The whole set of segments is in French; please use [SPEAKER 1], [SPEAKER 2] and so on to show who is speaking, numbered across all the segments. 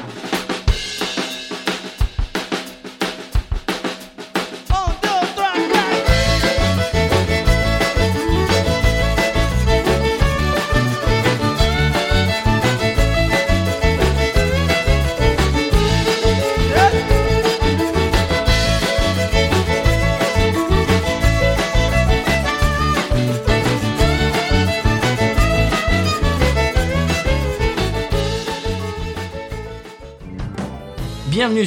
[SPEAKER 1] Oh,
[SPEAKER 2] Bienvenue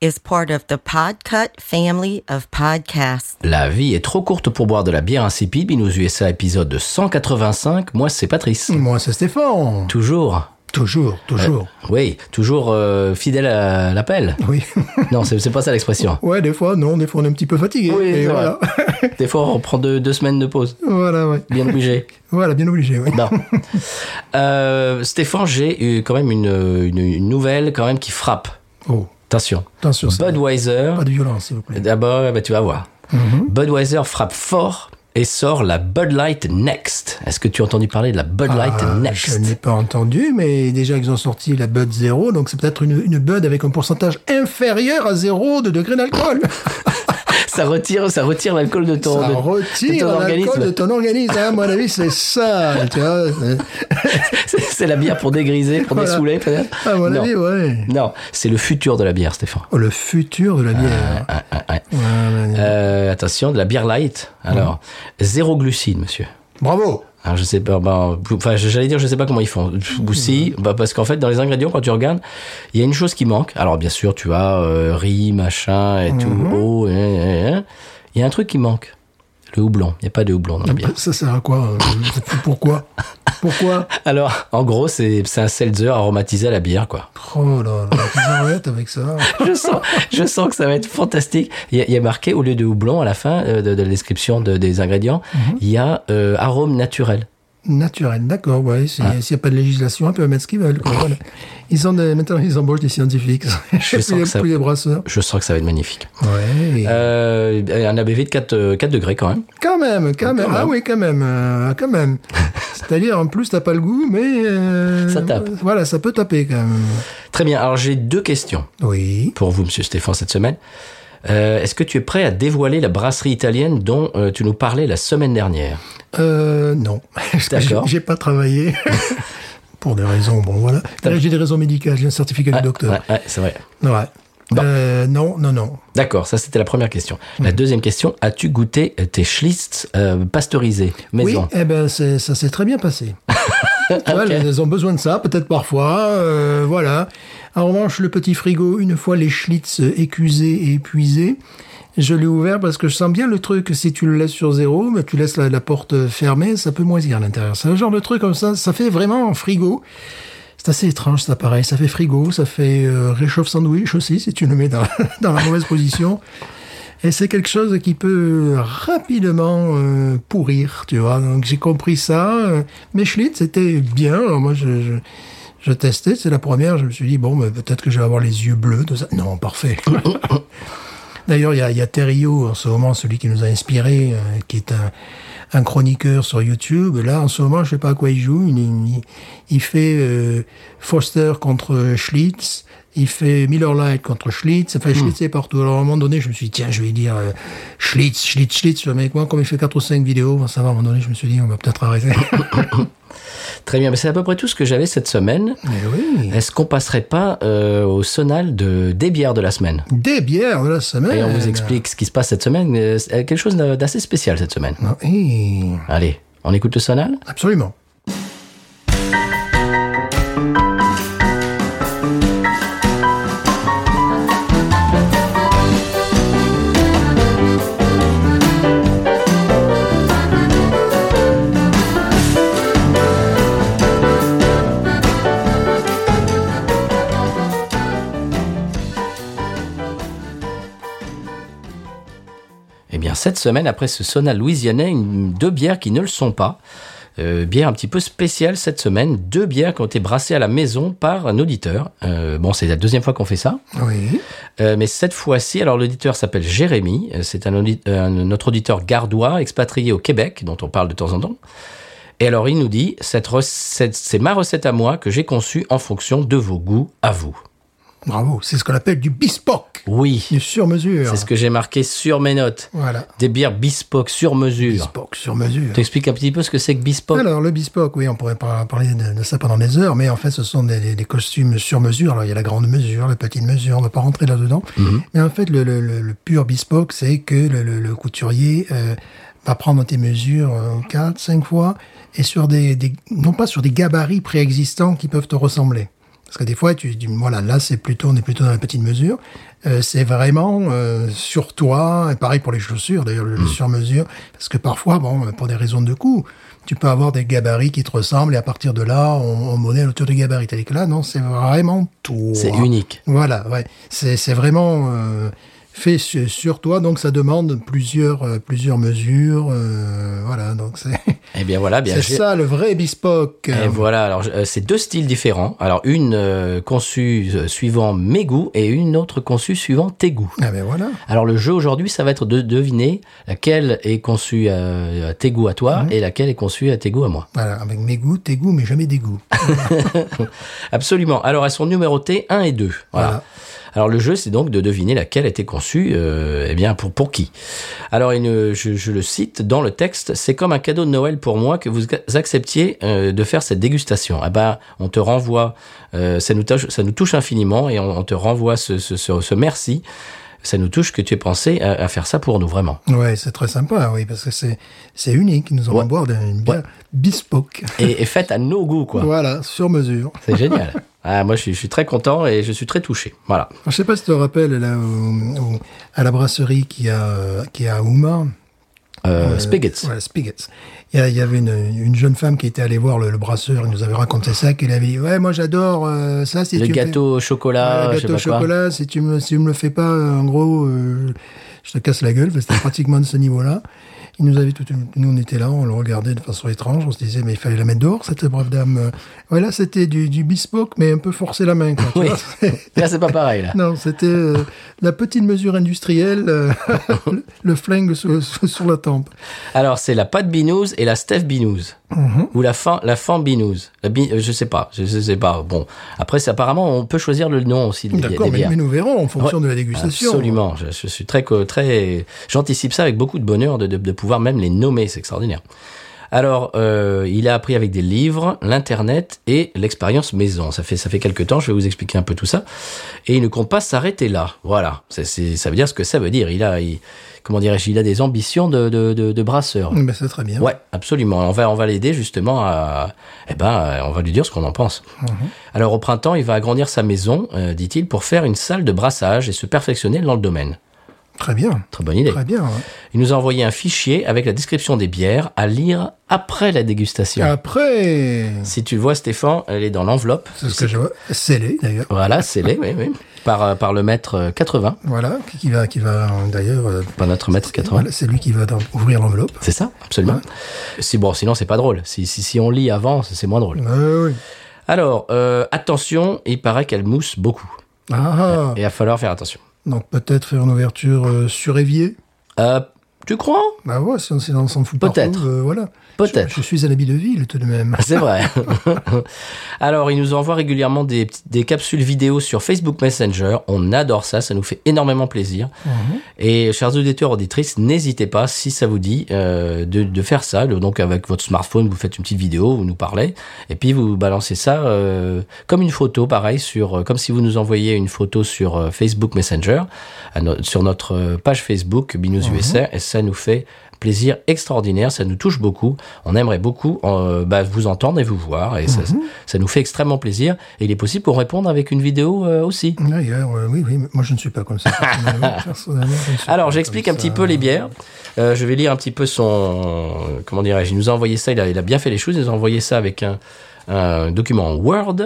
[SPEAKER 3] is part of the Podcut family of podcasts.
[SPEAKER 2] La vie est trop courte pour boire de la bière insipide. Binous USA épisode 185. Moi, c'est Patrice.
[SPEAKER 4] Moi, c'est Stéphane.
[SPEAKER 2] Toujours.
[SPEAKER 4] Toujours, toujours.
[SPEAKER 2] Oui, toujours euh, fidèle à l'appel.
[SPEAKER 4] Oui.
[SPEAKER 2] Non, c'est c'est pas ça l'expression.
[SPEAKER 4] ouais, des fois, non, des fois, on est un petit peu fatigué.
[SPEAKER 2] Oui, c'est
[SPEAKER 4] Et
[SPEAKER 2] vrai.
[SPEAKER 4] voilà.
[SPEAKER 2] Des fois, on prend deux, deux semaines de pause.
[SPEAKER 4] voilà, ouais.
[SPEAKER 2] Bien obligé.
[SPEAKER 4] Voilà, bien obligé, oui.
[SPEAKER 2] Non. Euh, Stéphane, j'ai eu quand même une, une- une nouvelle quand même qui frappe.
[SPEAKER 4] Oh,
[SPEAKER 2] Attention.
[SPEAKER 4] attention, ça.
[SPEAKER 2] Budweiser.
[SPEAKER 4] Pas de violence, s'il vous plaît.
[SPEAKER 2] D'abord, eh ben, tu vas voir.
[SPEAKER 4] Mhm.
[SPEAKER 2] Budweiser frappe fort et sort la Bud Light Next. Est-ce que tu as entendu parler de la Bud Light
[SPEAKER 4] Ah, Je
[SPEAKER 2] Bah, Next
[SPEAKER 4] n'ai pas entendu, mais déjà qu'ils ont sorti la Bud Zéro, donc c'est peut-être une, une Bud avec un pourcentage inférieur à zéro de degré d'alcool.
[SPEAKER 2] Ça retire, ça retire l'alcool de ton,
[SPEAKER 4] ça
[SPEAKER 2] de- de ton
[SPEAKER 4] retire l'alcool
[SPEAKER 2] organisme.
[SPEAKER 4] de ton organisme. hein, à mon avis, c'est ça. Tu vois, c'est-
[SPEAKER 2] C'est- C'est la bière pour dégriser, pour
[SPEAKER 4] Voilà.
[SPEAKER 2] dessouler peut-être.
[SPEAKER 4] à mon
[SPEAKER 2] non,
[SPEAKER 4] avis, ouais.
[SPEAKER 2] non c'est le futur de la bière, Stéphane.
[SPEAKER 4] Oh, le futur de la bière.
[SPEAKER 2] Ah, ah, ah.
[SPEAKER 4] Mhm. Ouais, ouais.
[SPEAKER 2] Euh, attention, de la bière light. Alors, zéro glucide, monsieur.
[SPEAKER 4] Bravo.
[SPEAKER 2] Alors, je sais pas, ben, enfin, j'allais dire, je sais pas comment ils font. Ou si, bah, parce qu'en fait, dans les ingrédients, quand tu regardes, il y a une chose qui manque. Alors, bien sûr, tu as euh, riz, machin, et tout, eau, et- et- et. il y a un truc qui manque. Le houblon. Il n'y a pas de houblon
[SPEAKER 4] Ah
[SPEAKER 2] dans la bière.
[SPEAKER 4] Ça sert à quoi euh, Pourquoi Pourquoi
[SPEAKER 2] Alors, en gros, c'est c'est un seltzer aromatisé à la bière, quoi.
[SPEAKER 4] Oh là là, ils arrêtent avec ça.
[SPEAKER 2] Je sens, je sens que ça va être fantastique. Il y a, il y a marqué, au lieu de houblon, à la fin euh, de, de la description de- des ingrédients, il y a euh, arôme naturel.
[SPEAKER 4] Naturel, d'accord, ouais. S'il n'y a pas de législation, ils peuvent mettre ce qu'ils veulent. quoi, voilà. Ils ont des, maintenant, ils embauchent des scientifiques. Je
[SPEAKER 2] sens
[SPEAKER 4] les,
[SPEAKER 2] que ça-
[SPEAKER 4] plus les brasseurs.
[SPEAKER 2] Je sens que ça va être magnifique.
[SPEAKER 4] Ouais.
[SPEAKER 2] Euh, un ABV de 4, euh, 4 degrés quand même.
[SPEAKER 4] Quand même, quand même. Ah oui, quand même. euh, quand même. C'est-à-dire, en plus, t'as pas le goût, mais. euh,
[SPEAKER 2] Ça tape.
[SPEAKER 4] Voilà, ça peut taper quand même.
[SPEAKER 2] Très bien. Alors j'ai deux questions
[SPEAKER 4] Oui.
[SPEAKER 2] pour vous, Monsieur Stéphane, cette semaine. Euh, Est-ce que tu es prêt à dévoiler la brasserie italienne dont euh, tu nous parlais la semaine dernière
[SPEAKER 4] Euh, non. Parce que
[SPEAKER 2] D'accord.
[SPEAKER 4] j'ai- J'ai pas travaillé. Pour des raisons, bon, voilà. Là, j'ai des raisons médicales, j'ai un certificat du docteur.
[SPEAKER 2] Ouais, ouais, c'est vrai.
[SPEAKER 4] Ouais. Euh, non, non, non.
[SPEAKER 2] D'accord, ça c'était la première question. La deuxième question, as-tu goûté tes schlitz euh, pasteurisés
[SPEAKER 4] Oui,
[SPEAKER 2] maison
[SPEAKER 4] eh ben, c'est- ça s'est très bien passé. Tu vois, les- Ils ont besoin de ça, peut-être parfois. euh, voilà. En revanche, le petit frigo, une fois les schlitz écusés et épuisés, je l'ai ouvert parce que je sens bien le truc. Si tu le laisses sur zéro, mais tu laisses la, la porte fermée, ça peut moisir à l'intérieur. C'est un genre de truc comme ça. Ça fait vraiment frigo. C'est assez étrange, ça, pareil. Ça fait frigo, ça fait euh, réchauffe sandwich aussi, si tu le mets dans, dans la mauvaise position. Et c'est quelque chose qui peut rapidement euh, pourrir, tu vois. Donc j'ai compris ça. Euh, Mes Schlitz c'était bien. Alors, moi, je, je, je testais. C'est la première. Je me suis dit bon, ben, peut-être que je vais avoir les yeux bleus. Tout ça. Non, parfait. D'ailleurs, il y a, il y a Terrio en ce moment, celui qui nous a inspiré, euh, qui est un, un chroniqueur sur YouTube. Là, en ce moment, je sais pas à quoi il joue. Il, il, il fait euh, Foster contre Schlitz. Il fait Miller Lite contre Schlitz.
[SPEAKER 2] Hmm.
[SPEAKER 4] Enfin, Schlitz est partout. Alors, à un moment donné, je me suis dit, tiens, je vais dire euh, Schlitz, Schlitz, Schlitz. Le mec, moi, comme il fait quatre ou cinq vidéos, bon, ça va, à un moment donné, je me suis dit, on va peut-être arrêter.
[SPEAKER 2] Très bien, mais c'est à peu près tout ce que j'avais cette semaine.
[SPEAKER 4] Mais oui.
[SPEAKER 2] Est-ce qu'on passerait pas euh, au sonal de, des bières de la semaine
[SPEAKER 4] Des bières de la semaine.
[SPEAKER 2] Et on vous explique ce qui se passe cette semaine. mais euh, c'est quelque chose d'assez spécial cette semaine.
[SPEAKER 4] Non, eh,
[SPEAKER 2] Allez, on écoute le sonal
[SPEAKER 4] absolument.
[SPEAKER 2] Eh bien, cette semaine, après ce sonal louisianais, une- deux bières qui ne le sont pas. Euh, bière un petit peu spéciale cette semaine. Deux bières qui ont été brassées à la maison par un auditeur. Euh, bon, c'est la deuxième fois qu'on fait ça.
[SPEAKER 4] Oui.
[SPEAKER 2] Euh, mais cette fois-ci, alors l'auditeur s'appelle Jérémy. Euh, C'est un, audi- euh, notre auditeur gardois, expatrié au Québec, dont on parle de temps en temps. Et alors, il nous dit, cette recette, c'est ma recette à moi que j'ai conçue en fonction de vos goûts à vous.
[SPEAKER 4] Bravo, c'est ce qu'on appelle du bespoke,
[SPEAKER 2] Oui,
[SPEAKER 4] du sur-mesure.
[SPEAKER 2] c'est ce que j'ai marqué sur mes notes.
[SPEAKER 4] Voilà,
[SPEAKER 2] Des bières bespoke sur mesure.
[SPEAKER 4] bespoke, sur-mesure.
[SPEAKER 2] T'expliques un petit peu ce que c'est que bespoke
[SPEAKER 4] Alors, le bespoke, oui, on pourrait par- parler de, de ça pendant des heures, mais en fait, ce sont des, des- des costumes sur mesure. Alors, il y a la grande mesure, la petite mesure, on ne va pas rentrer là-dedans.
[SPEAKER 2] Mm-hmm.
[SPEAKER 4] Mais en fait, le, le- le- le pur bespoke, c'est que le, le- le couturier euh, va prendre tes mesures euh, quatre, cinq fois, et sur des, des- non pas sur des gabarits préexistants qui peuvent te ressembler. Parce que des fois, tu dis, voilà, là, c'est plutôt, on est plutôt dans la petite mesure. Euh, c'est vraiment euh, sur toi, et pareil pour les chaussures, d'ailleurs, le
[SPEAKER 2] Mm.
[SPEAKER 4] sur-mesure. Parce que parfois, bon, pour des raisons de coût, tu peux avoir des gabarits qui te ressemblent, et à partir de là, on, on modèle autour des gabarits. Tandis que là, non, c'est vraiment toi.
[SPEAKER 2] C'est unique.
[SPEAKER 4] Voilà, ouais. C'est, c'est vraiment euh, fait su- sur toi, donc ça demande plusieurs, euh, plusieurs mesures. euh, voilà, donc c'est,
[SPEAKER 2] Eh bien voilà, bien
[SPEAKER 4] c'est
[SPEAKER 2] j'ai-
[SPEAKER 4] ça hein. le vrai bespoke.
[SPEAKER 2] Et voilà, alors je- euh, c'est deux styles différents. Alors une euh, conçue euh, suivant mes goûts et une autre conçue suivant tes goûts.
[SPEAKER 4] Ah ben voilà.
[SPEAKER 2] Alors le jeu aujourd'hui, ça va être de deviner laquelle est conçue euh, à tes goûts à toi
[SPEAKER 4] Mmh.
[SPEAKER 2] et laquelle est conçue à tes goûts à moi.
[SPEAKER 4] Voilà, avec mes goûts, tes goûts, mais jamais des goûts.
[SPEAKER 2] Ah. Absolument. Alors elles sont numérotées 1 et 2. Voilà.
[SPEAKER 4] Voilà.
[SPEAKER 2] Alors le jeu, c'est donc de deviner laquelle a été conçue, euh, eh bien pour pour qui. Alors une- je, je le cite dans le texte, c'est comme un cadeau de Noël pour moi que vous acceptiez euh, de faire cette dégustation. Ah bah on te renvoie, euh, ça nous touche, ça nous touche infiniment et on, on te renvoie ce, ce, ce, ce merci. Ça nous touche que tu aies pensé à, à faire ça pour nous vraiment.
[SPEAKER 4] Ouais, c'est très sympa, oui, parce que c'est, c'est unique. Nous allons
[SPEAKER 2] Ouais.
[SPEAKER 4] boire d'une une bière bespoke.
[SPEAKER 2] Et, et faites à nos goûts quoi.
[SPEAKER 4] Voilà, sur mesure.
[SPEAKER 2] C'est génial. Ah, moi, je suis, je suis très content et je suis très touché. Voilà.
[SPEAKER 4] Je sais pas si tu te rappelles, là, au- au- à la brasserie qui a, qui a à Houma,
[SPEAKER 2] Euh,
[SPEAKER 4] Euh,
[SPEAKER 2] Spigots.
[SPEAKER 4] Voilà, Spigots. Il y, a- il y avait une, une jeune femme qui était allée voir le, le brasseur, il nous avait raconté ça, qu'elle avait dit Ouais, moi j'adore euh, ça, si
[SPEAKER 2] Le
[SPEAKER 4] tu me fais-
[SPEAKER 2] gâteau au chocolat,
[SPEAKER 4] Ouais, le
[SPEAKER 2] Euh, je sais
[SPEAKER 4] gâteau Ah, au
[SPEAKER 2] pas quoi.
[SPEAKER 4] chocolat, si tu, me, si tu me le fais pas, euh, en gros, euh, je te casse la gueule, parce que c'était pratiquement de ce niveau-là. Il nous avait tout, nous on était là, on le regardait de façon étrange, on se disait mais il fallait la mettre dehors cette brave dame. Voilà, c'était du, du bespoke mais un peu forcé la main. Quoi, tu
[SPEAKER 2] Oui.
[SPEAKER 4] vois, c'est-
[SPEAKER 2] Là, c'est pas pareil, là.
[SPEAKER 4] non, c'était euh, la petite mesure industrielle, euh, le- le flingue sur, sur la tempe.
[SPEAKER 2] Alors, c'est la pâte binouze et la Steph binouze.
[SPEAKER 4] Mhm.
[SPEAKER 2] Ou la fan, la fan binouze. La bi- euh, je sais pas. Je, je sais pas. Bon. Après, c'est- apparemment, on peut choisir le nom aussi des, bi-
[SPEAKER 4] D'accord,
[SPEAKER 2] des
[SPEAKER 4] mais,
[SPEAKER 2] bières.
[SPEAKER 4] mais nous verrons en fonction
[SPEAKER 2] Ouais,
[SPEAKER 4] de la dégustation.
[SPEAKER 2] Absolument. Je, je suis très, co- très, j'anticipe ça avec beaucoup de bonheur de, de, de pouvoir même les nommer. C'est extraordinaire. Alors, euh, il a appris avec des livres, l'internet et l'expérience maison. Ça fait ça fait quelques temps. Je vais vous expliquer un peu tout ça. Et il ne compte pas s'arrêter là. Voilà. C'est- c'est- ça veut dire ce que ça veut dire. Il a, il- comment dirais-je, il a des ambitions de de, de, de brasseur.
[SPEAKER 4] Ben, c'est très bien.
[SPEAKER 2] Ouais, absolument. On va, on va l'aider justement à, eh ben, on va lui dire ce qu'on en pense. Alors au printemps, il va agrandir sa maison, euh, dit-il, pour faire une salle de brassage et se perfectionner dans le domaine.
[SPEAKER 4] Très bien.
[SPEAKER 2] Très bonne idée.
[SPEAKER 4] Très bien. hein. ouais.
[SPEAKER 2] Il nous a envoyé un fichier avec la description des bières à lire après la dégustation.
[SPEAKER 4] Ah. Après,
[SPEAKER 2] Si tu le vois, Stéphane, elle est dans l'enveloppe.
[SPEAKER 4] c'est ce que je vois. Scellé, d'ailleurs.
[SPEAKER 2] Voilà, scellée, oui, oui. Par, euh, par le maître euh, 80.
[SPEAKER 4] Voilà, qui- qui va, qui va euh, d'ailleurs. euh,
[SPEAKER 2] Par notre maître 80.
[SPEAKER 4] voilà, c'est lui qui va dans- ouvrir l'enveloppe.
[SPEAKER 2] C'est ça, absolument. Si, bon, sinon, c'est pas drôle. Si, si, si on lit avant, c'est moins drôle.
[SPEAKER 4] Ah oui.
[SPEAKER 2] Alors, euh, attention, il paraît qu'elle mousse beaucoup.
[SPEAKER 4] Ah, ah.
[SPEAKER 2] Et il va falloir faire attention.
[SPEAKER 4] donc peut-être faire une ouverture euh, sur évier.
[SPEAKER 2] Euh, tu crois
[SPEAKER 4] Bah ouais, si on si on s'en fout partout,
[SPEAKER 2] Peut-être.
[SPEAKER 4] euh, voilà.
[SPEAKER 2] Peut-être.
[SPEAKER 4] Je, je suis un habit de ville tout de même.
[SPEAKER 2] C'est vrai. Alors, il nous envoie régulièrement des, petites- des capsules vidéo sur Facebook Messenger. On adore ça, ça nous fait énormément plaisir.
[SPEAKER 4] Ah, hein.
[SPEAKER 2] Et chers auditeurs, auditrices, n'hésitez pas, si ça vous dit, euh, de, de faire ça. Le- Donc, avec votre smartphone, vous faites une petite vidéo, vous nous parlez, et puis vous balancez ça euh, comme une photo, pareil, sur, euh, comme si vous nous envoyiez une photo sur euh, Facebook Messenger, à no- sur notre euh, page Facebook Binous USA, et ça nous fait plaisir extraordinaire, ça nous touche beaucoup. On aimerait beaucoup euh, bah, vous entendre et vous voir, et ça, ça nous fait extrêmement plaisir. Et il est possible qu'on réponde avec une vidéo euh, aussi.
[SPEAKER 4] D'ailleurs, euh, oui, oui, mais moi je ne suis pas comme ça. personnellement. Personnellement, je ne suis
[SPEAKER 2] Alors,
[SPEAKER 4] pas
[SPEAKER 2] j'explique
[SPEAKER 4] comme
[SPEAKER 2] un petit
[SPEAKER 4] ça.
[SPEAKER 2] peu les bières. Euh, je vais lire un petit peu son. Comment dirais-je Il nous a envoyé ça, il a, il a bien fait les choses, il nous a envoyé ça avec un, un document Word.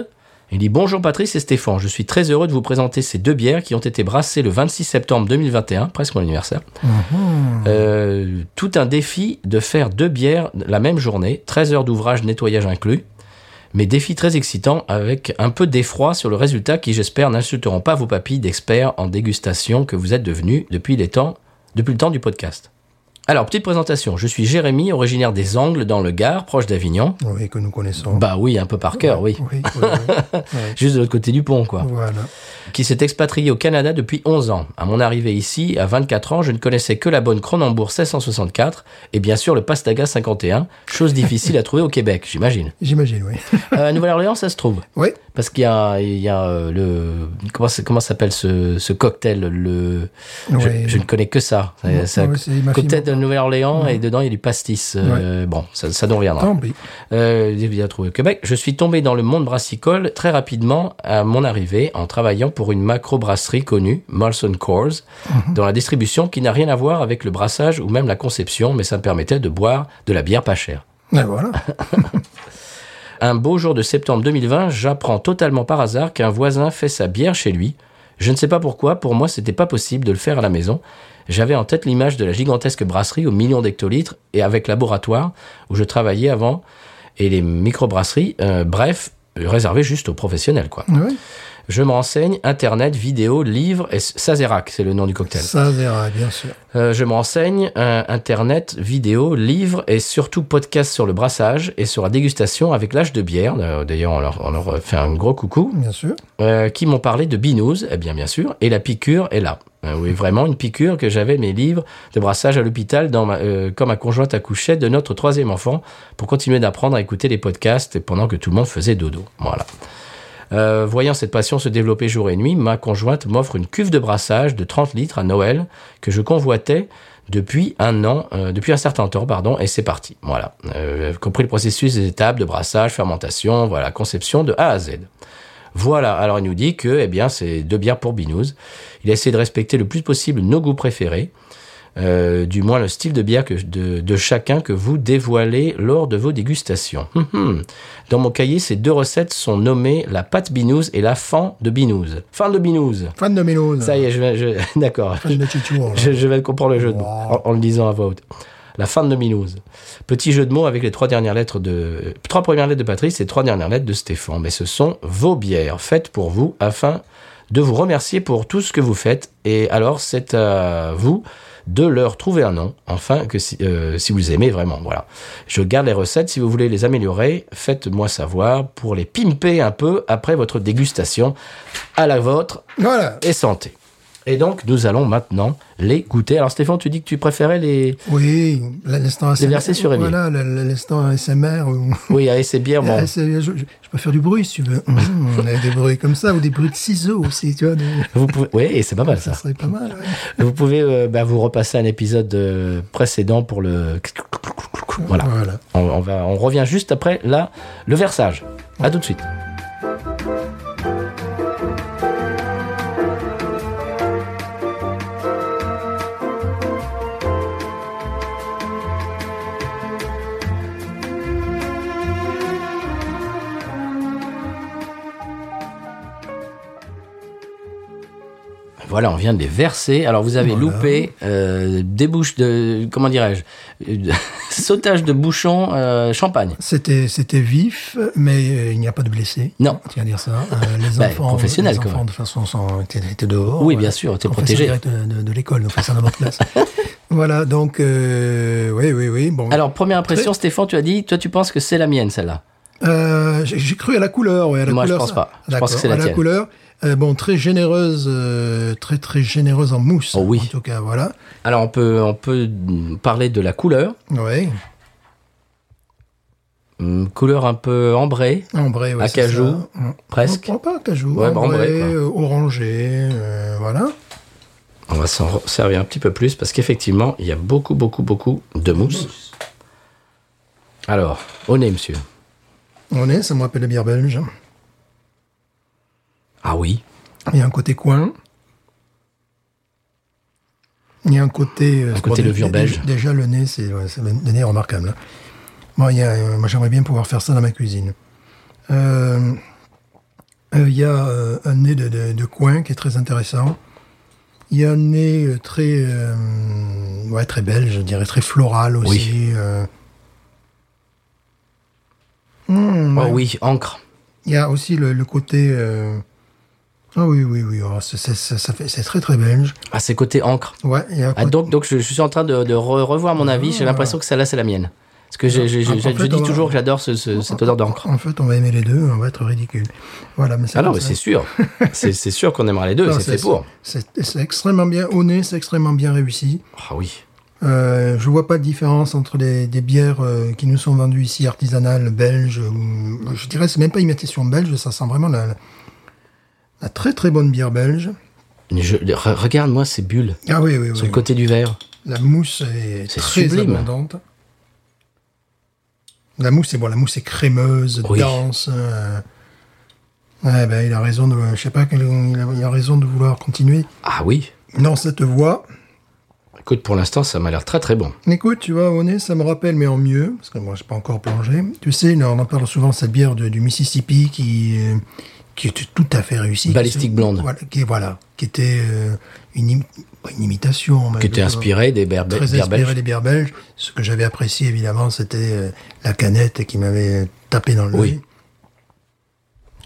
[SPEAKER 2] Il dit Bonjour Patrice et Stéphane, je suis très heureux de vous présenter ces deux bières qui ont été brassées le 26 septembre 2021, presque mon anniversaire.
[SPEAKER 4] Mm-hmm.
[SPEAKER 2] Euh, tout un défi de faire deux bières la même journée, 13 heures d'ouvrage, nettoyage inclus. Mais défi très excitant avec un peu d'effroi sur le résultat qui, j'espère, n'insulteront pas vos papilles d'experts en dégustation que vous êtes devenus depuis les temps, depuis le temps du podcast. Alors, petite présentation. Je suis Jérémy, originaire des Angles, dans le Gard, proche d'Avignon.
[SPEAKER 4] Oui, que nous connaissons.
[SPEAKER 2] Bah oui, un peu par cœur, oui.
[SPEAKER 4] Oui, oui, oui. Ouais.
[SPEAKER 2] Juste de l'autre côté du pont, quoi.
[SPEAKER 4] Voilà.
[SPEAKER 2] Qui s'est expatrié au Canada depuis 11 ans. À mon arrivée ici, à 24 ans, je ne connaissais que la bonne Cronenbourg 1664 et bien sûr le Pastaga 51, chose difficile à trouver au Québec, j'imagine.
[SPEAKER 4] J'imagine, oui.
[SPEAKER 2] Euh, à Nouvelle-Orléans, ça se trouve.
[SPEAKER 4] Oui.
[SPEAKER 2] Parce qu'il y a, il y a euh, le. Comment, ça- comment s'appelle ce, ce cocktail le, je-
[SPEAKER 4] Ouais.
[SPEAKER 2] je, ne connais que ça.
[SPEAKER 4] Ouais,
[SPEAKER 2] C'est un
[SPEAKER 4] ouais, c'est ma
[SPEAKER 2] cocktail
[SPEAKER 4] fille.
[SPEAKER 2] de Nouvelle-Orléans et dedans il y a du pastis. Euh, Bon, ça, ça nous reviendra.
[SPEAKER 4] Tant pis.
[SPEAKER 2] Euh, j'ai bien trouvé au Québec. Je suis tombé dans le monde brassicole très rapidement à mon arrivée en travaillant pour une macro-brasserie connue, Molson Coors, dans la distribution qui n'a rien à voir avec le brassage ou même la conception, mais ça me permettait de boire de la bière pas chère.
[SPEAKER 4] Ah, voilà.
[SPEAKER 2] Un beau jour de septembre 2020, j'apprends totalement par hasard qu'un voisin fait sa bière chez lui. Je ne sais pas pourquoi, pour moi c'était pas possible de le faire à la maison. J'avais en tête l'image de la gigantesque brasserie aux millions d'hectolitres et avec laboratoire où je travaillais avant et les microbrasseries, euh, bref, réservées juste aux professionnels quoi.
[SPEAKER 4] Oui.
[SPEAKER 2] Je me renseigne, internet, vidéo, livres et Sazerac, c'est le nom du cocktail.
[SPEAKER 4] Ça verra, bien sûr.
[SPEAKER 2] Euh, je me renseigne, euh, internet, vidéos, livres et surtout podcasts sur le brassage et sur la dégustation avec l'âge de bière. Euh, D'ailleurs, on leur, on leur fait un gros coucou.
[SPEAKER 4] Bien sûr.
[SPEAKER 2] Euh, qui m'ont parlé de binouze, eh bien, bien sûr, et la piqûre est là. Euh, oui, vraiment une piqûre que j'avais mes livres de brassage à l'hôpital dans ma, euh, quand ma conjointe accouchait de notre troisième enfant pour continuer d'apprendre à écouter les podcasts pendant que tout le monde faisait dodo. Voilà. Euh, voyant cette passion se développer jour et nuit, ma conjointe m'offre une cuve de brassage de 30 litres à Noël que je convoitais depuis un an, euh, depuis un certain temps, pardon, et c'est parti. Voilà. Euh, j'ai compris le processus des étapes de brassage, fermentation, voilà, conception de A à Z. Voilà, alors il nous dit que eh bien, c'est deux bières pour Binous. Il a essayé de respecter le plus possible nos goûts préférés, euh, du moins le style de bière que, de, de chacun que vous dévoilez lors de vos dégustations. Hum, hum. Dans mon cahier, ces deux recettes sont nommées la pâte Binous et la fan de Binous. Fin de Binous
[SPEAKER 4] Fan de Ménose.
[SPEAKER 2] Ça y est, je, vais- je- d'accord.
[SPEAKER 4] Fan de Chichou.
[SPEAKER 2] Je, je vais comprendre le jeu de mots
[SPEAKER 4] Wow.
[SPEAKER 2] en, en le disant à voix haute. La fin de Minouze. Petit jeu de mots avec les trois dernières lettres de euh, trois premières lettres de Patrice et trois dernières lettres de Stéphane. Mais ce sont vos bières faites pour vous afin de vous remercier pour tout ce que vous faites. Et alors c'est à vous de leur trouver un nom, enfin que si, euh, si vous aimez vraiment. Voilà. Je garde les recettes. Si vous voulez les améliorer, faites-moi savoir pour les pimper un peu après votre dégustation à la vôtre
[SPEAKER 4] Voilà.
[SPEAKER 2] et santé. Et donc, nous allons maintenant les goûter. Alors, Stéphane, tu dis que tu préférais les.
[SPEAKER 4] Oui, l'instant ASMR.
[SPEAKER 2] versets sur Émile.
[SPEAKER 4] Voilà, la- la- l'instant ASMR. Ou...
[SPEAKER 2] Oui, à ces bières, bon.
[SPEAKER 4] Ah, c'est- je, je- je peux faire du bruit si tu veux. Mmh, on a des bruits comme ça, ou des bruits de ciseaux aussi, tu vois. des-
[SPEAKER 2] Vous pouvez... Oui, et c'est pas mal
[SPEAKER 4] Ça
[SPEAKER 2] ça.
[SPEAKER 4] serait pas mal. ouais.
[SPEAKER 2] Vous pouvez euh, bah, vous repasser un épisode euh, précédent pour le. Voilà.
[SPEAKER 4] Voilà.
[SPEAKER 2] On, on va, on revient juste après là, le versage. À tout de suite. Voilà, on vient de les verser. Alors, vous avez loupé euh, des bouches de. Comment dirais-je Euh, Sautage de bouchons euh, champagne.
[SPEAKER 4] C'était, c'était vif, mais euh, il n'y a pas de blessés.
[SPEAKER 2] Non.
[SPEAKER 4] Tiens à dire ça. Euh, les
[SPEAKER 2] Bah,
[SPEAKER 4] enfants,
[SPEAKER 2] professionnel,
[SPEAKER 4] les
[SPEAKER 2] quand
[SPEAKER 4] enfants
[SPEAKER 2] même.
[SPEAKER 4] de toute façon sont, étaient, étaient dehors.
[SPEAKER 2] Oui,
[SPEAKER 4] euh,
[SPEAKER 2] bien sûr, t'es
[SPEAKER 4] on fait ça
[SPEAKER 2] protégé.
[SPEAKER 4] direct de, de- de l'école, on fait ça dans notre classe. voilà, donc euh, oui, oui, oui. Bon,
[SPEAKER 2] Alors, première impression, Stéphane, tu as dit, toi, tu penses que c'est la mienne, celle-là.
[SPEAKER 4] Euh, j'ai j'ai cru à la couleur. Ouais, à la
[SPEAKER 2] Moi, je
[SPEAKER 4] couleur,
[SPEAKER 2] pense
[SPEAKER 4] ça.
[SPEAKER 2] pas. Je pense que
[SPEAKER 4] D'accord,
[SPEAKER 2] c'est la
[SPEAKER 4] à la
[SPEAKER 2] tienne.
[SPEAKER 4] couleur. Euh, bon, très généreuse, euh, très très généreuse en mousse.
[SPEAKER 2] Oh oui.
[SPEAKER 4] En tout cas, voilà.
[SPEAKER 2] Alors, on peut, on peut parler de la couleur.
[SPEAKER 4] Ouais.
[SPEAKER 2] Hum, couleur un peu ambrée,
[SPEAKER 4] Ambré, ouais, c'est
[SPEAKER 2] Acajou,
[SPEAKER 4] ça. Ouais.
[SPEAKER 2] presque.
[SPEAKER 4] Oh, pas acajou.
[SPEAKER 2] Ouais, bah,
[SPEAKER 4] ambré,
[SPEAKER 2] ambré, quoi.
[SPEAKER 4] euh, orangé, euh, voilà. oh.
[SPEAKER 2] On va s'en re- servir un petit peu plus parce qu'effectivement, il y a beaucoup, beaucoup, beaucoup de mousse. Alors, au nez, monsieur.
[SPEAKER 4] On est, ça me rappelle la bière belge.
[SPEAKER 2] Ah oui.
[SPEAKER 4] Il y a un côté coin. Il y a un côté. euh,
[SPEAKER 2] côté
[SPEAKER 4] dé-
[SPEAKER 2] levure
[SPEAKER 4] dé-
[SPEAKER 2] belge.
[SPEAKER 4] Déjà, le nez, c'est ouais, c'est le nez est remarquable. hein. Bon, il y a, euh, moi, j'aimerais bien pouvoir faire ça dans ma cuisine. Euh, euh, il y a euh, un nez de, de- de coin qui est très intéressant. Il y a un nez euh, très, euh, ouais, très belge, je dirais, très floral aussi. euh.
[SPEAKER 2] Oh oui, encre.
[SPEAKER 4] il y a aussi le, le côté euh, Ah oui, oui, oui. oh, c'est- c'est- ça, ça fait- c'est très, très belge.
[SPEAKER 2] Ah, c'est côté encre.
[SPEAKER 4] Ouais, Ah. il y a un
[SPEAKER 2] Ah,
[SPEAKER 4] côté-
[SPEAKER 2] donc, donc je, je suis en train de, de re- revoir mon avis. J'ai l'impression que celle-là, c'est la mienne. Parce que j'ai- j'ai-
[SPEAKER 4] Ah, en
[SPEAKER 2] j'ai- je,
[SPEAKER 4] fait, on
[SPEAKER 2] dis
[SPEAKER 4] va-
[SPEAKER 2] toujours que j'adore ce- ce- cette odeur d'encre.
[SPEAKER 4] En fait, on va aimer les deux, on va être ridicule. Voilà, mais c'est
[SPEAKER 2] Ah non,
[SPEAKER 4] comme
[SPEAKER 2] mais
[SPEAKER 4] ça.
[SPEAKER 2] c'est sûr. C'est c'est sûr qu'on aimera les deux.
[SPEAKER 4] Non,
[SPEAKER 2] C'est fait pour.
[SPEAKER 4] C'est c'est extrêmement bien au nez, c'est extrêmement bien réussi.
[SPEAKER 2] Ah oui.
[SPEAKER 4] Euh, je vois pas de différence entre les, des bières euh, qui nous sont vendues ici, artisanales, belges, ou je dirais c'est même pas imitation belge, ça sent vraiment la, la très très bonne bière belge.
[SPEAKER 2] Je- re- Regarde-moi ces bulles
[SPEAKER 4] Ah oui, oui, oui.
[SPEAKER 2] sur le côté du verre.
[SPEAKER 4] La mousse est,
[SPEAKER 2] C'est
[SPEAKER 4] très
[SPEAKER 2] sublime.
[SPEAKER 4] abondante. La mousse est bon, la mousse est crémeuse,
[SPEAKER 2] Oui.
[SPEAKER 4] dense. euh, Ouais, ben, il a raison de, je sais pas, quel- il a, il a raison de vouloir continuer
[SPEAKER 2] Ah oui.
[SPEAKER 4] dans cette voie.
[SPEAKER 2] Écoute, pour l'instant, ça m'a l'air très très bon.
[SPEAKER 4] Écoute, tu vois, au nez, ça me rappelle, mais en mieux, parce que moi, j'ai pas encore plongé. Tu sais, là, on en parle souvent, cette bière de- du Mississippi qui, euh, qui était tout à fait réussie. qui
[SPEAKER 2] Ballistic
[SPEAKER 4] se-
[SPEAKER 2] Blonde.
[SPEAKER 4] Voilà, qui, voilà, qui était euh, une, im- pas une imitation. mais
[SPEAKER 2] Que t'es
[SPEAKER 4] de-
[SPEAKER 2] inspiré des berbes.
[SPEAKER 4] Très inspiré des bières belges. Ce que j'avais apprécié, évidemment, c'était euh, la canette qui m'avait tapé dans le
[SPEAKER 2] Oui.
[SPEAKER 4] nez.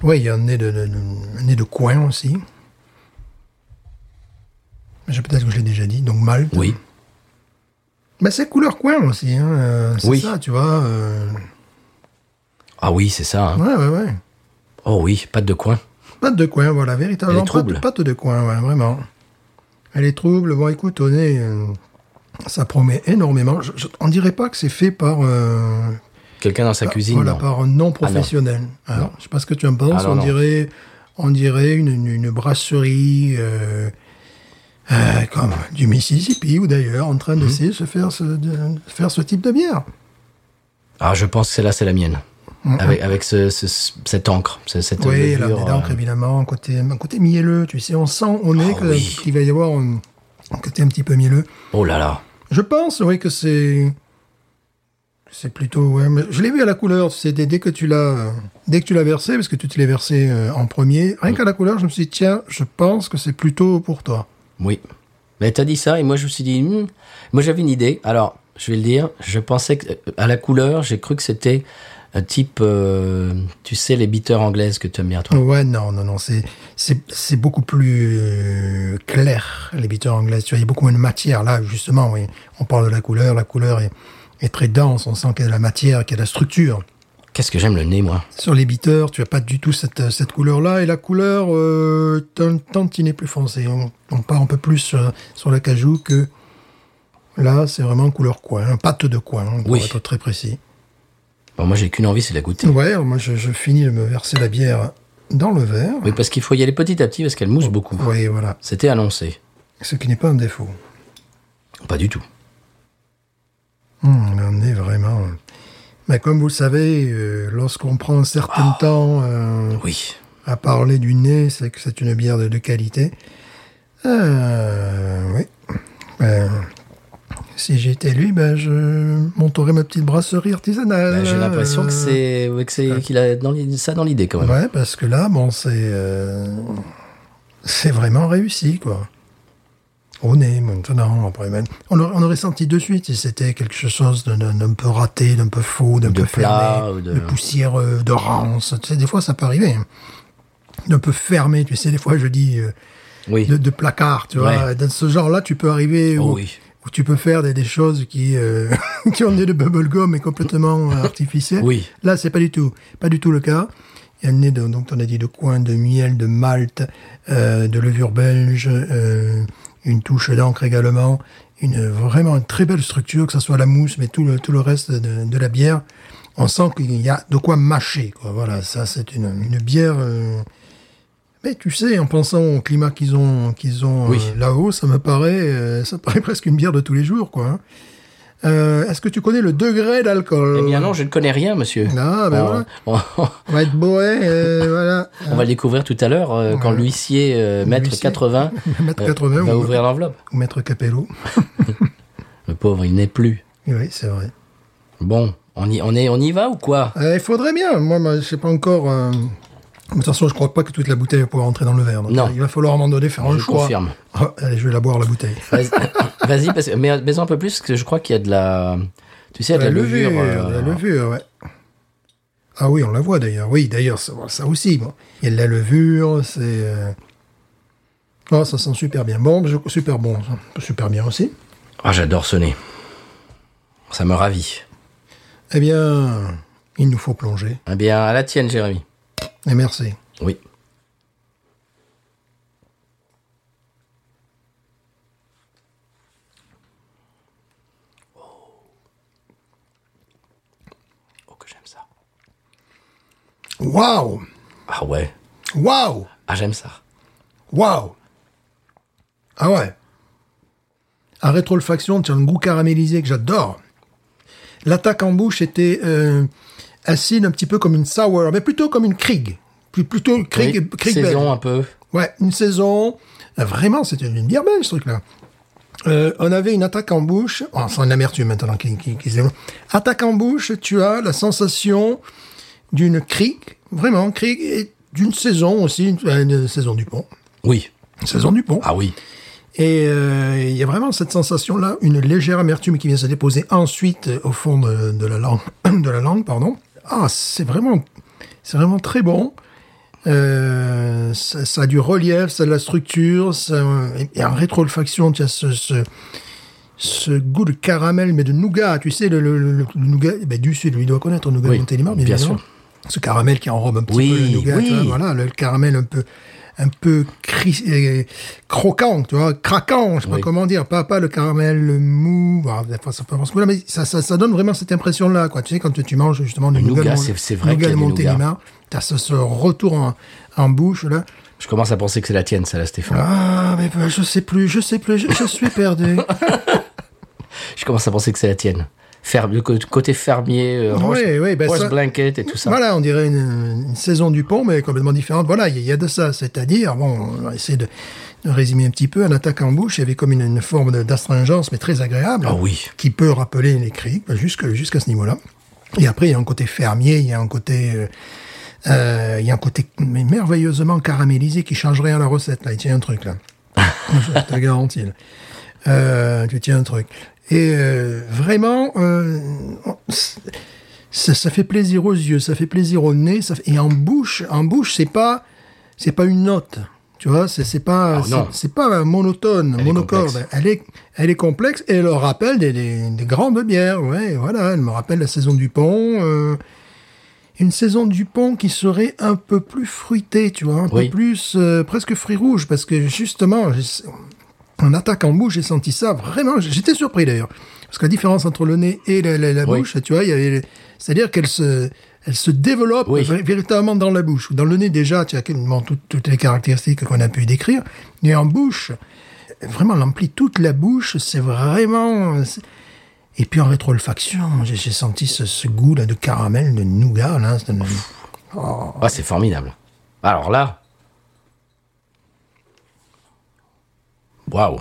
[SPEAKER 4] Oui, il y a un nez de, de- de- un nez de coin aussi. Je- Peut-être que je l'ai déjà dit, donc mal.
[SPEAKER 2] Oui.
[SPEAKER 4] Bah, c'est couleur coin aussi, hein. euh, c'est
[SPEAKER 2] Oui.
[SPEAKER 4] ça, tu vois. euh,
[SPEAKER 2] Ah oui, c'est ça. hein.
[SPEAKER 4] Ouais, ouais, ouais.
[SPEAKER 2] Oh oui, pâte de coin.
[SPEAKER 4] Pâte de coin, voilà, véritablement.
[SPEAKER 2] Elle est trouble.
[SPEAKER 4] Pâte, pâte de coin, ouais, vraiment. Elle est trouble. Bon, écoute, on est. euh, ça promet énormément. Je- je- on dirait pas que c'est fait par. euh,
[SPEAKER 2] Quelqu'un dans sa
[SPEAKER 4] par-
[SPEAKER 2] cuisine.
[SPEAKER 4] voilà,
[SPEAKER 2] non.
[SPEAKER 4] par un non-professionnel. Alors, Je sais pas ce que tu en penses.
[SPEAKER 2] Ah, non,
[SPEAKER 4] on,
[SPEAKER 2] non.
[SPEAKER 4] Dirait, on dirait une, une- une brasserie. euh, euh, comme du Mississippi ou d'ailleurs en train
[SPEAKER 2] Mhm.
[SPEAKER 4] d'essayer de se faire ce, de faire ce type de bière.
[SPEAKER 2] Ah, je pense que celle-là, c'est la mienne.
[SPEAKER 4] Mhm.
[SPEAKER 2] Avec, avec ce, ce- ce- cette encre. ce- Cette
[SPEAKER 4] Oui, la
[SPEAKER 2] levure,
[SPEAKER 4] mélange,
[SPEAKER 2] euh,
[SPEAKER 4] évidemment, un côté, un côté mielleux, tu sais, on sent au nez
[SPEAKER 2] Ah
[SPEAKER 4] que-
[SPEAKER 2] oui.
[SPEAKER 4] qu'il va y avoir un, un côté un petit peu mielleux.
[SPEAKER 2] Oh là là.
[SPEAKER 4] Je pense, oui, que c'est. C'est plutôt. Ouais, mais je l'ai vu à la couleur, tu sais, dès, dès que tu l'as euh, dès que tu l'as versé, parce que tu te l'es versé euh, en premier, rien qu'à la couleur, je me suis dit, tiens, je pense que c'est plutôt pour toi.
[SPEAKER 2] Oui. Mais t'as dit ça et moi je me suis dit, hmm. moi j'avais une idée. Alors, je vais le dire, je pensais que, euh, à la couleur, j'ai cru que c'était un type, euh, tu sais, les bitters anglaises que tu aimes bien toi.
[SPEAKER 4] Ouais, non, non, non, c'est c'est c'est beaucoup plus euh, clair les bitters anglaises. Tu vois, il y a beaucoup moins de matière là, justement. Oui, on parle de la couleur, la couleur est, est très dense. On sent qu'il y a de la matière, qu'il y a de la structure.
[SPEAKER 2] Qu'est-ce que j'aime le nez, moi.
[SPEAKER 4] Sur les bitters, tu as pas du tout cette cette couleur là et la couleur euh, est un tantinet plus foncée. On, on part un peu plus sur, sur la cajou que là, c'est vraiment couleur coin, un pâte de coin, hein, pour
[SPEAKER 2] Oui.
[SPEAKER 4] être très précis.
[SPEAKER 2] Bon, Bah, moi j'ai qu'une envie, c'est de la goûter.
[SPEAKER 4] Ouais, alors moi je, je finis de me verser la bière dans le verre.
[SPEAKER 2] Oui, parce qu'il faut y aller petit à petit parce qu'elle mousse beaucoup.
[SPEAKER 4] Oui, voilà.
[SPEAKER 2] C'était annoncé. Oh,
[SPEAKER 4] Ce qui n'est pas un défaut.
[SPEAKER 2] Pas du tout.
[SPEAKER 4] Hum, on est vraiment. Mais comme vous le savez, euh, lorsqu'on prend un certain
[SPEAKER 2] Ah.
[SPEAKER 4] temps euh,
[SPEAKER 2] Oui.
[SPEAKER 4] à parler du nez, c'est que c'est une bière de, de qualité. Euh, oui. Ben, si j'étais lui, ben je monterais ma petite brasserie artisanale.
[SPEAKER 2] Bah, j'ai l'impression que
[SPEAKER 4] Euh,
[SPEAKER 2] c'est ouais, que c'est- qu'il a dans l'idée- ça dans l'idée quand même.
[SPEAKER 4] Ouais, parce que là, bon, c'est euh, c'est vraiment réussi, quoi. Au nez, maintenant, après même. On aurait, on aurait senti de suite si c'était quelque chose d'un- d'un d'un peu raté, d'un peu faux, d'un
[SPEAKER 2] De
[SPEAKER 4] peu
[SPEAKER 2] plat,
[SPEAKER 4] fermé,
[SPEAKER 2] ou de-
[SPEAKER 4] de poussière, euh, de rance. Tu sais, des fois, ça peut arriver. hein. D'un peu fermé, tu sais, des fois, je dis euh,
[SPEAKER 2] Oui.
[SPEAKER 4] de, de placard, tu
[SPEAKER 2] Ouais.
[SPEAKER 4] vois. Dans ce genre-là, tu peux arriver
[SPEAKER 2] Oh
[SPEAKER 4] où,
[SPEAKER 2] oui.
[SPEAKER 4] où tu peux faire des, des choses qui, euh, qui ont des de bubblegum et complètement euh, artificielles.
[SPEAKER 2] Oui.
[SPEAKER 4] Là, c'est pas du tout, pas du tout le cas. Il y a le nez de, donc on a dit de coin, de miel, de malt, euh, de levure belge, euh, une touche d'encre également, une vraiment une très belle structure, que ce soit la mousse, mais tout le tout le reste de, de la bière. On sent qu'il y a de quoi mâcher, quoi. Voilà, ça c'est une, une bière. euh, mais tu sais, en pensant au climat qu'ils ont qu'ils ont
[SPEAKER 2] Oui.
[SPEAKER 4] euh, là-haut, ça me paraît euh, ça me paraît presque une bière de tous les jours, quoi. hein. Euh, Est-ce que tu connais le degré d'alcool
[SPEAKER 2] Eh bien non, Oh. je ne connais rien, monsieur.
[SPEAKER 4] Ah, ben voilà.
[SPEAKER 2] on, on-
[SPEAKER 4] On va être bourré, euh, voilà.
[SPEAKER 2] on va le découvrir tout à l'heure euh, quand l'huissier, euh, maître
[SPEAKER 4] L'huissier.
[SPEAKER 2] 80,
[SPEAKER 4] Maître
[SPEAKER 2] euh,
[SPEAKER 4] 80
[SPEAKER 2] va
[SPEAKER 4] ou-
[SPEAKER 2] ouvrir l'enveloppe.
[SPEAKER 4] Ou Maître Capello.
[SPEAKER 2] Le pauvre, il n'est plus.
[SPEAKER 4] Oui, c'est vrai.
[SPEAKER 2] Bon, on y, on est, on y va ou quoi
[SPEAKER 4] Euh, il faudrait bien. Moi, moi, je sais pas encore. euh, De toute façon, je crois pas que toute la bouteille va pouvoir entrer dans le verre. Donc,
[SPEAKER 2] Non.
[SPEAKER 4] Il va falloir à un moment donné faire un
[SPEAKER 2] Je
[SPEAKER 4] choix.
[SPEAKER 2] confirme.
[SPEAKER 4] Ah, allez, je vais la boire, la bouteille.
[SPEAKER 2] Vas-y, vas-y, parce- mais mais un peu plus, parce que je crois qu'il y a de la... Tu sais, il y a de la, levure. euh,
[SPEAKER 4] La levure, ouais. Ah oui, on la voit d'ailleurs. Oui, d'ailleurs, ça, ça aussi. Bon. Il y a de la levure, c'est. euh, Ah, ça sent super bien. Bon, je- super bon. Super bien aussi.
[SPEAKER 2] Ah, j'adore ce nez. Ça me ravit.
[SPEAKER 4] Eh bien, il nous faut plonger.
[SPEAKER 2] Eh bien, à la tienne, Jérémy.
[SPEAKER 4] Et merci.
[SPEAKER 2] Oui. Oh, que j'aime ça.
[SPEAKER 4] Waouh
[SPEAKER 2] Ah ouais.
[SPEAKER 4] Waouh
[SPEAKER 2] Ah, j'aime ça.
[SPEAKER 4] Waouh Ah ouais. À rétrofaction, tu as un goût caramélisé que j'adore. L'attaque en bouche était euh, acide, un petit peu comme une sour, mais plutôt comme une Krieg. Plus- Plutôt une Krieg,
[SPEAKER 2] Oui,
[SPEAKER 4] Krieg belge.
[SPEAKER 2] saison un peu.
[SPEAKER 4] Ouais, une saison. Ah, Vraiment, c'était une bière belge, ce truc-là. Euh, on avait une attaque en bouche. Oh, c'est une amertume maintenant qui, qui, qui se développe. Attaque en bouche, tu as la sensation d'une crique, vraiment crique, et d'une saison aussi, une, euh, une saison du pont.
[SPEAKER 2] Oui.
[SPEAKER 4] Une saison du pont.
[SPEAKER 2] Ah oui.
[SPEAKER 4] Et euh, il y a vraiment cette sensation-là, une légère amertume qui vient se déposer ensuite euh, au fond de, de la langue, de la langue, pardon. Ah, c'est vraiment, c'est vraiment très bon. Euh, ça, ça a du relief, ça a de la structure, ça, et en rétro-olfaction, tu as ce, ce, ce goût de caramel, mais de nougat, tu sais, le, le, le- le nougat, eh ben, du sud, lui doit connaître, le nougat
[SPEAKER 2] Oui,
[SPEAKER 4] de Montélimar, bien,
[SPEAKER 2] bien
[SPEAKER 4] évidemment.
[SPEAKER 2] sûr.
[SPEAKER 4] Ce caramel qui enrobe un petit
[SPEAKER 2] Oui,
[SPEAKER 4] peu le nougat,
[SPEAKER 2] oui.
[SPEAKER 4] tu vois, voilà, le caramel un peu, un peu cri- euh, croquant, tu vois, craquant, je sais pas
[SPEAKER 2] Oui.
[SPEAKER 4] comment dire, pas, pas le caramel le mou, bah, enfin, ça peut avoir ce goût-là, mais ça, ça, ça donne vraiment cette impression-là, quoi. Tu sais, quand tu, tu manges justement le
[SPEAKER 2] nougat,
[SPEAKER 4] nougat,
[SPEAKER 2] c'est- c'est vrai
[SPEAKER 4] nougat
[SPEAKER 2] qu'il y a
[SPEAKER 4] de
[SPEAKER 2] du
[SPEAKER 4] Montélimar, t'as ce, ce retour en, en bouche, là.
[SPEAKER 2] Je commence à penser que c'est la tienne, celle-là, Stéphane.
[SPEAKER 4] Ah, mais bah, je sais plus, je sais plus, je, je suis perdu.
[SPEAKER 2] Je commence à penser que c'est la tienne. Ferme, le cô- côté fermier, euh, rose,
[SPEAKER 4] Oui, oui, ben
[SPEAKER 2] rose
[SPEAKER 4] ça-
[SPEAKER 2] blanket et tout ça.
[SPEAKER 4] Voilà, on dirait une, une saison du pont, mais complètement différente. Voilà, il y, a- il y a de ça. C'est-à-dire, bon, on va essayer de, de résumer un petit peu. Un attaque en bouche, il y avait comme une, une forme de- d'astringence, mais très agréable.
[SPEAKER 2] Ah oui.
[SPEAKER 4] Qui peut rappeler les cris, jusque- jusqu'à ce niveau-là. Et après, il y a un côté fermier, il y a un côté... euh, euh, il y a un côté mais merveilleusement caramélisé qui change rien à la recette. Là, il tient un truc là. Je te garantis. là. Euh, tu tiens un truc. Et euh, vraiment, euh, ça, ça fait plaisir aux yeux, ça fait plaisir au nez, ça fait- et en bouche, en bouche, c'est pas, c'est pas une note. Tu vois, c'est c'est pas,
[SPEAKER 2] Ah,
[SPEAKER 4] c'est-
[SPEAKER 2] non.
[SPEAKER 4] c'est pas monotone,
[SPEAKER 2] Elle est
[SPEAKER 4] monocorde.
[SPEAKER 2] complexe.
[SPEAKER 4] elle est, elle est complexe et elle rappelle des, des- des grandes bières. Ouais, voilà, elle me rappelle la saison du pont. euh, une saison du pont qui serait un peu plus fruitée, tu vois, un
[SPEAKER 2] Oui.
[SPEAKER 4] peu plus euh, presque fruits rouges, parce que justement, j'ai- en attaque en bouche, j'ai senti ça vraiment. J'étais surpris d'ailleurs, parce que la différence entre le nez et la, la- la
[SPEAKER 2] Oui.
[SPEAKER 4] bouche, tu vois, il y avait, c'est-à-dire qu'elle se, elle se développe
[SPEAKER 2] Oui.
[SPEAKER 4] vra- Euh, véritablement dans la bouche. Dans le nez déjà, tu as quasiment tout- toutes les caractéristiques qu'on a pu décrire, mais en bouche, vraiment, elle emplit toute la bouche. C'est vraiment. c'est- et puis en rétro-olfaction, j'ai j'ai senti ce, ce goût là de caramel, de nougat là. c'est-
[SPEAKER 2] Ah, c'est formidable. Alors là. Waouh.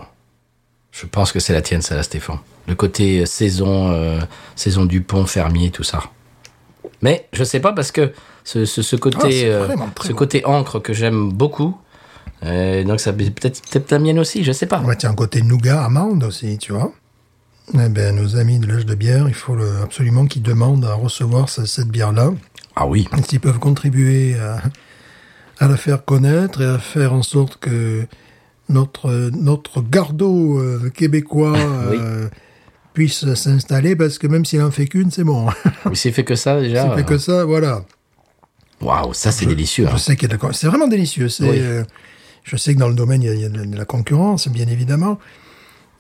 [SPEAKER 2] Je pense que c'est la tienne, celle-là, Stéphane. Le côté euh, saison, euh, saison du pont, fermier, tout ça. Mais je sais pas parce que ce, ce- ce
[SPEAKER 4] Ah, c'est
[SPEAKER 2] côté, euh,
[SPEAKER 4] vraiment très
[SPEAKER 2] ce
[SPEAKER 4] bon.
[SPEAKER 2] côté encre que j'aime beaucoup. euh, donc ça peut-être peut-être la mienne aussi, je sais pas.
[SPEAKER 4] Ouais, tiens, un côté nougat, amande aussi, tu vois. Eh ben, nos amis de l'âge de bière, il faut le- absolument qu'ils demandent à recevoir ce- cette bière-là.
[SPEAKER 2] Ah oui.
[SPEAKER 4] Et S'ils peuvent contribuer à, à la faire connaître et à faire en sorte que notre, euh, notre gardeau euh, québécois
[SPEAKER 2] Oui.
[SPEAKER 4] euh, puisse s'installer, parce que même s'il en fait qu'une, c'est bon.
[SPEAKER 2] Mais c'est fait que ça déjà.
[SPEAKER 4] S'il fait que
[SPEAKER 2] euh,
[SPEAKER 4] ça, voilà.
[SPEAKER 2] Waouh, ça c'est délicieux.
[SPEAKER 4] Je
[SPEAKER 2] hein.
[SPEAKER 4] sais qu'il y a de la con- C'est vraiment délicieux. C'est,
[SPEAKER 2] Oui.
[SPEAKER 4] euh, je sais que dans le domaine, il y a, il y a de de la concurrence, bien évidemment.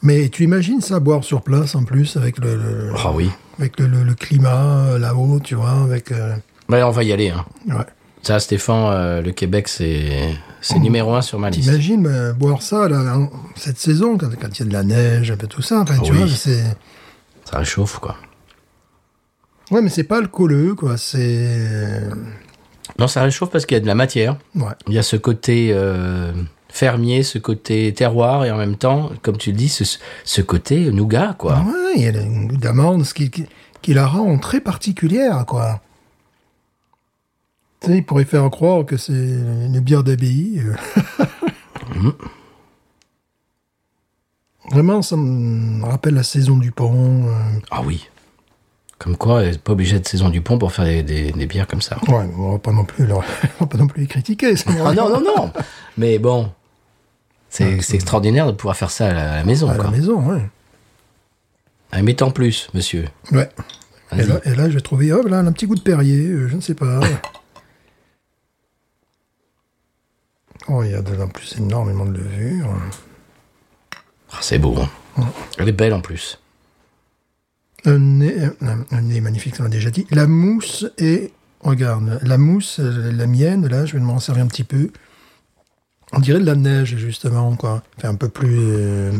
[SPEAKER 4] Mais tu imagines ça, boire sur place en plus, avec le, le-
[SPEAKER 2] Ah oui.
[SPEAKER 4] avec le, le- le climat euh, là-haut, tu vois, avec. euh,
[SPEAKER 2] Mais on va y aller. hein.
[SPEAKER 4] ouais.
[SPEAKER 2] Ça, Stéphane, euh, le Québec, c'est
[SPEAKER 4] Oh.
[SPEAKER 2] c'est numéro un sur ma liste.
[SPEAKER 4] T'imagines euh, boire ça là, en- cette saison, quand quand il y a de la neige, un peu tout ça. enfin, tu
[SPEAKER 2] oui.
[SPEAKER 4] vois, c'est.
[SPEAKER 2] Ça réchauffe, quoi.
[SPEAKER 4] Ouais, mais c'est pas alcooleux, quoi. C'est. euh,
[SPEAKER 2] Non, ça réchauffe parce qu'il y a de la matière.
[SPEAKER 4] Ouais.
[SPEAKER 2] Il y a ce côté euh, fermier, ce côté terroir, et en même temps, comme tu le dis, ce, ce côté nougat, quoi.
[SPEAKER 4] Ah Ouais, il y a une goût d'amande ce qui, qui, qui la rend très particulière, quoi. Tu sais, il pourrait faire croire que c'est une bière d'abbaye. euh. Vraiment, ça me rappelle la saison du pont. euh.
[SPEAKER 2] Ah oui. Comme quoi, euh, pas obligé de saison du pont pour faire des, des- des bières comme ça.
[SPEAKER 4] Ouais, mais on va pas Ah non plus, leur- on va pas non plus les critiquer. c'est
[SPEAKER 2] Ah non, non, non Mais bon, C'est c'est extraordinaire de pouvoir faire ça à la, à la maison.
[SPEAKER 4] à la
[SPEAKER 2] quoi.
[SPEAKER 4] maison, ouais.
[SPEAKER 2] Ah, mais tant plus, monsieur.
[SPEAKER 4] Ouais. Et
[SPEAKER 2] Vas-y.
[SPEAKER 4] là, et là, j'ai trouvé, hop, là, un petit goût de Perrier, euh, je ne sais pas. oh, il y a de, en plus énormément de levure.
[SPEAKER 2] Ah, c'est beau. hein. Elle est belle en plus.
[SPEAKER 4] Un nez, euh, un- un nez magnifique, on l'a déjà dit. La mousse est, regarde, la mousse, euh, la mienne, là, je vais m'en servir un petit peu. On dirait de la neige, justement, quoi. Enfin, un peu plus... euh,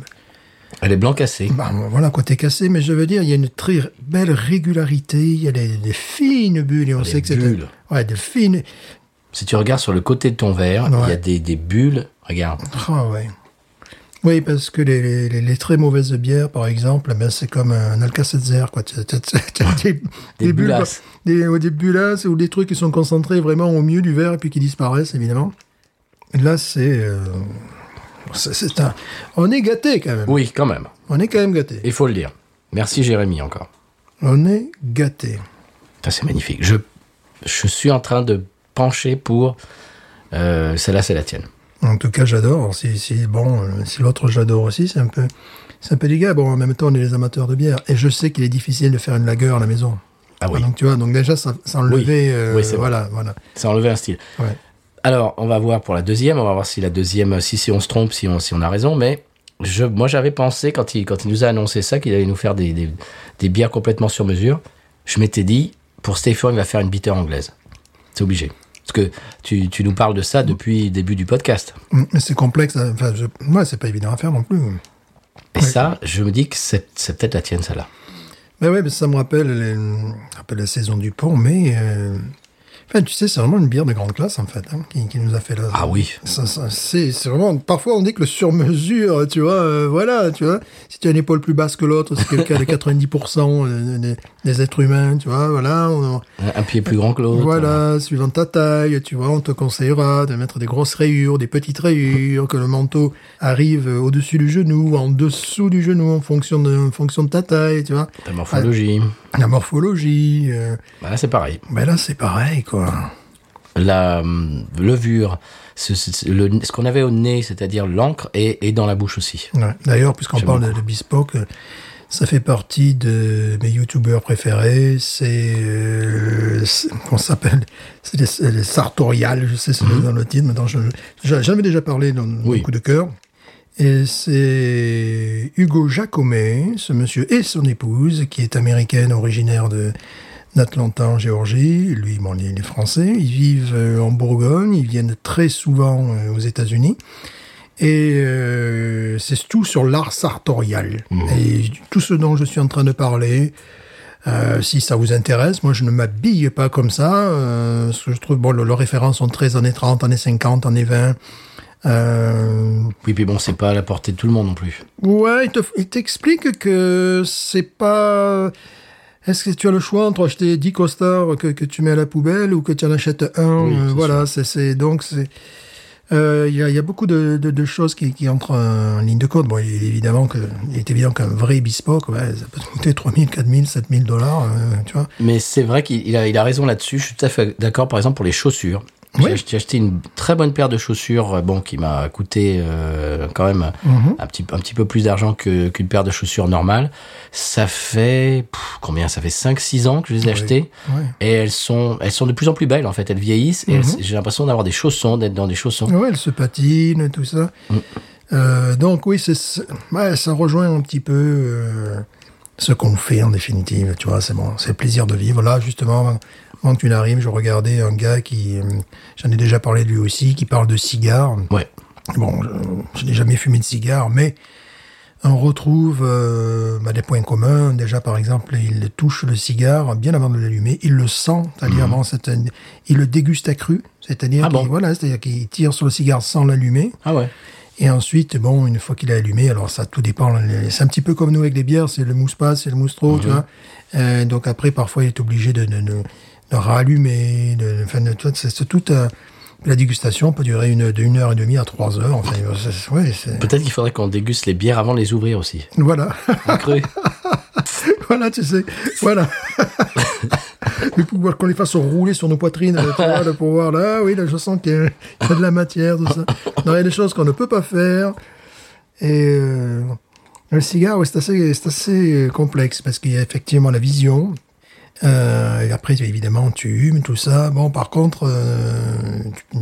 [SPEAKER 2] Elle est blanc cassée.
[SPEAKER 4] Bah, voilà, côté cassé, mais je veux dire, il y a une très belle régularité, il y a des, des fines bulles, et on
[SPEAKER 2] Des
[SPEAKER 4] sait que c'est...
[SPEAKER 2] bulles.
[SPEAKER 4] Ouais, des fines...
[SPEAKER 2] Si tu regardes sur le côté de ton verre, il y
[SPEAKER 4] Ouais.
[SPEAKER 2] a des, des bulles. Regarde.
[SPEAKER 4] Ah ouais. Oui, parce que les, les- les, les très mauvaises bières, par exemple, ben, c'est comme un Alka-Seltzer, quoi. Tu- tu- tu- tu- Des,
[SPEAKER 2] Des bulasses.
[SPEAKER 4] Des, ouais, des bulasses ou des trucs qui sont concentrés vraiment au milieu du verre et puis qui disparaissent, évidemment. Là, c'est... euh, c'est- c'est un... On est gâté quand même.
[SPEAKER 2] Oui, quand même.
[SPEAKER 4] On est quand même gâté.
[SPEAKER 2] Il faut le dire. Merci Jérémy encore.
[SPEAKER 4] On est gâté.
[SPEAKER 2] Putain, c'est magnifique. Je, je suis en train de pencher pour... euh, celle-là, c'est la tienne.
[SPEAKER 4] En tout cas, j'adore. Si, si, bon, euh, si l'autre, j'adore aussi, c'est un peu, c'est un peu délicat. Bon, en même temps, on est des amateurs de bière. Et je sais qu'il est difficile de faire une lagueur à la maison.
[SPEAKER 2] Ah oui.
[SPEAKER 4] donc, tu vois, donc déjà, ça, ça enlevait, euh,
[SPEAKER 2] Oui, c'est vrai.
[SPEAKER 4] voilà, voilà.
[SPEAKER 2] C'est enlevé un style.
[SPEAKER 4] Ouais.
[SPEAKER 2] Alors, on va voir pour la deuxième. On va voir si la deuxième, si, si on se trompe, si on, si on a raison. Mais je, moi, j'avais pensé, quand il, quand il nous a annoncé ça, qu'il allait nous faire des, des, des bières complètement sur mesure. Je m'étais dit, pour Stéphane, il va faire une bitter anglaise. C'est obligé. Parce que tu, tu nous parles de ça depuis le début du podcast.
[SPEAKER 4] Mm, Mais c'est complexe. hein. Enfin, je, ouais, c'est pas évident à faire non plus.
[SPEAKER 2] Et ça, je me dis que c'est c'est peut-être la tienne, celle-là.
[SPEAKER 4] Mais ouais, mais ça me rappelle, les- ça rappelle la saison du pont, mais, euh, enfin, tu sais, c'est vraiment une bière de grande classe, en fait, hein, qui, qui nous a fait là.
[SPEAKER 2] Ah oui.
[SPEAKER 4] Ça, ça, c'est c'est vraiment. Parfois, on dit que le sur-mesure, tu vois, euh, voilà, tu vois. Si tu as une épaule plus basse que l'autre, c'est le cas de 90% des, des- euh, des êtres humains, tu vois, voilà. on-
[SPEAKER 2] Un, un pied plus grand que l'autre. euh,
[SPEAKER 4] voilà, suivant ta taille, tu vois, on te conseillera de mettre des grosses rayures, des petites rayures, que le manteau arrive au-dessus du genou, en dessous du genou, en fonction de, en fonction de ta taille, tu vois.
[SPEAKER 2] Ta morphologie.
[SPEAKER 4] La morphologie. euh,
[SPEAKER 2] Bah là, c'est pareil.
[SPEAKER 4] ben là, c'est pareil, quoi.
[SPEAKER 2] la hum, levure, ce, ce- ce- le- ce qu'on avait au nez, c'est-à-dire l'encre, et, et dans la bouche aussi.
[SPEAKER 4] Ouais. D'ailleurs, puisqu'on
[SPEAKER 2] J'aime
[SPEAKER 4] parle de,
[SPEAKER 2] beaucoup.
[SPEAKER 4] de Bespoke, euh, ça fait partie de mes youtubeurs préférés. C'est. euh, c'est- comment ça s'appelle C'est les, les Sartorial, je sais, c'est dans le titre. Maintenant, je- je- j'en avais déjà parlé dans
[SPEAKER 2] Mhm. Oui.
[SPEAKER 4] le coup de cœur. Et c'est Hugo Jacomet, ce monsieur et son épouse, qui est américaine, originaire de d'Atlanta en Géorgie. Lui, bon, il est français. Ils vivent euh, en Bourgogne. Ils viennent très souvent euh, aux États-Unis. Et euh, c'est tout sur l'art sartorial. Et tout ce dont je suis en train de parler, euh, si ça vous intéresse, moi je ne m'habille pas comme ça. Euh, ce que je trouve, bon, le- leurs références sont 13 années 30, années 50, années 20. Euh,
[SPEAKER 2] Oui, puis bon, c'est pas à la portée de tout le monde non plus.
[SPEAKER 4] ouais, il te- il t'explique que c'est pas... Est-ce que tu as le choix entre acheter 10 costards que, que tu mets à la poubelle ou que tu en achètes un
[SPEAKER 2] Oui,
[SPEAKER 4] euh,
[SPEAKER 2] c'est
[SPEAKER 4] Voilà, c'est c'est- donc c'est... Euh, Il y, a, il y a beaucoup de, de- de choses qui, qui entrent en ligne de compte. Bon, il est évidemment que, il est évident qu'un vrai bespoke, ouais, ça peut te coûter 3000, 4000, 7000 dollars, euh, tu vois.
[SPEAKER 2] Mais c'est vrai qu'il il a, il a raison là-dessus. Je suis tout à fait d'accord, par exemple, pour les chaussures.
[SPEAKER 4] Oui.
[SPEAKER 2] J'ai ach- j'ai acheté une très bonne paire de chaussures, euh, bon, qui m'a coûté euh, quand même un, petit, un petit peu plus d'argent que- qu'une paire de chaussures normales. Ça fait pff, combien Ça fait 5-6 ans que je les ai achetées.
[SPEAKER 4] Ouais.
[SPEAKER 2] Et elles sont, elles sont de plus en plus belles, en fait. Elles vieillissent. et elles- j'ai l'impression d'avoir des chaussons, d'être dans des chaussons.
[SPEAKER 4] Ouais, elle se patine, tout ça. Euh, donc oui, c'est- c'est, ouais, ça rejoint un petit peu euh, ce qu'on fait en définitive. Tu vois, c'est bon, c'est le plaisir de vivre. Là, justement, avant- avant que tu n'arrives, je regardais un gars qui, euh, j'en ai déjà parlé de lui aussi, qui parle de cigares.
[SPEAKER 2] Ouais.
[SPEAKER 4] Bon, je, je n'ai jamais fumé de cigare, mais on retrouve euh, bah, des points communs. Déjà, par exemple, il touche le cigare bien avant de l'allumer. Il le sent, c'est-à-dire avant cette, il le déguste à cru, c'est-à-dire
[SPEAKER 2] Mhm. Ah
[SPEAKER 4] qu'il-
[SPEAKER 2] bon
[SPEAKER 4] voilà, c'est-à-dire qu'il tire sur le cigare sans l'allumer.
[SPEAKER 2] Ah ouais.
[SPEAKER 4] Et ensuite, bon, une fois qu'il est allumé, alors ça, tout dépend. C'est un petit peu comme nous avec les bières, c'est le mousse pas, c'est le mousse trop, tu vois. Euh, donc après, parfois, il est obligé de, de, de, de rallumer. De, de- enfin, de- tu vois, c'est c'est toute euh, la dégustation peut durer une, de une heure et demie à trois heures. Enfin, c'est- ouais, c'est-
[SPEAKER 2] Peut-être qu'il faudrait qu'on déguste les bières avant de les ouvrir aussi.
[SPEAKER 4] voilà,
[SPEAKER 2] Un cru.
[SPEAKER 4] voilà, tu sais, voilà. Mais pour voir qu'on les fasse rouler sur nos poitrines, euh, tu vois, de pouvoir là, oui, là, je sens qu'il y, a- il y a de la matière, tout ça. Non, il y a des choses qu'on ne peut pas faire. Et euh, le cigare, ouais, c'est assez, c'est assez euh, complexe parce qu'il y a effectivement la vision. Euh, et après, évidemment, tu humes, tout ça. Bon, par contre, euh, tu,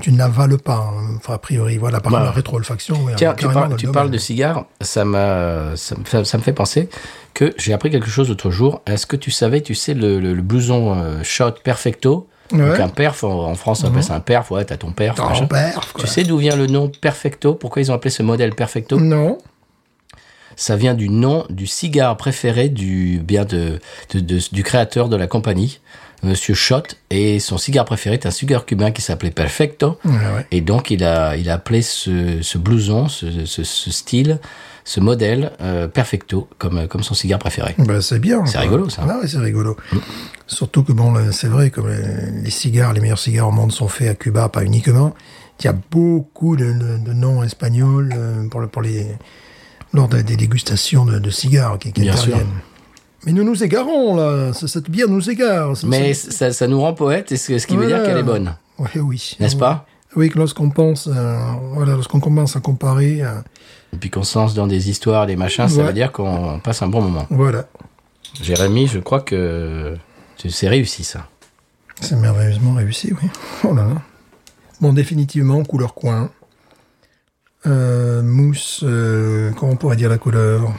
[SPEAKER 4] tu n'avales pas. hein. Enfin, a priori, voilà, par
[SPEAKER 2] Bah.
[SPEAKER 4] contre, la rétroolfaction. ouais,
[SPEAKER 2] Tiens, tu
[SPEAKER 4] carrément dans
[SPEAKER 2] parles,
[SPEAKER 4] le
[SPEAKER 2] tu
[SPEAKER 4] domaine.
[SPEAKER 2] parles de cigares, ça, m'a- ça, me- ça- ça me fait penser que j'ai appris quelque chose l'autre jour. Est-ce que tu savais, tu sais, le, le- le blouson euh, shot perfecto Donc
[SPEAKER 4] Ouais.
[SPEAKER 2] un perf, en, en France on appelle ça un perf, ouais, t'as Mhm. ton perf.
[SPEAKER 4] T'en
[SPEAKER 2] machin.
[SPEAKER 4] perds, quoi.
[SPEAKER 2] hein. Tu sais d'où vient le nom perfecto Pourquoi ils ont appelé ce modèle perfecto
[SPEAKER 4] Non.
[SPEAKER 2] Ça vient du nom du cigare préféré du bien de, de- de- du créateur de la compagnie, Monsieur Schott, et son cigare préféré est un cigare cubain qui s'appelait Perfecto.
[SPEAKER 4] Ouais, ouais.
[SPEAKER 2] Et donc il a il a appelé ce, ce blouson, ce, ce- ce style, ce modèle euh, Perfecto comme comme son cigare préféré.
[SPEAKER 4] Ben, c'est bien.
[SPEAKER 2] C'est
[SPEAKER 4] quoi.
[SPEAKER 2] rigolo, ça. Mm.
[SPEAKER 4] Ah ouais, c'est rigolo. Surtout que bon, là, c'est vrai que euh, les cigares, les meilleurs cigares au monde sont faits à Cuba, pas uniquement. Il y a beaucoup de, de- de noms espagnols euh, pour, le- pour les lors des, des dégustations de, de cigares qui, qui
[SPEAKER 2] Bien sûr.
[SPEAKER 4] interviennent. Mais nous nous égarons là. C- Cette bière nous égare. C'est-
[SPEAKER 2] Mais
[SPEAKER 4] c'est-
[SPEAKER 2] ça, ça nous rend poète, et ce, ce qui veut
[SPEAKER 4] Voilà.
[SPEAKER 2] dire qu'elle est bonne,
[SPEAKER 4] Ouais, oui.
[SPEAKER 2] n'est-ce pas
[SPEAKER 4] Oui, que lorsqu'on pense, euh, voilà, lorsqu'on commence à comparer, euh,
[SPEAKER 2] Et puis qu'on se lance dans des histoires, des machins, ça
[SPEAKER 4] Ouais.
[SPEAKER 2] veut dire qu'on passe un bon moment.
[SPEAKER 4] voilà,
[SPEAKER 2] Jérémy, je crois que c'est- c'est réussi ça.
[SPEAKER 4] c'est merveilleusement réussi, oui. Oh là là. Bon, définitivement, couleur coin. Euh, mousse, euh, comment on pourrait dire la couleur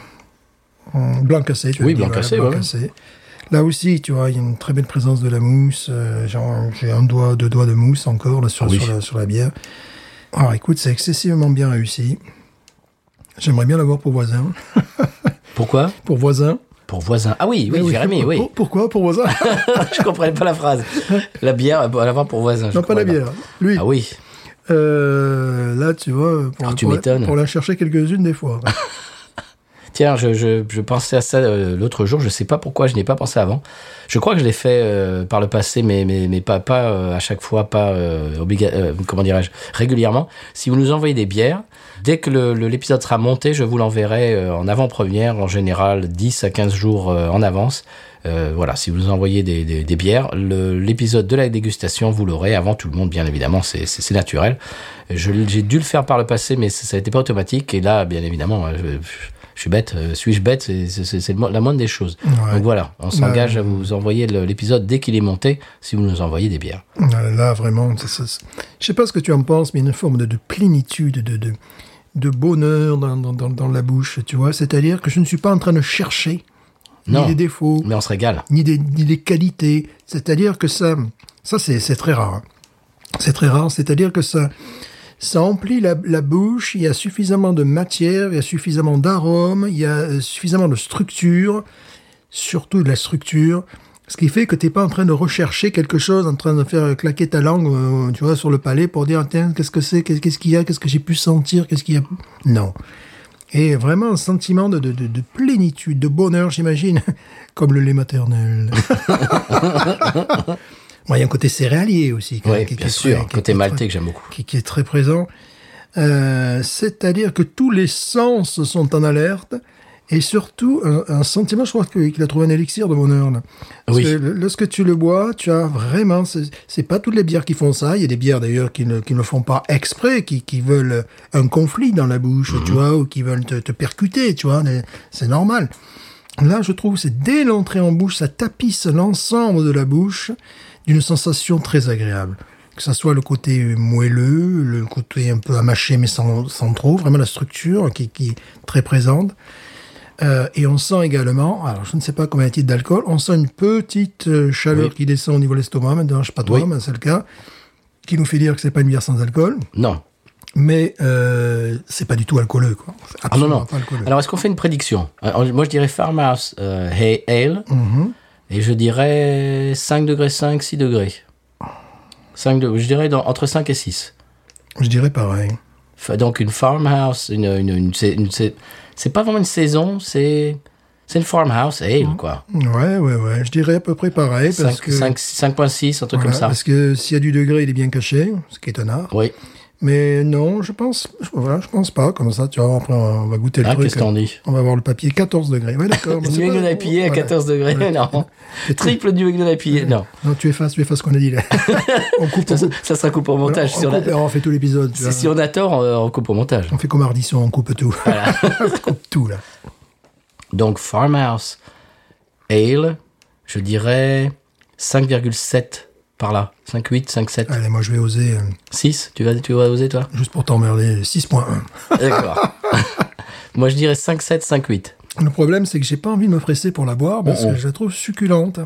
[SPEAKER 4] Hum, Blanc cassé, tu as
[SPEAKER 2] Oui,
[SPEAKER 4] dit,
[SPEAKER 2] blanc
[SPEAKER 4] voilà,
[SPEAKER 2] cassé, ouais.
[SPEAKER 4] cassé. Là aussi, tu vois, il y a une très belle présence de la mousse. euh, genre, J'ai un doigt, deux doigts de mousse encore là, sur,
[SPEAKER 2] Ah oui.
[SPEAKER 4] sur la, sur la bière. Alors écoute, c'est excessivement bien réussi. J'aimerais bien l'avoir pour voisin.
[SPEAKER 2] Pourquoi
[SPEAKER 4] Pour voisin.
[SPEAKER 2] Pour voisin. Ah oui, oui,
[SPEAKER 4] Eh
[SPEAKER 2] Jérémy, oui.
[SPEAKER 4] Pour- pourquoi Pour voisin
[SPEAKER 2] je comprenais pas la phrase. La bière, euh, pour l'avoir pour voisin. je
[SPEAKER 4] Non, pas la
[SPEAKER 2] comprenais
[SPEAKER 4] bière. Lui,
[SPEAKER 2] Ah oui.
[SPEAKER 4] euh, là, tu vois, pour,
[SPEAKER 2] Ah, tu
[SPEAKER 4] pour-
[SPEAKER 2] m'étonnes.
[SPEAKER 4] pour la chercher quelques-unes des fois.
[SPEAKER 2] Tiens, je, je, je pensais à ça euh, l'autre jour. Je sais pas pourquoi je n'ai pas pensé avant. Je crois que je l'ai fait euh, par le passé, mais, mais, mais pas, pas euh, à chaque fois, pas euh, obliga- euh, comment dirais-je, régulièrement. Si vous nous envoyez des bières, dès que le- le- l'épisode sera monté, je vous l'enverrai euh, en avant-première, en général 10 à 15 jours euh, en avance. Euh, voilà, si vous nous envoyez des, des, des bières, le- l'épisode de la dégustation, vous l'aurez avant tout le monde, bien évidemment, c'est- c'est c'est naturel. Je l- J'ai dû le faire par le passé, mais ça n'était pas automatique. Et là, bien évidemment, euh, je, je suis bête. euh, Suis-je bête C'est- C'est c'est- c'est le mo- la moindre des choses.
[SPEAKER 4] Ouais.
[SPEAKER 2] Donc voilà, on s'engage
[SPEAKER 4] Euh,
[SPEAKER 2] à vous envoyer le- l'épisode dès qu'il est monté, si vous nous envoyez des bières.
[SPEAKER 4] Ah, Là, vraiment, ça- ça- ça- je sais pas ce que tu en penses, mais une forme de, de plénitude, de, de, de bonheur dans, dans, dans, dans la bouche, tu vois. C'est-à-dire que je ne suis pas en train de chercher
[SPEAKER 2] Non.
[SPEAKER 4] ni les défauts,
[SPEAKER 2] Mais on se régale.
[SPEAKER 4] ni, des, ni les qualités. C'est-à-dire que ça, ça c'est c'est très rare. hein. C'est très rare. C'est-à-dire que ça, ça emplit la, la bouche. Il y a suffisamment de matière, il y a suffisamment d'arômes, il y a euh, suffisamment de structure, surtout de la structure. Ce qui fait que t'es pas en train de rechercher quelque chose, en train de faire claquer ta langue, euh, tu vois, sur le palais pour dire tiens qu'est-ce que c'est, qu'est-ce qu'est-ce qu'il y a, qu'est-ce que j'ai pu sentir, qu'est-ce qu'il y a. Non. Et vraiment un sentiment de, de, de, de plénitude, de bonheur, j'imagine, comme le lait maternel. Bon, Il y a un côté céréalier aussi. qui-
[SPEAKER 2] Oui,
[SPEAKER 4] qui- qui
[SPEAKER 2] bien
[SPEAKER 4] est
[SPEAKER 2] sûr.
[SPEAKER 4] très- qui-
[SPEAKER 2] Côté
[SPEAKER 4] qui est
[SPEAKER 2] maltais
[SPEAKER 4] très-
[SPEAKER 2] que j'aime beaucoup.
[SPEAKER 4] qui, qui est très présent. Euh, C'est-à-dire que tous les sens sont en alerte. Et surtout, un, un sentiment, je crois que- qu'il a trouvé un élixir de bonheur. Là. Parce
[SPEAKER 2] Oui.
[SPEAKER 4] que le- lorsque tu le bois, tu as vraiment... c'est- C'est pas toutes les bières qui font ça. Il y a des bières d'ailleurs qui ne, qui ne le font pas exprès, qui, qui veulent un conflit dans la bouche, tu vois, ou qui veulent te, te percuter, tu vois. mais C'est normal. Là, je trouve, c'est dès l'entrée en bouche, ça tapisse l'ensemble de la bouche d'une sensation très agréable. Que ça soit le côté moelleux, le côté un peu amaché mais sans, sans trop, vraiment la structure qui, qui est très présente. Euh, et on sent également, alors je ne sais pas combien il y a d'alcool, on sent une petite euh, chaleur
[SPEAKER 2] Oui.
[SPEAKER 4] qui descend au niveau de l'estomac, maintenant je sais pas toi,
[SPEAKER 2] Oui.
[SPEAKER 4] mais c'est le cas, qui nous fait dire que c'est pas une bière sans alcool,
[SPEAKER 2] Non.
[SPEAKER 4] mais euh, c'est pas du tout alcooleux quoi. C'est
[SPEAKER 2] Ah non,
[SPEAKER 4] absolument
[SPEAKER 2] non.
[SPEAKER 4] pas alcooleux.
[SPEAKER 2] Alors, est-ce qu'on fait une prédiction Euh, Moi, je dirais Farmhouse euh, Hay Ale.
[SPEAKER 4] Mhm.
[SPEAKER 2] Et je dirais 5 degrés 5, 6 degrés. 5 degrés, je dirais dans- entre 5 et 6.
[SPEAKER 4] Je dirais pareil.
[SPEAKER 2] Fa- Donc une farmhouse, une, une, une- c'est- une- c'est c'est pas vraiment une saison, c'est c'est une farmhouse ale quoi.
[SPEAKER 4] Ouais, ouais, ouais, je dirais à peu près pareil Mhm. parce
[SPEAKER 2] Cinq-
[SPEAKER 4] que...
[SPEAKER 2] cinq- 5.6, un truc
[SPEAKER 4] Voilà,
[SPEAKER 2] comme ça.
[SPEAKER 4] Parce que s'il y a du degré, il est bien caché, ce qui est un art.
[SPEAKER 2] Oui,
[SPEAKER 4] Mais non, je pense, je- voilà, je pense pas. Comme ça, tu vois, après, on va goûter le
[SPEAKER 2] Ah,
[SPEAKER 4] truc.
[SPEAKER 2] qu'est-ce que t'en dis
[SPEAKER 4] On va voir le papier. 14 degrés. Ouais, d'accord. mais
[SPEAKER 2] Du
[SPEAKER 4] c'est pas-
[SPEAKER 2] England IPA à
[SPEAKER 4] voilà.
[SPEAKER 2] 14 degrés,
[SPEAKER 4] Ouais.
[SPEAKER 2] non.
[SPEAKER 4] C'est tout.
[SPEAKER 2] Triple du England IPA, non.
[SPEAKER 4] Non, tu effaces, tu effaces ce qu'on a dit là. on coupe, on
[SPEAKER 2] Ça,
[SPEAKER 4] coupe.
[SPEAKER 2] ça sera coupe au
[SPEAKER 4] Voilà,
[SPEAKER 2] montage.
[SPEAKER 4] on,
[SPEAKER 2] Si on, a,
[SPEAKER 4] coupe et on fait tout l'épisode. tu vois.
[SPEAKER 2] si, si on a tort, euh, on coupe au montage.
[SPEAKER 4] On fait comme Ardisson, on coupe tout. on coupe tout là.
[SPEAKER 2] Donc Farmhouse Ale, je dirais 5,7 par là. 5,8, 5,7,
[SPEAKER 4] Allez, moi je vais oser, euh,
[SPEAKER 2] 6. Tu vas, tu vas oser toi
[SPEAKER 4] juste pour t'emmerder, 6.1.
[SPEAKER 2] D'accord. Moi je dirais 5,7, 5,8.
[SPEAKER 4] Le problème, c'est que j'ai pas envie de me presser pour la boire parce
[SPEAKER 2] Oh, oh.
[SPEAKER 4] que je la trouve succulente.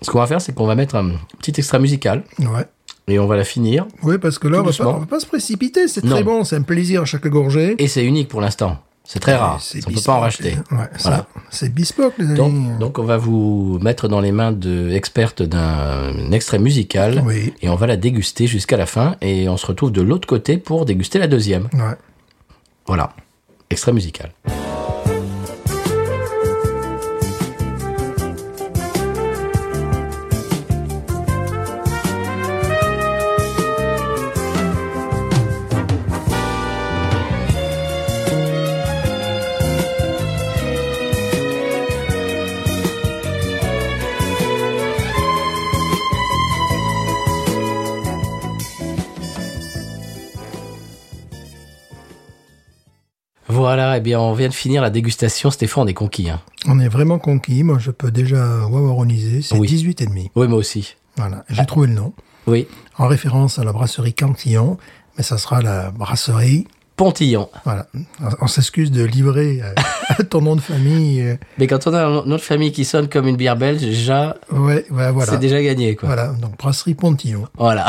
[SPEAKER 2] Ce qu'on va faire, c'est qu'on va mettre un petit extra musical
[SPEAKER 4] Ouais.
[SPEAKER 2] et on va la finir.
[SPEAKER 4] Oui, parce que là,
[SPEAKER 2] Tout
[SPEAKER 4] on va, pas,
[SPEAKER 2] doucement.
[SPEAKER 4] on va pas se précipiter. C'est
[SPEAKER 2] Non.
[SPEAKER 4] très bon, c'est un plaisir à chaque gorgée.
[SPEAKER 2] Et c'est unique pour l'instant. C'est très rare.
[SPEAKER 4] C'est
[SPEAKER 2] on ne peut pas
[SPEAKER 4] bespoke.
[SPEAKER 2] en racheter.
[SPEAKER 4] Ouais, ça,
[SPEAKER 2] Voilà.
[SPEAKER 4] c'est bespoke, les amis.
[SPEAKER 2] Donc, donc on va vous mettre dans les mains de expertes d'un extrait musical
[SPEAKER 4] Oui.
[SPEAKER 2] et on va la déguster jusqu'à la fin et on se retrouve de l'autre côté pour déguster la deuxième.
[SPEAKER 4] Ouais.
[SPEAKER 2] Voilà, extrait musical. Voilà, et bien on vient de finir la dégustation. Stéphane, on est conquis. Hein.
[SPEAKER 4] On est vraiment conquis. Moi, je peux déjà wawaroniser. C'est
[SPEAKER 2] Oui. Ah.
[SPEAKER 4] 18,5.
[SPEAKER 2] Oui, moi aussi.
[SPEAKER 4] Voilà. J'ai trouvé le nom.
[SPEAKER 2] Oui,
[SPEAKER 4] En référence à la brasserie Cantillon. Mais ça sera la brasserie.
[SPEAKER 2] Pontillon.
[SPEAKER 4] Voilà. On- On s'excuse de livrer euh, ton nom de famille. euh,
[SPEAKER 2] Mais quand on a un- notre famille qui sonne comme une bière belge, déjà,
[SPEAKER 4] Ouais, ouais, voilà.
[SPEAKER 2] c'est déjà gagné. Quoi.
[SPEAKER 4] Voilà. Donc, brasserie Pontillon.
[SPEAKER 2] Voilà.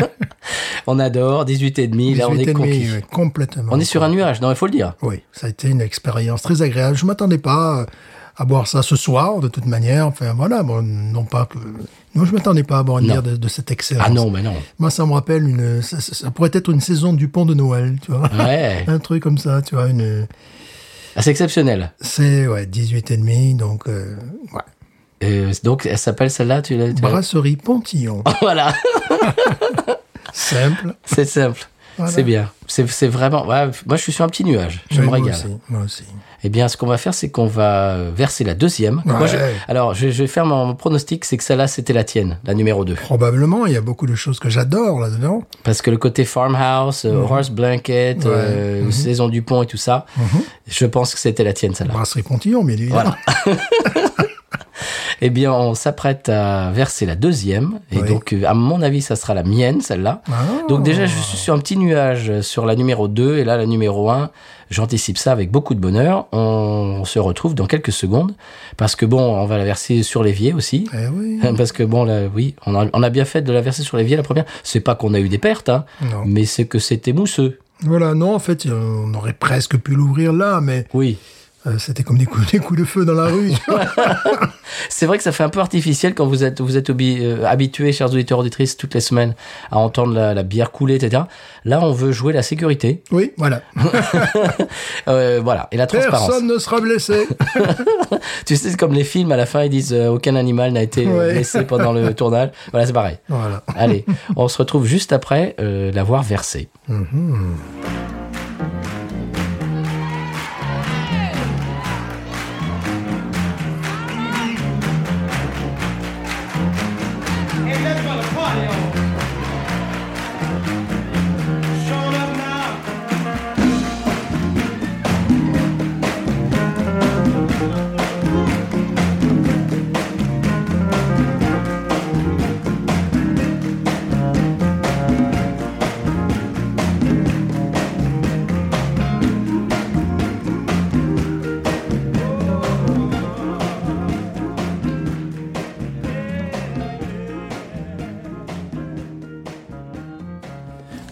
[SPEAKER 2] on adore, 18 et demi, là on est
[SPEAKER 4] 18,5,
[SPEAKER 2] conquis.
[SPEAKER 4] ouais, complètement.
[SPEAKER 2] On est sur un nuage, non, il faut le dire.
[SPEAKER 4] Oui, ça a été une expérience très agréable. Je m'attendais pas euh, à boire ça ce soir, de toute manière. Enfin, voilà, bon, non pas que... Non, je m'attendais pas à boire une
[SPEAKER 2] Non.
[SPEAKER 4] bière de, de cette excellence.
[SPEAKER 2] Ah non, mais non.
[SPEAKER 4] Moi, ça me rappelle une... Ça, ça- ça pourrait être une saison du pont de Noël, tu vois.
[SPEAKER 2] Ouais,
[SPEAKER 4] Un truc comme ça, tu vois. Une...
[SPEAKER 2] Ah, c'est exceptionnel.
[SPEAKER 4] C'est, ouais, 18 et demi, donc... euh, ouais.
[SPEAKER 2] Euh, donc, elle s'appelle celle-là, tu l'as. tu l'as-
[SPEAKER 4] Brasserie Pontillon.
[SPEAKER 2] Voilà,
[SPEAKER 4] Simple.
[SPEAKER 2] c'est simple.
[SPEAKER 4] Voilà.
[SPEAKER 2] C'est bien. C'est c'est vraiment. ouais, moi, je suis sur un petit nuage. Je
[SPEAKER 4] Oui,
[SPEAKER 2] me
[SPEAKER 4] moi
[SPEAKER 2] régale.
[SPEAKER 4] aussi, moi aussi.
[SPEAKER 2] Eh bien, ce qu'on va faire, c'est qu'on va verser la deuxième. Moi, je-
[SPEAKER 4] Ouais.
[SPEAKER 2] alors, je, je vais faire mon pronostic c'est que celle-là, c'était la tienne, la numéro 2.
[SPEAKER 4] Probablement, il y a beaucoup de choses que j'adore là-dedans.
[SPEAKER 2] Parce que le côté farmhouse, euh,
[SPEAKER 4] Mhm.
[SPEAKER 2] horse blanket, euh, saison du pont et tout ça,
[SPEAKER 4] Mhm.
[SPEAKER 2] je pense que c'était la tienne, celle-là.
[SPEAKER 4] Brasserie Pontillon, mais évidemment.
[SPEAKER 2] Voilà. Eh bien, on s'apprête à verser la deuxième. Et
[SPEAKER 4] Oui.
[SPEAKER 2] donc, euh, à mon avis, ça sera la mienne, celle-là.
[SPEAKER 4] Ah.
[SPEAKER 2] Donc déjà, je suis sur un petit nuage euh, sur la numéro 2 et là, la numéro 1, j'anticipe ça avec beaucoup de bonheur. On se retrouve dans quelques secondes parce que bon, on va la verser sur l'évier aussi.
[SPEAKER 4] Eh oui.
[SPEAKER 2] Parce que bon, là, oui, on a, on a bien fait de la verser sur l'évier la première. C'est pas qu'on a eu des pertes, hein,
[SPEAKER 4] Non.
[SPEAKER 2] mais c'est que c'était mousseux.
[SPEAKER 4] Voilà, non, en fait, euh, on aurait presque pu l'ouvrir là, mais
[SPEAKER 2] Oui.
[SPEAKER 4] euh, c'était comme des coups, des coups de feu dans la rue. tu vois.
[SPEAKER 2] C'est vrai que ça fait un peu artificiel quand vous êtes, vous êtes obi- euh, habitués, chers auditeurs, auditrices, toutes les semaines à entendre la, la bière couler, etc. Là, on veut jouer la sécurité.
[SPEAKER 4] oui, voilà.
[SPEAKER 2] Euh, voilà. Et la transparence.
[SPEAKER 4] Personne ne sera blessé.
[SPEAKER 2] Tu sais, c'est comme les films, à la fin, ils disent euh, aucun animal n'a été euh,
[SPEAKER 4] Ouais.
[SPEAKER 2] blessé pendant le tournage. Voilà, c'est pareil.
[SPEAKER 4] Voilà.
[SPEAKER 2] Allez, on se retrouve juste après euh, l'avoir versé.
[SPEAKER 5] Hey, let's run a party on. Showing up now.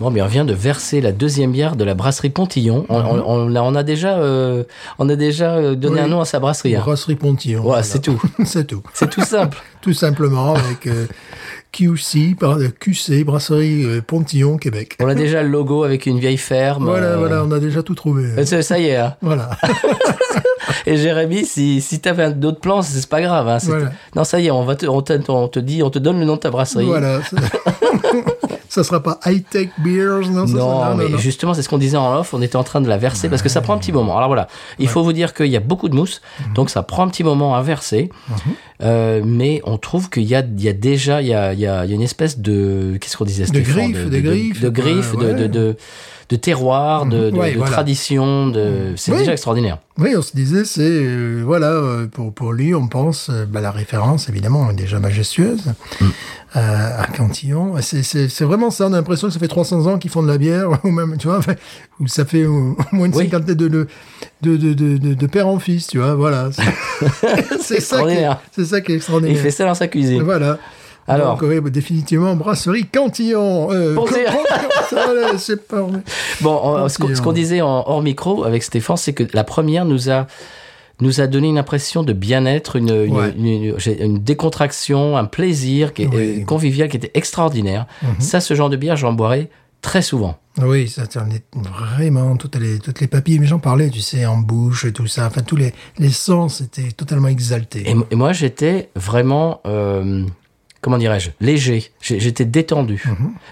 [SPEAKER 2] Bon, mais on vient de verser la deuxième bière de la brasserie Pontillon. On, on- on a, on a déjà, euh, on a déjà euh, donné
[SPEAKER 4] Mhm. Oui.
[SPEAKER 2] un nom à sa brasserie. hein.
[SPEAKER 4] Brasserie Pontillon.
[SPEAKER 2] Ouais, c'est tout.
[SPEAKER 4] c'est tout.
[SPEAKER 2] C'est tout simple.
[SPEAKER 4] Tout simplement avec euh, QC, par- euh, QC, Brasserie euh, Pontillon, Québec.
[SPEAKER 2] on a déjà le logo avec une vieille ferme.
[SPEAKER 4] Voilà,
[SPEAKER 2] euh,
[SPEAKER 4] voilà, on a déjà tout trouvé.
[SPEAKER 2] euh, Ça ça y est. hein.
[SPEAKER 4] Voilà.
[SPEAKER 2] Et Jérémy, si, si t'avais un- d'autres plans, c'est c'est pas grave. hein. C'est-
[SPEAKER 4] Voilà.
[SPEAKER 2] Non, ça y est, on va te, on, te, on te dit, on te donne le nom de ta brasserie.
[SPEAKER 4] voilà. c'est- Ça sera pas high-tech beers, non, ça sera-
[SPEAKER 2] Non, mais
[SPEAKER 4] non.
[SPEAKER 2] justement, c'est ce qu'on disait en off. On était en train de la verser parce que ça prend un petit moment. Alors voilà, il faut vous dire qu'il y a beaucoup de mousse,
[SPEAKER 4] Mhm.
[SPEAKER 2] donc ça prend un petit moment à verser. Euh, mais on trouve qu'il y a, il y a déjà, il y a, il y a- il y a une espèce de, qu'est-ce qu'on disait,
[SPEAKER 4] De
[SPEAKER 2] Stéphane,
[SPEAKER 4] griffe, de griffe,
[SPEAKER 2] de, griffe,
[SPEAKER 4] euh, ouais,
[SPEAKER 2] de, de,
[SPEAKER 4] ouais.
[SPEAKER 2] de- de terroir, de, de-
[SPEAKER 4] Ouais,
[SPEAKER 2] de
[SPEAKER 4] voilà. Mhm.
[SPEAKER 2] tradition. De, c'est
[SPEAKER 4] Oui.
[SPEAKER 2] déjà extraordinaire.
[SPEAKER 4] Oui, on se disait, c'est euh, voilà, euh, pour, pour lui, on pense, euh, bah, la référence évidemment est déjà majestueuse
[SPEAKER 2] Mm.
[SPEAKER 4] euh, à Cantillon. C'est- C'est c'est vraiment ça. On a l'impression que ça fait 300 ans qu'ils font de la bière, ou même, tu vois, enfin, ou ça fait au au moins une
[SPEAKER 2] Oui.
[SPEAKER 4] cinquantaine de, de, de, de, de- de- de père en fils, tu vois. Voilà. C'est- c'est ça qui est-
[SPEAKER 2] extraordinaire.
[SPEAKER 4] c'est ça qui est
[SPEAKER 2] Et
[SPEAKER 4] extraordinaire.
[SPEAKER 2] il fait ça dans sa cuisine.
[SPEAKER 4] Voilà.
[SPEAKER 2] Alors.
[SPEAKER 4] Donc, oui, bah, définitivement, brasserie Cantillon. Euh,
[SPEAKER 2] Bon, c'est-
[SPEAKER 4] ça, là, c'est pas.
[SPEAKER 2] Bon, on- ce qu'on ce qu'on disait en hors micro avec Stéphane, c'est que la première nous a nous a donné une impression de bien-être, une, une,
[SPEAKER 4] Ouais.
[SPEAKER 2] une- une- j'ai- une décontraction, un plaisir qui est-
[SPEAKER 4] Oui. Mhm.
[SPEAKER 2] euh, convivial qui était extraordinaire. Ça, ce genre de bière, j'en boirais très souvent.
[SPEAKER 4] Oui, ça terminait vraiment toutes les, toutes les papilles. Mais j'en parlais, tu sais, en bouche et tout ça. Enfin, tous les, les sens étaient totalement exaltés.
[SPEAKER 2] Et, m- et moi, j'étais vraiment, euh, comment dirais-je, léger. J'ai- J'étais détendu.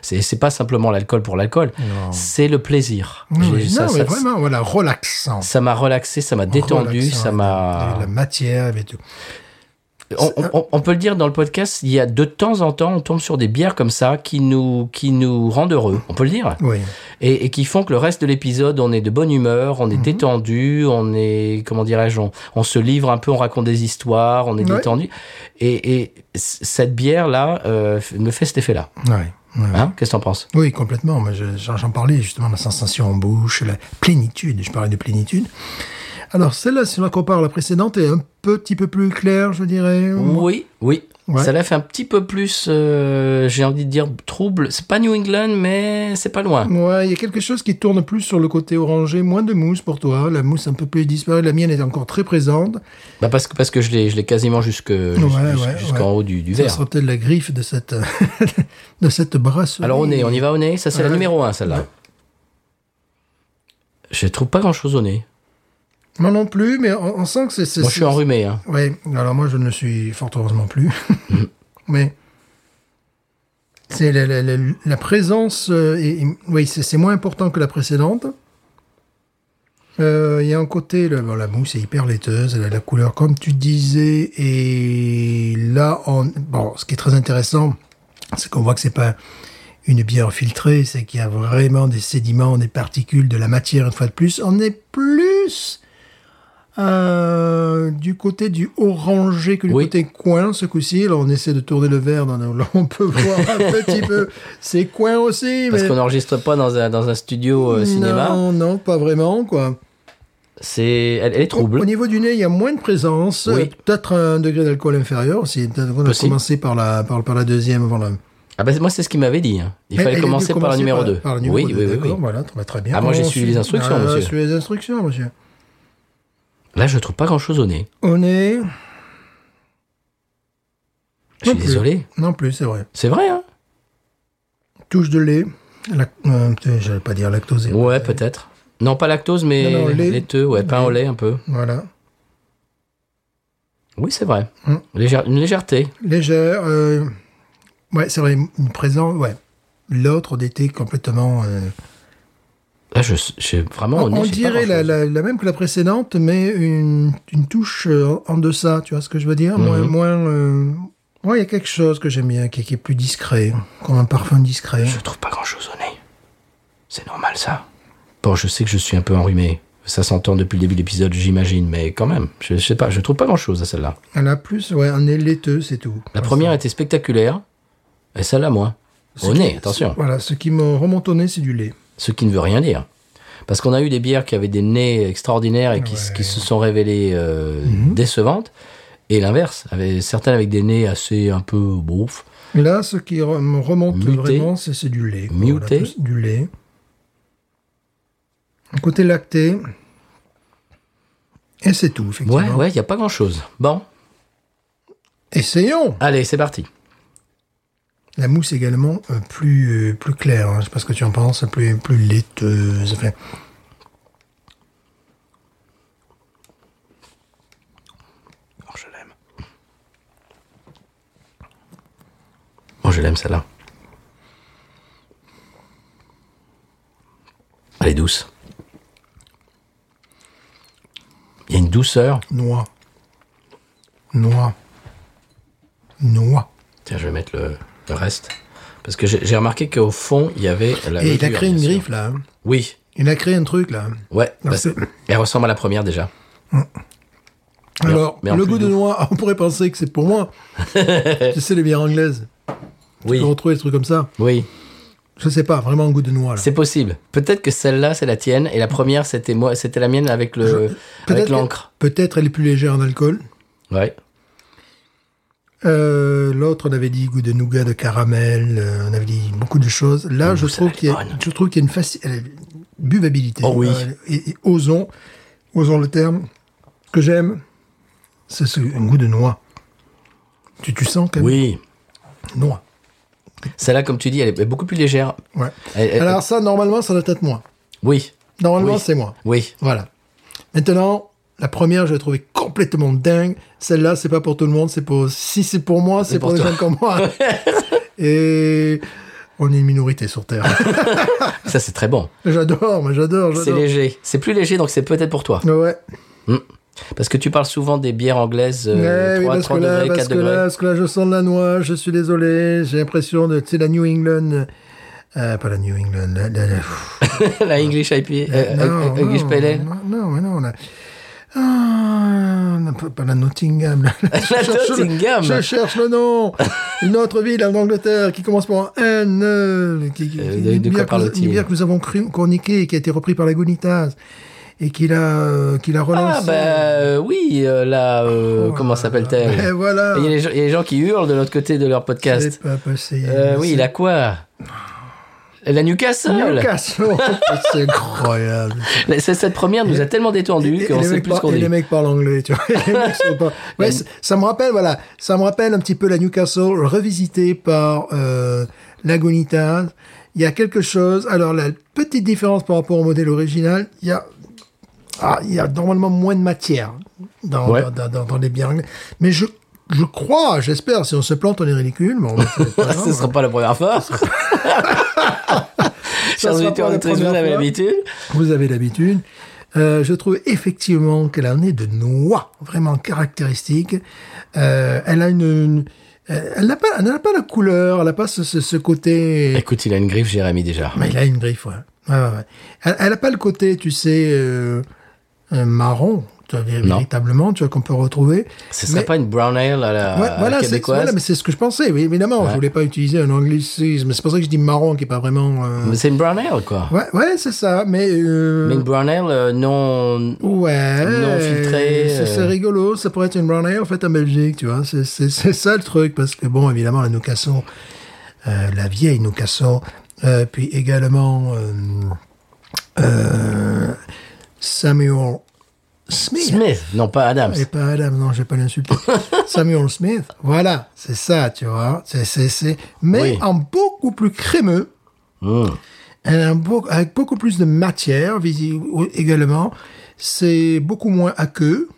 [SPEAKER 2] C'est c'est pas simplement l'alcool pour l'alcool,
[SPEAKER 4] Mhm. Non.
[SPEAKER 2] c'est le plaisir.
[SPEAKER 4] Oui,
[SPEAKER 2] J'ai-
[SPEAKER 4] oui,
[SPEAKER 2] ça-
[SPEAKER 4] non, mais
[SPEAKER 2] ça-
[SPEAKER 4] vraiment, voilà, relaxant.
[SPEAKER 2] ça m'a relaxé, ça m'a détendu,
[SPEAKER 4] Relaxant,
[SPEAKER 2] ça
[SPEAKER 4] il y
[SPEAKER 2] m'a...
[SPEAKER 4] avait de La matière et tout.
[SPEAKER 2] On, on- on peut le dire dans le podcast, il y a de temps en temps, on tombe sur des bières comme ça qui nous, qui nous rendent heureux, on peut le dire,
[SPEAKER 4] Oui.
[SPEAKER 2] et, et qui font que le reste de l'épisode, on est de bonne humeur, on est
[SPEAKER 4] Mhm.
[SPEAKER 2] détendu, on est, comment dirais-je, on, on se livre un peu, on raconte des histoires, on est
[SPEAKER 4] Ouais.
[SPEAKER 2] détendu. Et, et c- cette bière-là euh, me fait cet effet-là.
[SPEAKER 4] Ouais, ouais.
[SPEAKER 2] Hein Qu'est-ce que t'en penses
[SPEAKER 4] Oui, complètement. Mais je- j'en j'en parlais justement, la sensation en bouche, la plénitude. Je parlais de plénitude. Alors, celle-là, si on la compare à la précédente, est un petit peu plus claire, je dirais.
[SPEAKER 2] Oui, oui.
[SPEAKER 4] Ouais.
[SPEAKER 2] Ça l'a fait un petit peu plus, euh, j'ai envie de dire, trouble. C'est pas New England, mais c'est pas loin.
[SPEAKER 4] Ouais, il y a quelque chose qui tourne plus sur le côté orangé, moins de mousse pour toi. La mousse un peu plus disparue, la mienne est encore très présente.
[SPEAKER 2] Bah parce que parce que je l'ai je l'ai quasiment jusque jus-
[SPEAKER 4] ouais,
[SPEAKER 2] jus-
[SPEAKER 4] ouais.
[SPEAKER 2] jusqu'en haut du, du
[SPEAKER 4] Ça
[SPEAKER 2] verre.
[SPEAKER 4] sera peut-être la griffe de cette, de cette brasserie.
[SPEAKER 2] Alors au nez, on y va au nez. Ça c'est la
[SPEAKER 4] Ouais.
[SPEAKER 2] numéro 1 celle-là. Je trouve pas grand chose au nez.
[SPEAKER 4] Moi non plus, mais on, on sent que c'est. c'est-
[SPEAKER 2] Moi je suis
[SPEAKER 4] c'est-
[SPEAKER 2] enrhumé. Hein.
[SPEAKER 4] Ouais, alors moi je ne le suis fort heureusement plus. mais. C'est la, la- la- la présence. euh, est- est- oui, c'est c'est moins important que la précédente. Euh, Il y a un côté, le- bon, la mousse est hyper laiteuse, elle a la couleur comme tu disais, et là, on, bon, ce qui est très intéressant, c'est qu'on voit que c'est pas une bière filtrée, c'est qu'il y a vraiment des sédiments, des particules, de la matière une fois de plus. On est plus euh, du côté du orangé que du
[SPEAKER 2] Oui.
[SPEAKER 4] côté coin ce coup-ci. Alors on essaie de tourner le verre, dans le- on peut voir un petit peu ces coins aussi.
[SPEAKER 2] Parce
[SPEAKER 4] mais
[SPEAKER 2] qu'on n'enregistre pas dans un dans un studio euh, cinéma.
[SPEAKER 4] Non, non, pas vraiment quoi.
[SPEAKER 2] C'est elle, elle est
[SPEAKER 4] Au
[SPEAKER 2] trouble.
[SPEAKER 4] niveau du nez, il y a moins de présence,
[SPEAKER 2] Oui.
[SPEAKER 4] euh, peut-être un degré d'alcool inférieur. Si on a
[SPEAKER 2] Possible.
[SPEAKER 4] commencé par la, par, par la deuxième avant la.
[SPEAKER 2] Ah bah moi c'est ce qu'il m'avait dit. hein. Il
[SPEAKER 4] Mais
[SPEAKER 2] fallait
[SPEAKER 4] a dû
[SPEAKER 2] commencer par la numéro 2.
[SPEAKER 4] par la numéro
[SPEAKER 2] Oui, oui,
[SPEAKER 4] deux,
[SPEAKER 2] oui,
[SPEAKER 4] d'accord,
[SPEAKER 2] oui.
[SPEAKER 4] Voilà, très- très bien.
[SPEAKER 2] Ah, moi, j'ai
[SPEAKER 4] On
[SPEAKER 2] suivi
[SPEAKER 4] suit-
[SPEAKER 2] les instructions,
[SPEAKER 4] Ah,
[SPEAKER 2] monsieur.
[SPEAKER 4] suivi les instructions, monsieur.
[SPEAKER 2] Là je trouve pas grand chose au nez.
[SPEAKER 4] On est.
[SPEAKER 2] Je suis
[SPEAKER 4] Non plus.
[SPEAKER 2] désolé.
[SPEAKER 4] Non plus, c'est vrai.
[SPEAKER 2] C'est vrai. Hein
[SPEAKER 4] Touche de lait. La... euh, putain, J'allais pas dire lactose.
[SPEAKER 2] ouais peut-être. Non pas lactose mais
[SPEAKER 4] Non, non, lait.
[SPEAKER 2] laiteux. Ouais pain au lait un peu.
[SPEAKER 4] Voilà.
[SPEAKER 2] Oui c'est vrai.
[SPEAKER 4] Mm.
[SPEAKER 2] Légère- une légèreté.
[SPEAKER 4] Légère. euh, Ouais, c'est vrai. Une présence, ouais. L'autre d'été complètement. euh,
[SPEAKER 2] Là je j'ai vraiment au
[SPEAKER 4] On,
[SPEAKER 2] nez.
[SPEAKER 4] on
[SPEAKER 2] j'ai pas
[SPEAKER 4] dirait la,
[SPEAKER 2] grand-chose.
[SPEAKER 4] la- la même que la précédente, mais une, une touche euh, en deçà, tu vois ce que je veux dire Moins...
[SPEAKER 2] Mhm.
[SPEAKER 4] moins euh, ouais, il y a quelque chose que j'aime bien, qui, qui est plus discret, comme un parfum discret.
[SPEAKER 2] Je trouve pas grand chose au nez. C'est normal ça. Bon, je sais que je suis un peu enrhumé. Ça s'entend depuis le début de l'épisode, j'imagine, mais quand même, je, je sais pas, je trouve pas grand chose à celle-là.
[SPEAKER 4] Elle a plus, ouais, un nez laiteux, c'est tout.
[SPEAKER 2] La
[SPEAKER 4] Enfin,
[SPEAKER 2] première était spectaculaire, et celle-là moins.
[SPEAKER 4] ce
[SPEAKER 2] Au
[SPEAKER 4] qui-
[SPEAKER 2] nez, attention.
[SPEAKER 4] Voilà, ce qui me remonte au nez, c'est du lait.
[SPEAKER 2] Ce qui ne veut rien dire. Parce qu'on a eu des bières qui avaient des nez extraordinaires et qui, s-
[SPEAKER 4] Ouais. Mhm.
[SPEAKER 2] qui se sont révélées euh, décevantes, et l'inverse, avec, certaines avec des nez assez un peu beauf.
[SPEAKER 4] Là, ce qui re- me remonte
[SPEAKER 2] Muté.
[SPEAKER 4] vraiment, c'est c'est du lait. quoi.
[SPEAKER 2] Muté.
[SPEAKER 4] Voilà, plus du lait. Un Côté lacté. Et c'est tout, effectivement.
[SPEAKER 2] Ouais, ouais, il n'y a pas grand-chose. Bon,
[SPEAKER 4] Essayons
[SPEAKER 2] allez, c'est parti.
[SPEAKER 4] La mousse également euh, plus euh, plus claire. hein. Je sais pas ce que tu en penses, plus plus laiteuse. Enfin,
[SPEAKER 2] Oh, je l'aime. Oh, je l'aime celle-là. douceur.
[SPEAKER 4] Noix. Noix. Noix.
[SPEAKER 2] Tiens, je vais mettre le, le reste. Parce que j'ai j'ai remarqué qu'au fond, il y avait la
[SPEAKER 4] Et il a
[SPEAKER 2] levure,
[SPEAKER 4] créé une
[SPEAKER 2] bien sûr.
[SPEAKER 4] griffe, là. hein.
[SPEAKER 2] Oui,
[SPEAKER 4] Il a créé un truc, là.
[SPEAKER 2] ouais.
[SPEAKER 4] Non,
[SPEAKER 2] parce-
[SPEAKER 4] c'est-
[SPEAKER 2] elle ressemble à la première déjà. en-
[SPEAKER 4] Alors,
[SPEAKER 2] mais en
[SPEAKER 4] le
[SPEAKER 2] plus
[SPEAKER 4] goût de
[SPEAKER 2] doux.
[SPEAKER 4] noix, on pourrait penser que c'est pour moi. tu sais, les bières anglaises.
[SPEAKER 2] Oui,
[SPEAKER 4] On retrouve des trucs comme ça.
[SPEAKER 2] oui.
[SPEAKER 4] Je sais pas, vraiment un goût de noix, là.
[SPEAKER 2] C'est possible. Peut-être que celle-là, c'est la tienne, et la première, c'était moi, c'était la mienne avec le, avec
[SPEAKER 4] Peut-être
[SPEAKER 2] l'encre.
[SPEAKER 4] Peut-être elle est plus légère en alcool.
[SPEAKER 2] Ouais.
[SPEAKER 4] Euh, L'autre, on avait dit goût de nougat, de caramel, euh, on avait dit beaucoup de choses. Là, je trouve
[SPEAKER 2] celle-là,
[SPEAKER 4] qu'il y, a-
[SPEAKER 2] elle est bonne.
[SPEAKER 4] je trouve qu'il y a une faci- euh, buvabilité.
[SPEAKER 2] Oh oui.
[SPEAKER 4] Euh, et, et osons, osons le terme. Ce que j'aime, c'est ce, un goût de noix. Tu, tu sens quand même
[SPEAKER 2] Oui.
[SPEAKER 4] noix.
[SPEAKER 2] Celle-là, comme tu dis, elle est beaucoup plus légère.
[SPEAKER 4] Ouais.
[SPEAKER 2] Elle- elle-
[SPEAKER 4] Alors ça, normalement, ça doit être moi.
[SPEAKER 2] Oui.
[SPEAKER 4] Normalement,
[SPEAKER 2] Oui.
[SPEAKER 4] c'est moi.
[SPEAKER 2] Oui.
[SPEAKER 4] Voilà. Maintenant, la première, je l'ai trouvée complètement dingue. Celle-là, c'est pas pour tout le monde. C'est pour si c'est pour moi, c'est
[SPEAKER 2] pour
[SPEAKER 4] pour, des
[SPEAKER 2] toi.
[SPEAKER 4] gens comme moi. Et on est une minorité sur Terre.
[SPEAKER 2] Ça, c'est très bon.
[SPEAKER 4] j'adore, moi, j'adore,
[SPEAKER 2] C'est
[SPEAKER 4] j'adore.
[SPEAKER 2] léger. C'est plus léger, donc c'est peut-être pour toi.
[SPEAKER 4] Ouais.
[SPEAKER 2] Parce que tu parles souvent des bières anglaises euh,
[SPEAKER 4] Ouais, Eh oui,
[SPEAKER 2] 3,
[SPEAKER 4] parce
[SPEAKER 2] 3
[SPEAKER 4] que là,
[SPEAKER 2] degrés,
[SPEAKER 4] parce
[SPEAKER 2] 4
[SPEAKER 4] que
[SPEAKER 2] degrés.
[SPEAKER 4] là, parce que là, je sens de la noix. Je suis désolé. J'ai l'impression de, tu sais, la New England. euh, pas la New England. La, la- la-
[SPEAKER 2] la English IPA, euh,
[SPEAKER 4] non,
[SPEAKER 2] euh, English
[SPEAKER 4] non,
[SPEAKER 2] Pale Ale.
[SPEAKER 4] Non, non, mais non, la... Ah, non, pas- pas la Nottingham. La, cherche le-
[SPEAKER 2] Nottingham.
[SPEAKER 4] Je cherche le nom. Une autre ville en Angleterre qui commence par un N. euh, qui- qui-
[SPEAKER 2] Euh,
[SPEAKER 4] qui-
[SPEAKER 2] de-
[SPEAKER 4] une
[SPEAKER 2] de quoi
[SPEAKER 4] bière que nous-
[SPEAKER 2] parle-t-il
[SPEAKER 4] Une bière que nous avons cru- chroniquée et qui a été reprise par la Gunitas et qui l'a euh, qui l'a relancée.
[SPEAKER 2] Ah bah euh, oui, euh, là, euh,
[SPEAKER 4] Oh
[SPEAKER 2] comment
[SPEAKER 4] là là. Eh,
[SPEAKER 2] s'appelle-t-elle
[SPEAKER 4] voilà.
[SPEAKER 2] Il y, a les gens- il y a les gens qui hurlent de l'autre côté de leur podcast.
[SPEAKER 4] C'est pas possible.
[SPEAKER 2] Euh, oui, la quoi La Newcastle.
[SPEAKER 4] Newcastle. C'est incroyable.
[SPEAKER 2] La- c'est- Cette première nous a tellement détendu
[SPEAKER 4] Et-
[SPEAKER 2] qu'on
[SPEAKER 4] et les
[SPEAKER 2] sait
[SPEAKER 4] mecs
[SPEAKER 2] plus ce
[SPEAKER 4] par-
[SPEAKER 2] qu'on
[SPEAKER 4] et
[SPEAKER 2] dit.
[SPEAKER 4] les mecs parlent anglais, tu vois. Les mecs sont pas- Ouais, c- ça me rappelle, voilà, ça me rappelle un petit peu la Newcastle revisitée par euh, Lagunitas. Il y a quelque chose. Alors la petite différence par rapport au modèle original, il y a, ah, il y a normalement moins de matière dans,
[SPEAKER 2] Ouais.
[SPEAKER 4] dans, dans- dans- dans les bières anglaises. Mais je, je crois, j'espère, si on se plante, on est ridicule. Mais on, c'est Ah, pas grave.
[SPEAKER 2] Ce ne sera pas la première fois. Chers
[SPEAKER 4] sera pas
[SPEAKER 2] auditeurs,
[SPEAKER 4] la
[SPEAKER 2] auditrices, vous
[SPEAKER 4] première
[SPEAKER 2] avez
[SPEAKER 4] fois.
[SPEAKER 2] l'habitude.
[SPEAKER 4] Vous avez l'habitude. Euh, je trouve effectivement qu'elle a un nez de noix vraiment caractéristique. Euh, elle a une, une- euh, elle n'a pas, elle n'a pas la couleur, elle n'a pas ce, ce- ce côté.
[SPEAKER 2] Écoute, il a une griffe, Jérémy, déjà.
[SPEAKER 4] Mais elle a une griffe, ouais. Ouais, ouais, ouais. Elle, elle n'a pas le côté, tu sais, euh, euh, marron, tu vois,
[SPEAKER 2] Non.
[SPEAKER 4] véritablement, tu vois qu'on peut retrouver.
[SPEAKER 2] Ce serait
[SPEAKER 4] Mais-
[SPEAKER 2] pas une brown ale à la,
[SPEAKER 4] Ouais,
[SPEAKER 2] à la
[SPEAKER 4] voilà, c'est,
[SPEAKER 2] Euh, québécoise.
[SPEAKER 4] voilà, mais c'est ce que je pensais. Oui, évidemment, je
[SPEAKER 2] Ouais.
[SPEAKER 4] voulais pas utiliser un anglicisme. C'est pour ça que je dis marron, qui est pas vraiment. euh,
[SPEAKER 2] Mais c'est une brown ale, quoi.
[SPEAKER 4] Ouais, ouais, c'est ça. Mais euh,
[SPEAKER 2] Mais une brown ale euh, non.
[SPEAKER 4] Ouais.
[SPEAKER 2] Non filtré,
[SPEAKER 4] C'est c'est
[SPEAKER 2] euh.
[SPEAKER 4] rigolo. Ça pourrait être une brown ale en fait en Belgique, tu vois. C'est- C'est c'est ça le truc parce que bon, évidemment, la Newcastle, euh, la vieille Newcastle, euh, puis également euh, euh, Samuel Smith.
[SPEAKER 2] Smith, non pas Adams.
[SPEAKER 4] Et pas Adam, non, je vais pas l'insulter. Samuel Smith, voilà, c'est ça, tu vois. C'est, c'est, c'est, mais
[SPEAKER 2] Oui.
[SPEAKER 4] en beaucoup plus crémeux.
[SPEAKER 2] Mm.
[SPEAKER 4] Un beau- avec beaucoup plus de matière visi- ou- également. C'est beaucoup moins aqueux.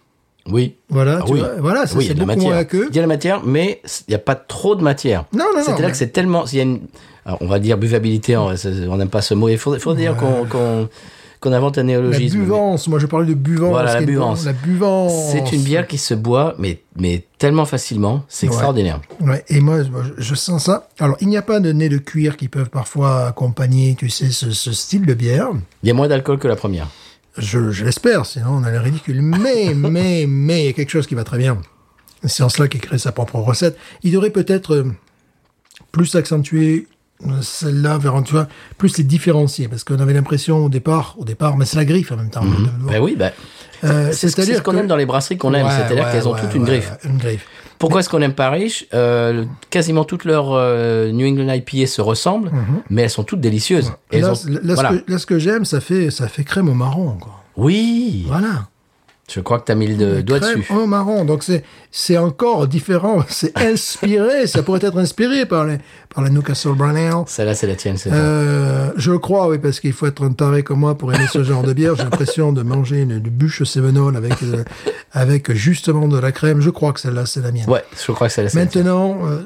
[SPEAKER 2] Oui.
[SPEAKER 4] Voilà,
[SPEAKER 2] Ah
[SPEAKER 4] tu
[SPEAKER 2] oui.
[SPEAKER 4] vois, voilà c'est
[SPEAKER 2] Oui, il y
[SPEAKER 4] c'est
[SPEAKER 2] a de la
[SPEAKER 4] beaucoup moins
[SPEAKER 2] matière.
[SPEAKER 4] aqueux.
[SPEAKER 2] Il y a de la matière, mais c- il n'y a pas trop de matière.
[SPEAKER 4] Non, non, non,
[SPEAKER 2] C'est-à-dire
[SPEAKER 4] mais-
[SPEAKER 2] que c'est tellement. Il y a une, alors, on va dire buvabilité, on c'est- on n'aime pas ce mot. Il faut, faut dire qu'on qu'on- qu'on invente un
[SPEAKER 4] La
[SPEAKER 2] néologisme.
[SPEAKER 4] buvance, moi je parlais de buvance.
[SPEAKER 2] Voilà, la
[SPEAKER 4] qui est dedans.
[SPEAKER 2] buvance.
[SPEAKER 4] La buvance.
[SPEAKER 2] C'est une bière qui se boit, mais, mais tellement facilement. C'est
[SPEAKER 4] Ouais.
[SPEAKER 2] extraordinaire.
[SPEAKER 4] Ouais, et moi, moi, je- je sens ça. Alors, il n'y a pas de nez de cuir qui peuvent parfois accompagner, tu sais, ce, ce style de bière.
[SPEAKER 2] Il y a moins d'alcool que la première.
[SPEAKER 4] Je, je l'espère, sinon on a l'air ridicule. Mais, mais, mais, il y a quelque chose qui va très bien. C'est en cela qu'il crée sa propre recette. Il devrait peut-être euh, plus accentuer euh, celle-là vers un, tu vois, plus les différencier. Parce qu'on avait l'impression au départ, au départ, mais c'est la griffe en même temps.
[SPEAKER 2] Ben oui, ben,
[SPEAKER 4] Euh,
[SPEAKER 2] c'est ce que- c'est ce qu'on
[SPEAKER 4] que-
[SPEAKER 2] aime dans les brasseries qu'on aime.
[SPEAKER 4] Ouais,
[SPEAKER 2] C'est-à-dire
[SPEAKER 4] ouais,
[SPEAKER 2] qu'elles ont
[SPEAKER 4] ouais,
[SPEAKER 2] toutes une
[SPEAKER 4] ouais,
[SPEAKER 2] griffe.
[SPEAKER 4] ouais, Une griffe.
[SPEAKER 2] Pourquoi est-ce qu'on aime Paris Euh, Quasiment toutes leurs euh, New England IPA se ressemblent, mais elles sont toutes délicieuses. Et elles
[SPEAKER 4] Mhm. Là,
[SPEAKER 2] ont-
[SPEAKER 4] c- là,
[SPEAKER 2] voilà.
[SPEAKER 4] ce que, là, ce que j'aime, ça fait, ça fait crème au marron. Quoi.
[SPEAKER 2] Oui,
[SPEAKER 4] Voilà.
[SPEAKER 2] je crois que tu as mis le doigt
[SPEAKER 4] crème oh.
[SPEAKER 2] dessus.
[SPEAKER 4] au marron. Donc c'est c'est encore différent. C'est inspiré. ça pourrait être inspiré par les par la Newcastle Brown Ale.
[SPEAKER 2] Celle-là, c'est la tienne, c'est ça.
[SPEAKER 4] Euh, je le crois, oui, parce qu'il faut être un taré comme moi pour aimer ce genre de bière. J'ai l'impression de manger une, une bûche Sevenol avec euh, avec justement de la crème. Je crois que celle-là, c'est la mienne.
[SPEAKER 2] Ouais, je crois que c'est la tienne.
[SPEAKER 4] Maintenant, euh,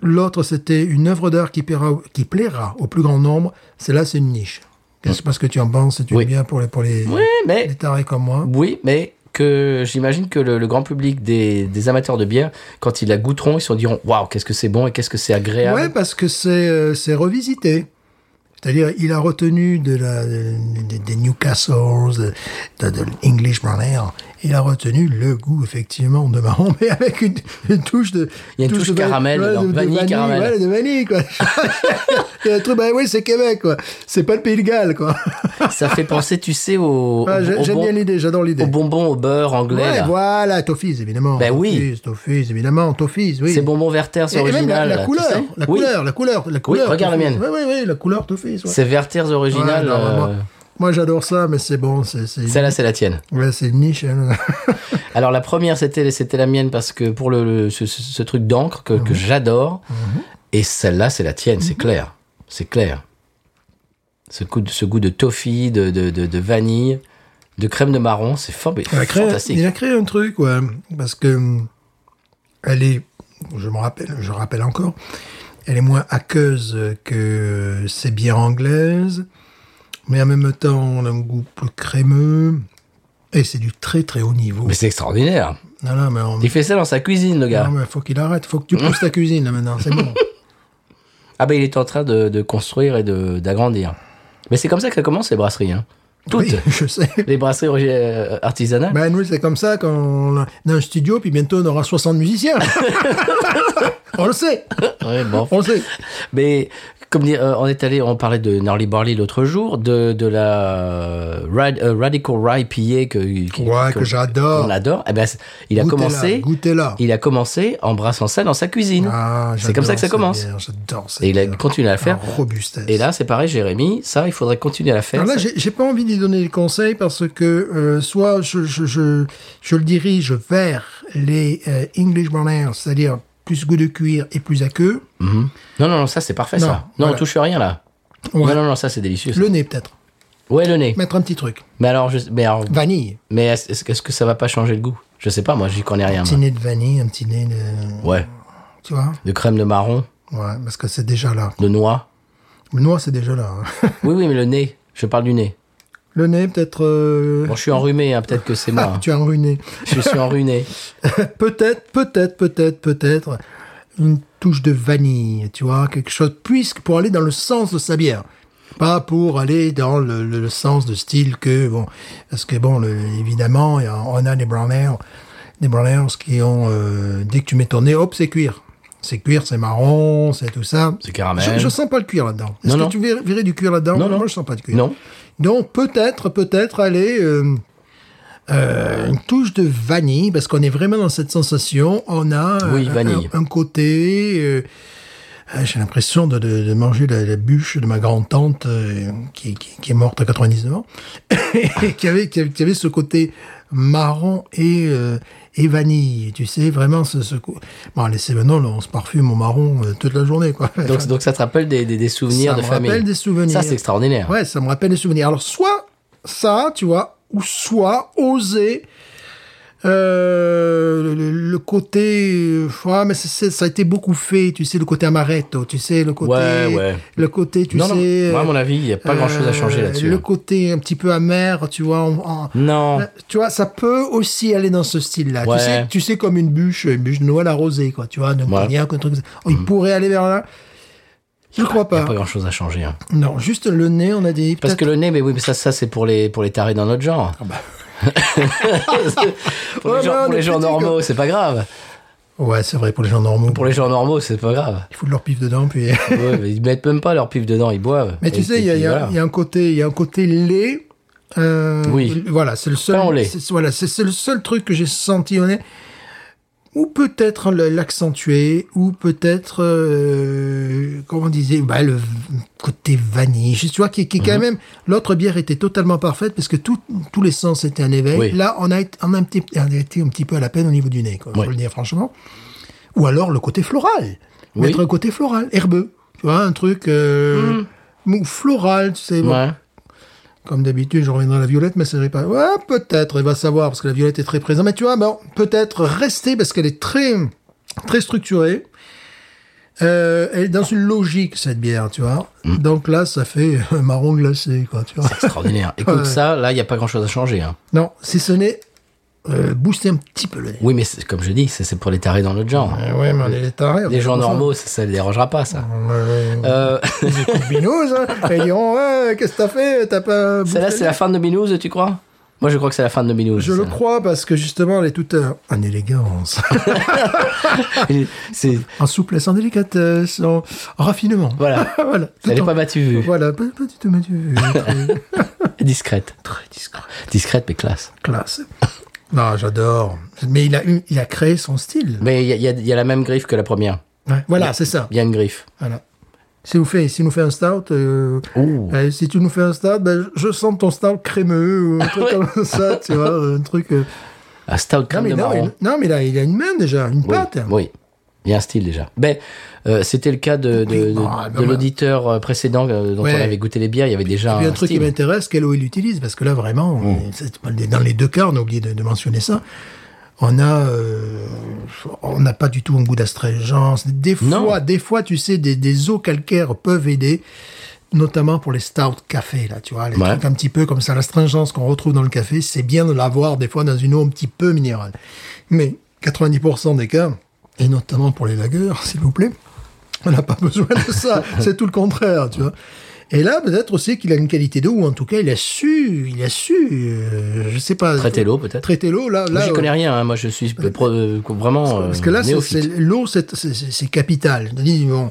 [SPEAKER 4] l'autre, c'était une œuvre d'art qui, plaira- qui plaira au plus grand nombre. Celle-là, c'est une niche. Qu'est-ce parce que tu en penses C'est une
[SPEAKER 2] Mm. Oui.
[SPEAKER 4] bien pour les, pour les,
[SPEAKER 2] Oui, mais
[SPEAKER 4] les tarés comme moi.
[SPEAKER 2] oui, mais que j'imagine que le, le grand public des, des amateurs de bière, quand ils la goûteront, ils se diront Waouh, qu'est-ce que c'est bon et qu'est-ce que c'est agréable.
[SPEAKER 4] Ouais, parce que c'est euh, c'est revisité. C'est-à-dire, il a retenu de la, des des Newcastles, de, de, de l'English Brown Ale. Il a retenu le goût, effectivement, de marron, mais avec une, une touche de.
[SPEAKER 2] Il y a une touche
[SPEAKER 4] de vanille-
[SPEAKER 2] caramel
[SPEAKER 4] ouais,
[SPEAKER 2] dedans.
[SPEAKER 4] de- de
[SPEAKER 2] Vanille, caramel.
[SPEAKER 4] ouais, de vanille, quoi. il y a un truc, bah oui, c'est Québec, quoi. C'est pas le pays de Galles, quoi.
[SPEAKER 2] Ça fait penser, tu sais, au,
[SPEAKER 4] Ah,
[SPEAKER 2] au-
[SPEAKER 4] bah, j'ai-
[SPEAKER 2] au
[SPEAKER 4] J'aime
[SPEAKER 2] bon-
[SPEAKER 4] bien l'idée, j'adore l'idée.
[SPEAKER 2] au bonbon au beurre anglais.
[SPEAKER 4] Ouais,
[SPEAKER 2] là.
[SPEAKER 4] voilà, Toffees, évidemment.
[SPEAKER 2] Ben oui.
[SPEAKER 4] Toffees, Toffees, évidemment, Toffees, oui.
[SPEAKER 2] C'est bonbon Werther, c'est
[SPEAKER 4] Et, et
[SPEAKER 2] original.
[SPEAKER 4] même la, la
[SPEAKER 2] là, tu
[SPEAKER 4] couleur,
[SPEAKER 2] sais.
[SPEAKER 4] la
[SPEAKER 2] Oui,
[SPEAKER 4] couleur, la couleur, la couleur.
[SPEAKER 2] regarde la
[SPEAKER 4] Toffees.
[SPEAKER 2] mienne.
[SPEAKER 4] Oui, oui, oui, la couleur Toffees. ouais.
[SPEAKER 2] C'est Werther's original.
[SPEAKER 4] Ouais, non,
[SPEAKER 2] euh,
[SPEAKER 4] moi, moi, j'adore ça, mais c'est bon, c'est c'est
[SPEAKER 2] Celle-là, c'est la tienne.
[SPEAKER 4] ouais, c'est une niche. hein.
[SPEAKER 2] Alors la première, c'était c'était la mienne parce que pour le, le- ce, ce- ce truc d'encre que, que j'adore,
[SPEAKER 4] Mhm.
[SPEAKER 2] et celle-là, c'est la tienne, c'est clair, c'est clair. Ce goût de, ce goût de toffee, de, de, de, de vanille, de crème de marron, c'est fort,
[SPEAKER 4] Il a, créé,
[SPEAKER 2] fantastique.
[SPEAKER 4] il a créé un truc, ouais, parce que hum, elle est, je me rappelle, je rappelle encore, elle est moins aqueuse que ces bières anglaises, mais en même temps, on a un goût plus crémeux. Et c'est du très très haut niveau.
[SPEAKER 2] Mais c'est extraordinaire.
[SPEAKER 4] Non, non, mais on-
[SPEAKER 2] Il fait ça dans sa cuisine, le gars. Hein
[SPEAKER 4] non, mais faut qu'il arrête. Faut que tu pousses ta cuisine là maintenant. C'est bon.
[SPEAKER 2] Ah ben il est en train de, de construire et de- d'agrandir. Mais c'est comme ça que ça commence les brasseries. hein. Toutes
[SPEAKER 4] Ah Oui, je sais.
[SPEAKER 2] les brasseries orgi- euh, artisanales.
[SPEAKER 4] Ben oui, c'est comme ça qu'on a on a un studio, puis bientôt on aura 60 musiciens. on le sait,
[SPEAKER 2] Ouais, bon.
[SPEAKER 4] on le sait.
[SPEAKER 2] Mais comme dire, euh, on est allé, on parlait de Gnarly Barley l'autre jour, de, de la euh, Rad- euh, Radical Rye PA que, qui-
[SPEAKER 4] Ouais, que j'adore.
[SPEAKER 2] qu'on adore. Eh ben, c'est- il a
[SPEAKER 4] Goûtez-la,
[SPEAKER 2] commencé,
[SPEAKER 4] goûtez-la.
[SPEAKER 2] il a commencé en brassant ça dans sa cuisine.
[SPEAKER 4] Ah,
[SPEAKER 2] c'est comme ça que ça
[SPEAKER 4] j'adore
[SPEAKER 2] commence.
[SPEAKER 4] cette bière, J'adore cette
[SPEAKER 2] Et il a
[SPEAKER 4] bière.
[SPEAKER 2] continué à le faire.
[SPEAKER 4] Ah, robustesse.
[SPEAKER 2] Et là, c'est pareil, Jérémy, ça, il faudrait continuer à la faire.
[SPEAKER 4] Alors là,
[SPEAKER 2] Ça-
[SPEAKER 4] j'ai j'ai pas envie d'y donner des conseils parce que euh, soit je, je, je, je le dirige vers les euh, English Brown Ale, c'est-à-dire plus goût de cuir et plus aqueux.
[SPEAKER 2] Mhm. Non, non, non, ça, c'est parfait,
[SPEAKER 4] Non,
[SPEAKER 2] ça. Non,
[SPEAKER 4] voilà.
[SPEAKER 2] on touche rien là.
[SPEAKER 4] Ouais.
[SPEAKER 2] Non, non, non, ça, c'est délicieux. ça.
[SPEAKER 4] Le nez peut-être.
[SPEAKER 2] Ouais, le nez.
[SPEAKER 4] Mettre un petit truc.
[SPEAKER 2] Mais alors, je... mais, alors-
[SPEAKER 4] Vanille.
[SPEAKER 2] mais est-ce est-ce que ça va pas changer le goût Je sais pas, moi, j'y connais rien.
[SPEAKER 4] Un petit
[SPEAKER 2] moi.
[SPEAKER 4] nez de vanille, un petit nez de...
[SPEAKER 2] Ouais,
[SPEAKER 4] Tu vois
[SPEAKER 2] de crème de marron,
[SPEAKER 4] Ouais, parce que c'est déjà là.
[SPEAKER 2] de noix.
[SPEAKER 4] Le noir, c'est déjà là. hein.
[SPEAKER 2] Oui, oui, mais le nez. Je parle du nez.
[SPEAKER 4] Le nez, peut-être. euh,
[SPEAKER 2] Bon, je suis enrhumé, hein, peut-être que c'est moi.
[SPEAKER 4] ah,
[SPEAKER 2] hein.
[SPEAKER 4] tu as ruiné.
[SPEAKER 2] Je suis enrhumé.
[SPEAKER 4] Peut-être, peut-être, peut-être, peut-être. Une touche de vanille, tu vois, quelque chose. Puisque pour aller dans le sens de sa bière. Pas pour aller dans le, le- le sens de style que, bon. Parce que, bon, le- évidemment, il y a- on a des brown ale, Des brown ales qui ont. euh, dès que tu mets ton nez, hop, c'est cuir. C'est cuir, c'est marron, c'est tout ça.
[SPEAKER 2] C'est caramel.
[SPEAKER 4] Je, je sens pas le cuir là-dedans. Est-ce
[SPEAKER 2] Non,
[SPEAKER 4] que
[SPEAKER 2] non.
[SPEAKER 4] tu verrais verrais du cuir là-dedans
[SPEAKER 2] Non, non.
[SPEAKER 4] Moi, je sens pas de cuir.
[SPEAKER 2] Non.
[SPEAKER 4] Donc peut-être, peut-être aller euh, euh, une touche de vanille, parce qu'on est vraiment dans cette sensation. On a euh,
[SPEAKER 2] Oui,
[SPEAKER 4] un-
[SPEAKER 2] vanille.
[SPEAKER 4] Un, un côté... euh, euh, j'ai l'impression de, de- de manger la, la bûche de ma grand-tante euh, qui, qui- qui est morte à 99 ans, et qui avait, qui, avait, qui avait ce côté marron et, euh, et vanille. Tu sais, vraiment ce... ce co- Bon, laissez maintenant, on se parfume au marron euh, toute la journée. Quoi.
[SPEAKER 2] Donc, donc ça te rappelle des, des- des souvenirs
[SPEAKER 4] Ça
[SPEAKER 2] de
[SPEAKER 4] me
[SPEAKER 2] famille.
[SPEAKER 4] rappelle des souvenirs.
[SPEAKER 2] Ça, c'est extraordinaire.
[SPEAKER 4] Ouais, ça me rappelle des souvenirs. Alors, soit ça, tu vois, ou soit oser euh, le, le côté. euh, ouais, mais c'est- c'est- ça a été beaucoup fait, tu sais, le côté amaretto, tu sais, le côté.
[SPEAKER 2] Ouais, ouais.
[SPEAKER 4] Le côté, tu
[SPEAKER 2] non,
[SPEAKER 4] sais.
[SPEAKER 2] non. Moi, à
[SPEAKER 4] euh,
[SPEAKER 2] mon avis, il n'y a pas grand-chose à changer
[SPEAKER 4] euh,
[SPEAKER 2] là-dessus. hein.
[SPEAKER 4] Le côté un petit peu amer, tu vois. en- en-
[SPEAKER 2] Non.
[SPEAKER 4] Là, Tu vois, ça peut aussi aller dans ce style-là.
[SPEAKER 2] Ouais.
[SPEAKER 4] Tu, sais, tu sais, comme une bûche, une bûche de Noël arrosée, quoi. Tu vois, donc
[SPEAKER 2] Ouais. Mm.
[SPEAKER 4] il y a un truc. Oh, Il pourrait aller vers là. Je crois
[SPEAKER 2] Il n'y
[SPEAKER 4] pas.
[SPEAKER 2] a pas grand-chose à changer. hein.
[SPEAKER 4] Non, juste le nez, on a dit.
[SPEAKER 2] Parce
[SPEAKER 4] peut-être-
[SPEAKER 2] que
[SPEAKER 4] Ah bah.
[SPEAKER 2] le nez, mais oui, mais ça, ça c'est pour les, pour les tarés dans notre genre. pour les
[SPEAKER 4] Ouais,
[SPEAKER 2] gens,
[SPEAKER 4] bah,
[SPEAKER 2] pour les
[SPEAKER 4] le
[SPEAKER 2] gens
[SPEAKER 4] petit,
[SPEAKER 2] normaux, c'est pas grave.
[SPEAKER 4] Ouais, c'est vrai, pour les gens normaux.
[SPEAKER 2] Pour les gens normaux, c'est pas grave.
[SPEAKER 4] Ils foutent leur pif dedans, puis.
[SPEAKER 2] Ouais, mais ils mettent même pas leur pif dedans, ils boivent.
[SPEAKER 4] Mais tu
[SPEAKER 2] Et-
[SPEAKER 4] sais, il y, a-
[SPEAKER 2] et
[SPEAKER 4] il y a-
[SPEAKER 2] voilà.
[SPEAKER 4] il y a un côté, il y a un côté lait. euh,
[SPEAKER 2] Oui.
[SPEAKER 4] Voilà, c'est le seul.
[SPEAKER 2] Pain au lait.
[SPEAKER 4] c'est- Voilà, c'est c'est le seul truc que j'ai senti au nez. Ou peut-être le- l'accentuer, ou peut-être, euh, comment on disait, bah, le v- côté vanille. Tu vois, qui, qui
[SPEAKER 2] Mhm.
[SPEAKER 4] quand même, l'autre bière était totalement parfaite parce que tout- tous les sens étaient un éveil.
[SPEAKER 2] Oui.
[SPEAKER 4] Là, on a, été- on a un petit, on a été un petit peu à la peine au niveau du nez, quoi,
[SPEAKER 2] Oui.
[SPEAKER 4] faut le dire franchement. Ou alors le côté floral.
[SPEAKER 2] Oui.
[SPEAKER 4] Mettre un côté floral, herbeux. Tu vois, un truc euh, mou- floral, tu sais. bon.
[SPEAKER 2] Ouais.
[SPEAKER 4] Comme d'habitude, je reviendrai à la violette, mais ça serait pas... Ouais, peut-être, il va savoir, parce que la violette est très présente. Mais tu vois, bon, peut-être rester, parce qu'elle est très, très structurée. Euh, elle est dans une logique, cette bière, tu vois.
[SPEAKER 2] Mm.
[SPEAKER 4] Donc là, ça fait un marron glacé, quoi, tu vois.
[SPEAKER 2] Extraordinaire. Écoute,
[SPEAKER 4] Ouais.
[SPEAKER 2] ça, là, il n'y a pas grand-chose à changer. hein.
[SPEAKER 4] Non, si ce n'est euh, booster un petit peu le nez.
[SPEAKER 2] Oui, mais c'est- comme je dis, ça, c'est pour les tarés dans notre genre.
[SPEAKER 4] Eh ouais, mais on est des tarés.
[SPEAKER 2] Ah Les gens normaux, ça, ça les dérangera pas, ça.
[SPEAKER 4] Euh,
[SPEAKER 2] Euh,
[SPEAKER 4] binous, hein, et ils diront ouais, qu'est-ce que t'as fait T'as pas.
[SPEAKER 2] Celle-là, c'est la fin de Binous, tu crois Moi, je crois que c'est la fin de Binous.
[SPEAKER 4] Je le
[SPEAKER 2] ça.
[SPEAKER 4] crois parce que justement, elle est toute euh, en élégance,
[SPEAKER 2] C'est-
[SPEAKER 4] en souplesse, en délicatesse, en raffinement.
[SPEAKER 2] Voilà.
[SPEAKER 4] voilà. tout
[SPEAKER 2] Elle n'est
[SPEAKER 4] en-
[SPEAKER 2] pas battue vue.
[SPEAKER 4] Voilà, pas, pas du tout, mais tu- très,
[SPEAKER 2] Discrète.
[SPEAKER 4] très discret,
[SPEAKER 2] Discrète, mais classe.
[SPEAKER 4] classe. Non, j'adore. Mais il a, eu- il a créé son style.
[SPEAKER 2] Mais il y a, il y a- il y a la même griffe que la première.
[SPEAKER 4] Ouais, voilà, c'est ça.
[SPEAKER 2] Il y a une griffe.
[SPEAKER 4] Voilà. Si vous fait, si nous fait un stout, euh,
[SPEAKER 2] Ouh.
[SPEAKER 4] euh, si tu nous fais un stout, ben, je sens ton stout crémeux ou un truc comme ça, tu vois, un truc. euh,
[SPEAKER 2] Un stout
[SPEAKER 4] Non
[SPEAKER 2] crème
[SPEAKER 4] mais,
[SPEAKER 2] de
[SPEAKER 4] non,
[SPEAKER 2] marron.
[SPEAKER 4] il, non, mais là, il a une main déjà, une
[SPEAKER 2] Oui,
[SPEAKER 4] patte.
[SPEAKER 2] Oui, il y a un style déjà. Ben, euh, c'était le cas de, de, de-
[SPEAKER 4] ah,
[SPEAKER 2] de
[SPEAKER 4] ben, ben.
[SPEAKER 2] l'auditeur euh, précédent euh, dont
[SPEAKER 4] Ouais.
[SPEAKER 2] on avait goûté les bières. Il y avait déjà Mmh.
[SPEAKER 4] Et puis un truc
[SPEAKER 2] style.
[SPEAKER 4] qui m'intéresse, quel eau il utilise, parce que là vraiment, on est- c'est- dans les deux cas, on a oublié de, de mentionner ça. On a, euh, on n'a pas du tout un goût d'astringence. Des fois,
[SPEAKER 2] Non.
[SPEAKER 4] des fois, tu sais, des, des eaux calcaires peuvent aider, notamment pour les stouts café là, tu vois, les
[SPEAKER 2] Ouais.
[SPEAKER 4] trucs un petit peu comme ça, l'astringence qu'on retrouve dans le café, c'est bien de l'avoir des fois dans une eau un petit peu minérale. Mais 90% des cas, et notamment pour les lagueurs, s'il vous plaît, on n'a pas besoin de ça. C'est tout le contraire, tu vois. Et là, peut-être aussi qu'il a une qualité d'eau, ou en tout cas, il a su, il a su, euh, je sais pas.
[SPEAKER 2] Traiter l'eau, peut-être.
[SPEAKER 4] Traiter l'eau, là.
[SPEAKER 2] Moi,
[SPEAKER 4] là
[SPEAKER 2] j'y
[SPEAKER 4] euh,
[SPEAKER 2] connais rien. hein. Moi, je suis euh, pro- euh, vraiment euh,
[SPEAKER 4] Parce que là, c'est- c'est-
[SPEAKER 2] néophyte.
[SPEAKER 4] l'eau, c'est- c'est c'est- c'est capital. Je dis, bon,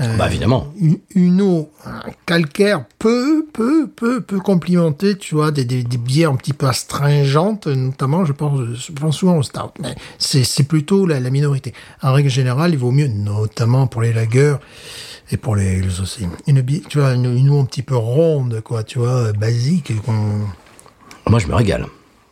[SPEAKER 4] euh,
[SPEAKER 2] Bah, évidemment.
[SPEAKER 4] une, une eau euh, calcaire peu, peu, peu, peu complimentée, tu vois, des, des, des bières un petit peu astringentes, notamment, je pense, je pense souvent au stout, mais c'est c'est plutôt la, la minorité. En règle générale, il vaut mieux, notamment pour les lagueurs et pour les ales aussi, une, bi- tu vois, une, une eau un petit peu ronde, quoi, tu vois, euh, basique. qu'on-
[SPEAKER 2] Moi, je me régale.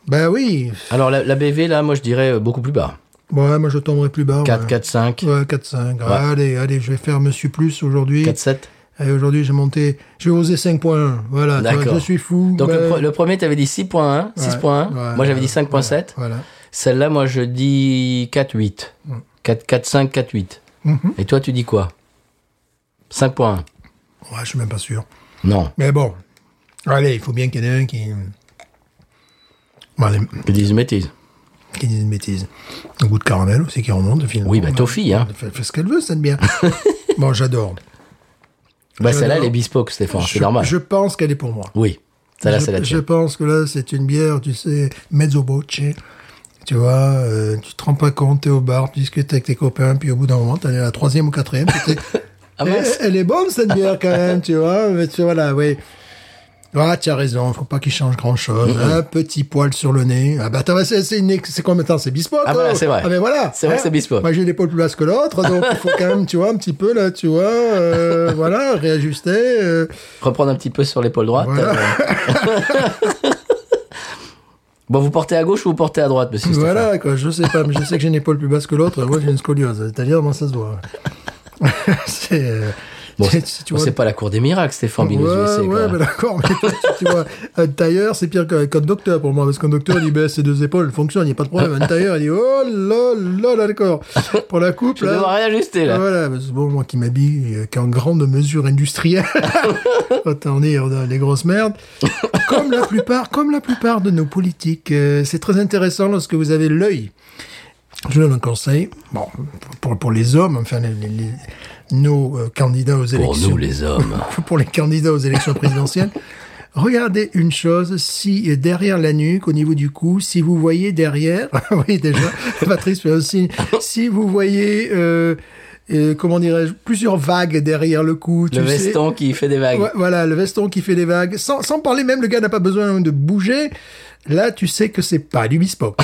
[SPEAKER 4] Ben oui,
[SPEAKER 2] Alors, la, la BV, là, moi, je dirais euh, beaucoup plus bas.
[SPEAKER 4] ouais, moi je tomberai plus bas.
[SPEAKER 2] 4,
[SPEAKER 4] ouais.
[SPEAKER 2] 4, 5,
[SPEAKER 4] Ouais, 4-5. Allez, allez, je vais faire Monsieur Plus aujourd'hui.
[SPEAKER 2] 4, 7.
[SPEAKER 4] Allez, aujourd'hui, j'ai monté, j'ai osé 5.1. Voilà, tu vois,
[SPEAKER 2] D'accord.
[SPEAKER 4] je suis fou.
[SPEAKER 2] Donc, le,
[SPEAKER 4] ouais.
[SPEAKER 2] pre- le premier, t'avais dit 6.1, 6.1.
[SPEAKER 4] bah. ouais,
[SPEAKER 2] moi, j'avais dit
[SPEAKER 4] ouais,
[SPEAKER 2] 5.7.
[SPEAKER 4] Voilà.
[SPEAKER 2] Celle-là, moi, je dis 4, 8. 4, 4, 5, 4, 8.
[SPEAKER 4] Mhm.
[SPEAKER 2] Et toi, tu dis quoi 5.1.
[SPEAKER 4] Ouais, je suis même pas sûr.
[SPEAKER 2] Non.
[SPEAKER 4] Mais bon, allez, il faut bien qu'il y en ait un qui. Bon, allez,
[SPEAKER 2] Je dis une bêtise.
[SPEAKER 4] qui dise une bêtise. Un goût de caramel aussi qui remonte, finalement.
[SPEAKER 2] Oui, bah, Toffee, hein.
[SPEAKER 4] Elle fait, elle fait ce qu'elle veut, cette bière. bon, j'adore.
[SPEAKER 2] Bah, celle-là, elle
[SPEAKER 4] J'adore.
[SPEAKER 2] est bespoke, Stéphane, c'est
[SPEAKER 4] Je-
[SPEAKER 2] normal.
[SPEAKER 4] Je pense qu'elle est pour moi.
[SPEAKER 2] Oui, celle-là,
[SPEAKER 4] je,
[SPEAKER 2] c'est la
[SPEAKER 4] je
[SPEAKER 2] tienne.
[SPEAKER 4] pense que là, c'est une bière, tu sais, mezzo boce. Tu vois, euh, tu te rends pas compte, t'es au bar, tu discutes avec tes copains, puis au bout d'un moment, t'es à la troisième ou quatrième. puis t'es-
[SPEAKER 2] Ah
[SPEAKER 4] Eh,
[SPEAKER 2] mince.
[SPEAKER 4] elle, est bonne cette bière quand même, tu vois. Mais tu voilà, oui. Ah, tu as raison, faut pas qu'il change grand chose. Un petit poil sur le nez. Ah, bah, attends, c'est, c'est, une, c'est combien de temps C'est Bispo
[SPEAKER 2] Ah, voilà, c'est vrai.
[SPEAKER 4] Ah, mais voilà.
[SPEAKER 2] C'est vrai que c'est Bispo.
[SPEAKER 4] Moi, j'ai l'épaule plus basse que l'autre, donc il faut quand même, tu vois, un petit peu, là, tu vois, euh, voilà, réajuster. euh,
[SPEAKER 2] Reprendre un petit peu sur l'épaule droite.
[SPEAKER 4] Voilà.
[SPEAKER 2] euh. bon, vous portez à gauche ou vous portez à droite, monsieur Stéphane
[SPEAKER 4] Voilà, quoi, je sais pas, mais je sais que j'ai une épaule plus basse que l'autre, moi j'ai une scoliose, c'est-à-dire, moi ça se voit. c'est. euh,
[SPEAKER 2] Bon,
[SPEAKER 4] tu-
[SPEAKER 2] c'est
[SPEAKER 4] tu
[SPEAKER 2] bon,
[SPEAKER 4] vois-
[SPEAKER 2] c'est pas la cour des miracles, Stéphane
[SPEAKER 4] Ouais,
[SPEAKER 2] Binous USA, quand
[SPEAKER 4] ouais,
[SPEAKER 2] même.
[SPEAKER 4] mais d'accord, mais tu, tu vois, un tailleur, c'est pire qu'un qu'un docteur pour moi, parce qu'un docteur, il dit, ben, ses deux épaules fonctionnent, il n'y a pas de problème. Un tailleur, il dit, oh là là là, d'accord. Pour la coupe,
[SPEAKER 2] Je vais devoir
[SPEAKER 4] là.
[SPEAKER 2] réajuster, là.
[SPEAKER 4] Ah, Voilà, parce que bon, moi qui m'habille euh, qu'en grande mesure industrielle, autant dire dans les grosses merdes. Comme la plupart, comme la plupart de nos politiques, euh, c'est très intéressant lorsque vous avez l'œil. Je donne un conseil, bon, pour, pour les hommes, enfin, les- les- les- nos euh, candidats aux
[SPEAKER 2] Pour
[SPEAKER 4] élections
[SPEAKER 2] nous, les hommes.
[SPEAKER 4] pour les candidats aux élections présidentielles. Regardez une chose, si derrière la nuque, au niveau du cou, si vous voyez derrière, oui déjà, Patrice fait aussi, si vous voyez, euh, euh, comment dirais-je, plusieurs vagues derrière le cou, tu
[SPEAKER 2] Le
[SPEAKER 4] sais.
[SPEAKER 2] veston qui fait des vagues.
[SPEAKER 4] Ouais, voilà, le veston qui fait des vagues. Sans, sans parler même, le gars n'a pas besoin de bouger. Là, tu sais que c'est pas du bespoke.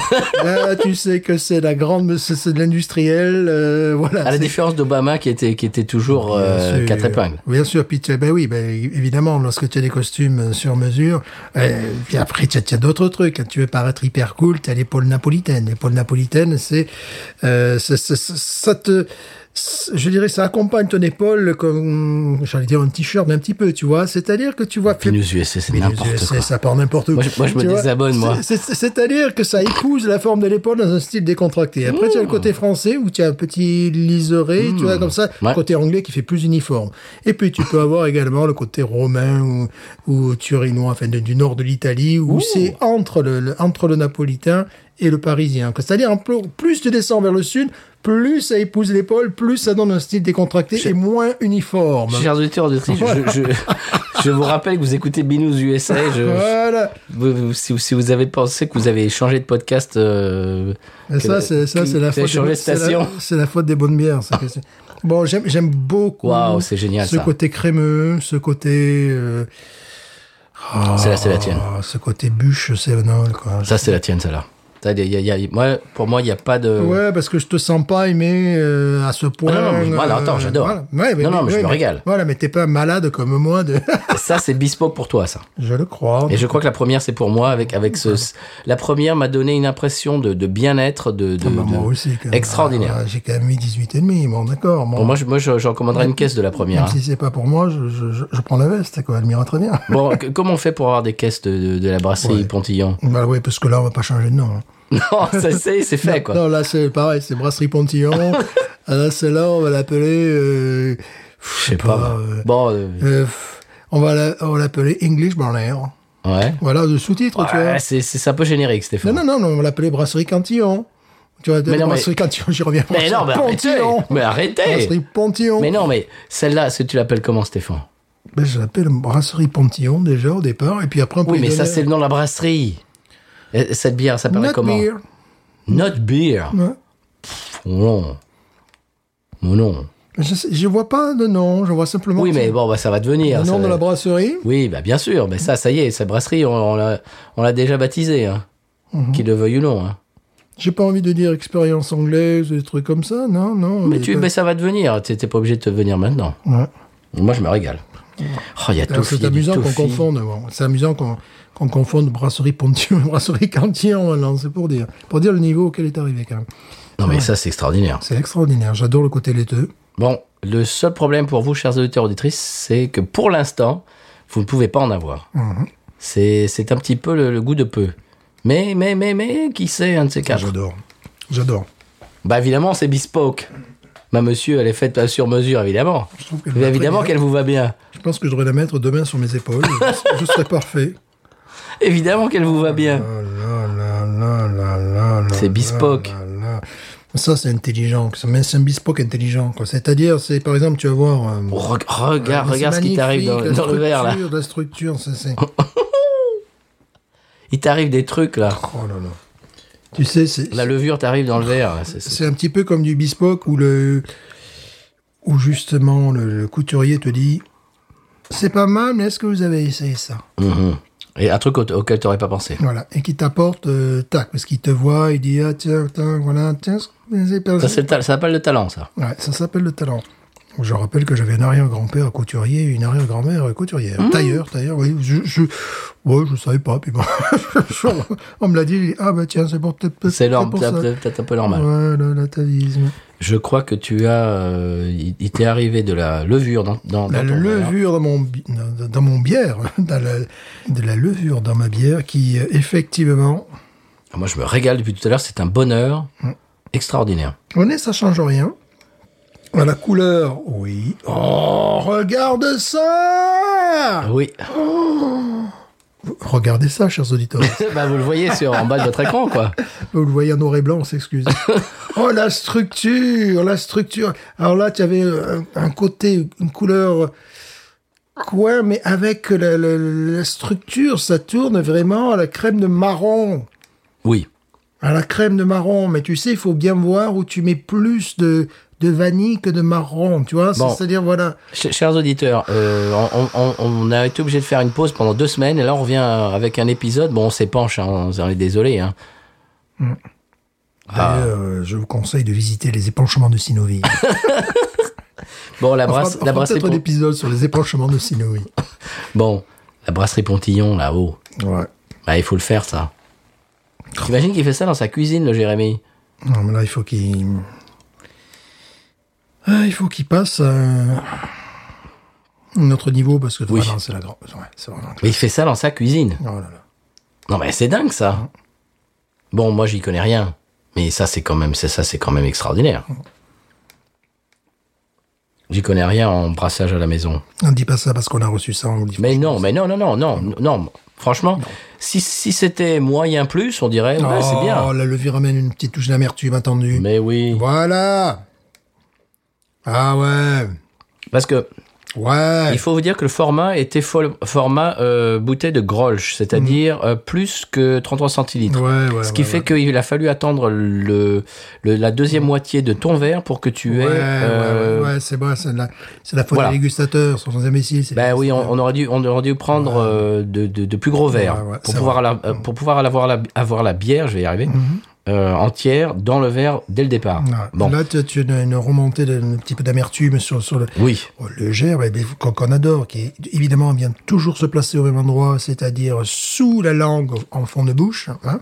[SPEAKER 4] Là, tu sais que c'est la grande, c'est c'est de l'industriel, euh, voilà.
[SPEAKER 2] À la
[SPEAKER 4] c'est-
[SPEAKER 2] différence d'Obama qui était, qui était toujours
[SPEAKER 4] Bien
[SPEAKER 2] euh,
[SPEAKER 4] sûr.
[SPEAKER 2] quatre épingles.
[SPEAKER 4] Bien sûr, puis tu- ben oui, ben, évidemment, lorsque tu as des costumes euh, sur mesure, euh, puis après tu as, tu as d'autres trucs. Quand tu veux paraître hyper cool, tu as l'épaule napolitaine. L'épaule napolitaine, c'est euh, c'est- c'est- c'est- ça te c'est- je dirais, ça accompagne ton épaule comme, j'allais dire un t-shirt, mais un petit peu, tu vois. C'est-à-dire que tu vois...
[SPEAKER 2] Binous USA, c'est
[SPEAKER 4] Mais
[SPEAKER 2] n'importe
[SPEAKER 4] les
[SPEAKER 2] quoi.
[SPEAKER 4] USA, ça part n'importe où.
[SPEAKER 2] Moi, je- moi, je me
[SPEAKER 4] Tu vois,
[SPEAKER 2] désabonne, moi.
[SPEAKER 4] c'est- c'est- C'est-à-dire que ça épouse la forme de l'épaule dans un style décontracté.
[SPEAKER 2] Mmh.
[SPEAKER 4] Après, tu as le côté français où tu as un petit liseré, tu vois, comme ça.
[SPEAKER 2] Mmh. Ouais.
[SPEAKER 4] Le côté anglais qui fait plus uniforme. Et puis, tu peux avoir également le côté romain ou, ou turinois, enfin, de- du nord de l'Italie, où c'est entre le, le- entre le napolitain et le parisien. C'est-à-dire, un peu- plus tu descends vers le sud, plus ça épouse l'épaule, plus ça donne un style décontracté et moins uniforme.
[SPEAKER 2] Chers auditeurs auditrices, je, je- je vous rappelle que vous écoutez Binous USA. Je,
[SPEAKER 4] Voilà.
[SPEAKER 2] vous- vous- si, si vous avez pensé que vous avez changé de podcast, euh,
[SPEAKER 4] Et ça,
[SPEAKER 2] que-
[SPEAKER 4] c'est ça,
[SPEAKER 2] que-
[SPEAKER 4] c'est la
[SPEAKER 2] que
[SPEAKER 4] faute.
[SPEAKER 2] changé de
[SPEAKER 4] des- c'est la-
[SPEAKER 2] station.
[SPEAKER 4] C'est la, faute des bonnes bières. ça, que c'est- bon, j'aime, j'aime beaucoup.
[SPEAKER 2] Waouh, c'est génial,
[SPEAKER 4] Ce
[SPEAKER 2] ça.
[SPEAKER 4] côté crémeux, ce côté. euh, ah,
[SPEAKER 2] C'est la- c'est la tienne.
[SPEAKER 4] Ce côté bûche, c'est non, quoi.
[SPEAKER 2] Ça, c'est la tienne, celle-là. Ça, y a- y a- y a- moi, pour moi, il n'y a pas de.
[SPEAKER 4] Ouais, parce que je te sens pas aimé euh, à ce point.
[SPEAKER 2] euh,
[SPEAKER 4] euh,
[SPEAKER 2] non, mais voilà, attends, j'adore.
[SPEAKER 4] voilà. Ouais,
[SPEAKER 2] Non, non, mais je
[SPEAKER 4] ouais,
[SPEAKER 2] me régale.
[SPEAKER 4] Voilà, mais t'es pas malade comme moi. De...
[SPEAKER 2] Ça, c'est bespoke pour toi, ça.
[SPEAKER 4] je le crois.
[SPEAKER 2] Et je crois que la première, c'est pour moi. Avec, avec ce, ce- la première m'a donné une impression de, de bien-être, de, de-
[SPEAKER 4] Ah, bah, moi
[SPEAKER 2] de-
[SPEAKER 4] aussi. quand même.
[SPEAKER 2] extraordinaire.
[SPEAKER 4] Ah, J'ai quand même mis 18 et demi. Bon, d'accord. Bon,
[SPEAKER 2] Pour moi, je, moi, je, je recommanderais une caisse de la
[SPEAKER 4] même
[SPEAKER 2] première. hein.
[SPEAKER 4] si c'est pas pour moi, je, je- je- je prends la veste. Quoi. Elle m'ira très bien.
[SPEAKER 2] Bon, que- comment on fait pour avoir des caisses de, de- de la brasserie
[SPEAKER 4] Ouais.
[SPEAKER 2] Pontillon
[SPEAKER 4] Bah oui, parce que là, on va pas changer de nom. hein.
[SPEAKER 2] Non, ça c'est c'est fait,
[SPEAKER 4] non,
[SPEAKER 2] quoi.
[SPEAKER 4] non, là, c'est pareil, c'est Brasserie Pontillon. Ah, là, celle-là, on va l'appeler. euh,
[SPEAKER 2] Je sais pas. moi.
[SPEAKER 4] euh,
[SPEAKER 2] Bon, euh,
[SPEAKER 4] euh, f- on va la- on va l'appeler English Burner.
[SPEAKER 2] ouais.
[SPEAKER 4] Voilà, de sous-titre, tu vois.
[SPEAKER 2] Ouais, c'est c'est- c'est un peu générique, Stéphane.
[SPEAKER 4] Non, non, non, non, on l'appelait Brasserie Cantillon. Tu vois,
[SPEAKER 2] Mais non,
[SPEAKER 4] Brasserie Cantillon, j'y reviens.
[SPEAKER 2] mais non, mais arrêtez
[SPEAKER 4] Pontillon.
[SPEAKER 2] Mais arrêtez
[SPEAKER 4] Brasserie Pontillon.
[SPEAKER 2] Mais non, mais celle-là, c'est- tu l'appelles comment, Stéphane
[SPEAKER 4] Ben, je l'appelle Brasserie Pontillon déjà au départ, et puis après on peut
[SPEAKER 2] Oui,
[SPEAKER 4] lui
[SPEAKER 2] mais ça,
[SPEAKER 4] donner-
[SPEAKER 2] c'est le nom de la brasserie. Et Cette bière, ça
[SPEAKER 4] Not
[SPEAKER 2] paraît comment
[SPEAKER 4] beer.
[SPEAKER 2] Not beer.
[SPEAKER 4] Ouais.
[SPEAKER 2] Mon nom. Mon nom.
[SPEAKER 4] Mais Je, sais- je vois pas de nom, je vois simplement
[SPEAKER 2] Oui,
[SPEAKER 4] que-
[SPEAKER 2] mais bon, bah, ça va devenir.
[SPEAKER 4] le
[SPEAKER 2] ça
[SPEAKER 4] nom de
[SPEAKER 2] va-
[SPEAKER 4] la brasserie.
[SPEAKER 2] Oui, bah, bien sûr. Mais ça, ça y est, cette brasserie, on, on l'a- on l'a déjà baptisée. Hein.
[SPEAKER 4] Mhm.
[SPEAKER 2] Qu'il le veuille ou non. hein.
[SPEAKER 4] J'ai pas envie de dire expérience anglaise, des trucs comme ça, non, non.
[SPEAKER 2] Mais, tu, mais ça va devenir. T'es t'es pas obligé de te venir maintenant.
[SPEAKER 4] Ouais.
[SPEAKER 2] Moi, je me régale. Oh, il y a
[SPEAKER 4] Alors,
[SPEAKER 2] tout.
[SPEAKER 4] C'est amusant qu'on confonde, bon, c'est amusant qu'on qu'on confonde brasserie Pontillon et brasserie Cantillon maintenant, c'est pour dire, pour dire le niveau auquel est arrivé quand même.
[SPEAKER 2] Non, mais ça, c'est extraordinaire.
[SPEAKER 4] C'est extraordinaire, j'adore le côté laiteux.
[SPEAKER 2] Bon, le seul problème pour vous, chers auditeurs auditrices, c'est que pour l'instant, vous ne pouvez pas en avoir.
[SPEAKER 4] Mhm.
[SPEAKER 2] C'est c'est un petit peu le, le goût de peu. Mais, mais, mais, mais, qui sait, un de ces quatre
[SPEAKER 4] J'adore, j'adore.
[SPEAKER 2] Bah, évidemment, c'est bespoke. Ma monsieur, elle est faite sur mesure, évidemment.
[SPEAKER 4] trouve qu'elle
[SPEAKER 2] Mais
[SPEAKER 4] va très
[SPEAKER 2] évidemment
[SPEAKER 4] bien.
[SPEAKER 2] qu'elle vous va bien.
[SPEAKER 4] Je pense que je devrais la mettre demain sur mes épaules. je, je serai parfait.
[SPEAKER 2] Évidemment qu'elle vous va bien.
[SPEAKER 4] Ah là là là là là là
[SPEAKER 2] C'est
[SPEAKER 4] là
[SPEAKER 2] bespoke.
[SPEAKER 4] là là. Ça, c'est intelligent. ça, mais C'est un bespoke intelligent. quoi. C'est-à-dire, c'est par exemple, tu vas voir. euh,
[SPEAKER 2] Re- regarde,
[SPEAKER 4] euh,
[SPEAKER 2] regarde
[SPEAKER 4] c'est
[SPEAKER 2] ce qui t'arrive dans,
[SPEAKER 4] magnifique,
[SPEAKER 2] dans le verre, là. Oh.
[SPEAKER 4] la structure, La structure, ça, c'est.
[SPEAKER 2] Il t'arrive des trucs, là.
[SPEAKER 4] Oh là là. Tu sais, c'est
[SPEAKER 2] La levure t'arrive dans le verre. là. C'est- c'est-
[SPEAKER 4] c'est un petit peu comme du bespoke où le. Où justement, le, le couturier te dit C'est pas mal, mais est-ce que vous avez essayé ça
[SPEAKER 2] Mhm. Et un truc au- auquel t'aurais pas pensé.
[SPEAKER 4] Voilà, et qui t'apporte, euh, tac, parce qu'il te voit, il dit, ah tiens, tiens, voilà, tiens, ce que vous avez perdu.
[SPEAKER 2] Ça, c'est le ta- ça s'appelle le talent, ça.
[SPEAKER 4] Ouais, ça s'appelle le talent. Je rappelle que j'avais un arrière-grand-père couturier et une arrière-grand-mère couturière.
[SPEAKER 2] Mmh.
[SPEAKER 4] Tailleur, tailleur, oui. Je, je, ouais, je savais pas. Puis bon, on me l'a dit, j'ai dit, ah bah tiens, c'est pour peut-être peut-être
[SPEAKER 2] C'est norm-
[SPEAKER 4] pour ça.
[SPEAKER 2] peut-être un peu normal.
[SPEAKER 4] Voilà, l'atavisme.
[SPEAKER 2] Je crois que tu as. euh, il il t'est arrivé de la levure dans, dans,
[SPEAKER 4] La
[SPEAKER 2] dans ton verre.
[SPEAKER 4] levure dans mon, bi- dans dans mon bière, dans la, de la levure dans ma bière qui, euh, effectivement,
[SPEAKER 2] Ah, Moi, je me régale depuis tout à l'heure. C'est un bonheur
[SPEAKER 4] Mm.
[SPEAKER 2] extraordinaire.
[SPEAKER 4] Au nez, ça change rien. À la couleur, oui. Oh, regarde ça
[SPEAKER 2] Oui.
[SPEAKER 4] Regardez ça, chers auditeurs.
[SPEAKER 2] bah, vous le voyez sur, en bas de votre écran, quoi.
[SPEAKER 4] Vous Oh, le voyez en noir et blanc, on s'excuse. Oh, la structure, la structure. Alors là, tu avais un, un côté, une couleur... Quoi, mais avec la, la- la structure, ça tourne vraiment à la crème de marron.
[SPEAKER 2] Oui.
[SPEAKER 4] À la crème de marron, mais tu sais, il faut bien voir où tu mets plus de, de vanille que de marron, tu vois.
[SPEAKER 2] Bon.
[SPEAKER 4] C'est-à-dire, voilà.
[SPEAKER 2] Ch- Chers auditeurs, euh, on, on- on a été obligé de faire une pause pendant deux semaines et là on revient avec un épisode. Bon, on s'épanche, hein, on on est désolé. Hein. Ah.
[SPEAKER 4] D'ailleurs, euh, je vous conseille de visiter les épanchements de Sinovie.
[SPEAKER 2] Bon, la,
[SPEAKER 4] On fera-
[SPEAKER 2] brasse-
[SPEAKER 4] on
[SPEAKER 2] la
[SPEAKER 4] fera
[SPEAKER 2] brasserie,
[SPEAKER 4] peut-être un
[SPEAKER 2] Pon-
[SPEAKER 4] épisode sur les épanchements de Sinovie.
[SPEAKER 2] bon, la brasserie Pontillon là-haut.
[SPEAKER 4] Ouais.
[SPEAKER 2] Bah, il faut le faire ça. T'imagines qu'il fait ça dans sa cuisine, le Jérémy
[SPEAKER 4] Non, mais là, il faut qu'il... Ah, il faut qu'il passe à un autre niveau, parce que
[SPEAKER 2] Oui.
[SPEAKER 4] vraiment, c'est la grande... Ouais, c'est vraiment...
[SPEAKER 2] Mais il fait ça dans sa cuisine.
[SPEAKER 4] Oh là là.
[SPEAKER 2] Non, mais c'est dingue ça. Bon, moi j'y connais rien, mais ça c'est quand même, c'est ça c'est quand même extraordinaire. J'y connais rien en brassage à la maison.
[SPEAKER 4] On ne dit pas ça parce qu'on a reçu ça, on le dit...
[SPEAKER 2] Mais non, mais non, non, non, non, non. Franchement, si, si c'était moyen plus, on dirait, ouais, c'est
[SPEAKER 4] Oh,
[SPEAKER 2] bien.
[SPEAKER 4] la levure amène une petite touche d'amertume attendue.
[SPEAKER 2] Mais oui.
[SPEAKER 4] Voilà. Ah ouais.
[SPEAKER 2] Parce que
[SPEAKER 4] Ouais.
[SPEAKER 2] il faut vous dire que le format était fol- format euh, bouteille de Grolsch, c'est-à-dire euh, plus que 33 centilitres.
[SPEAKER 4] Ouais, Mhm. ouais,
[SPEAKER 2] Ce qui
[SPEAKER 4] ouais,
[SPEAKER 2] fait
[SPEAKER 4] ouais. Mhm.
[SPEAKER 2] qu'il a fallu attendre le, le- la deuxième moitié de ton verre pour que tu aies.
[SPEAKER 4] Ouais, ouais,
[SPEAKER 2] euh,
[SPEAKER 4] ouais, ouais, c'est vrai, c'est de la, c'est la faute
[SPEAKER 2] voilà.
[SPEAKER 4] des dégustateurs, sont des imbéciles. c'est-
[SPEAKER 2] Ben oui,
[SPEAKER 4] c'est-
[SPEAKER 2] on, on aurait dû, on aurait dû prendre euh, de, de- de plus gros verres
[SPEAKER 4] ouais,
[SPEAKER 2] pour,
[SPEAKER 4] c'est
[SPEAKER 2] pouvoir
[SPEAKER 4] vrai. Mhm.
[SPEAKER 2] la- euh, pour pouvoir avoir la, avoir la bière, je vais y arriver, euh, entière dans le verre dès le départ.
[SPEAKER 4] Ouais.
[SPEAKER 2] Bon,
[SPEAKER 4] Ah, Là, tu, tu as une, une remontée d'un petit peu d'amertume sur, sur le.
[SPEAKER 2] oui,
[SPEAKER 4] Oh, légère, mais mais qu'on qu'on adore, qui évidemment vient toujours se placer au même endroit, c'est-à-dire sous la langue en fond de bouche. hein.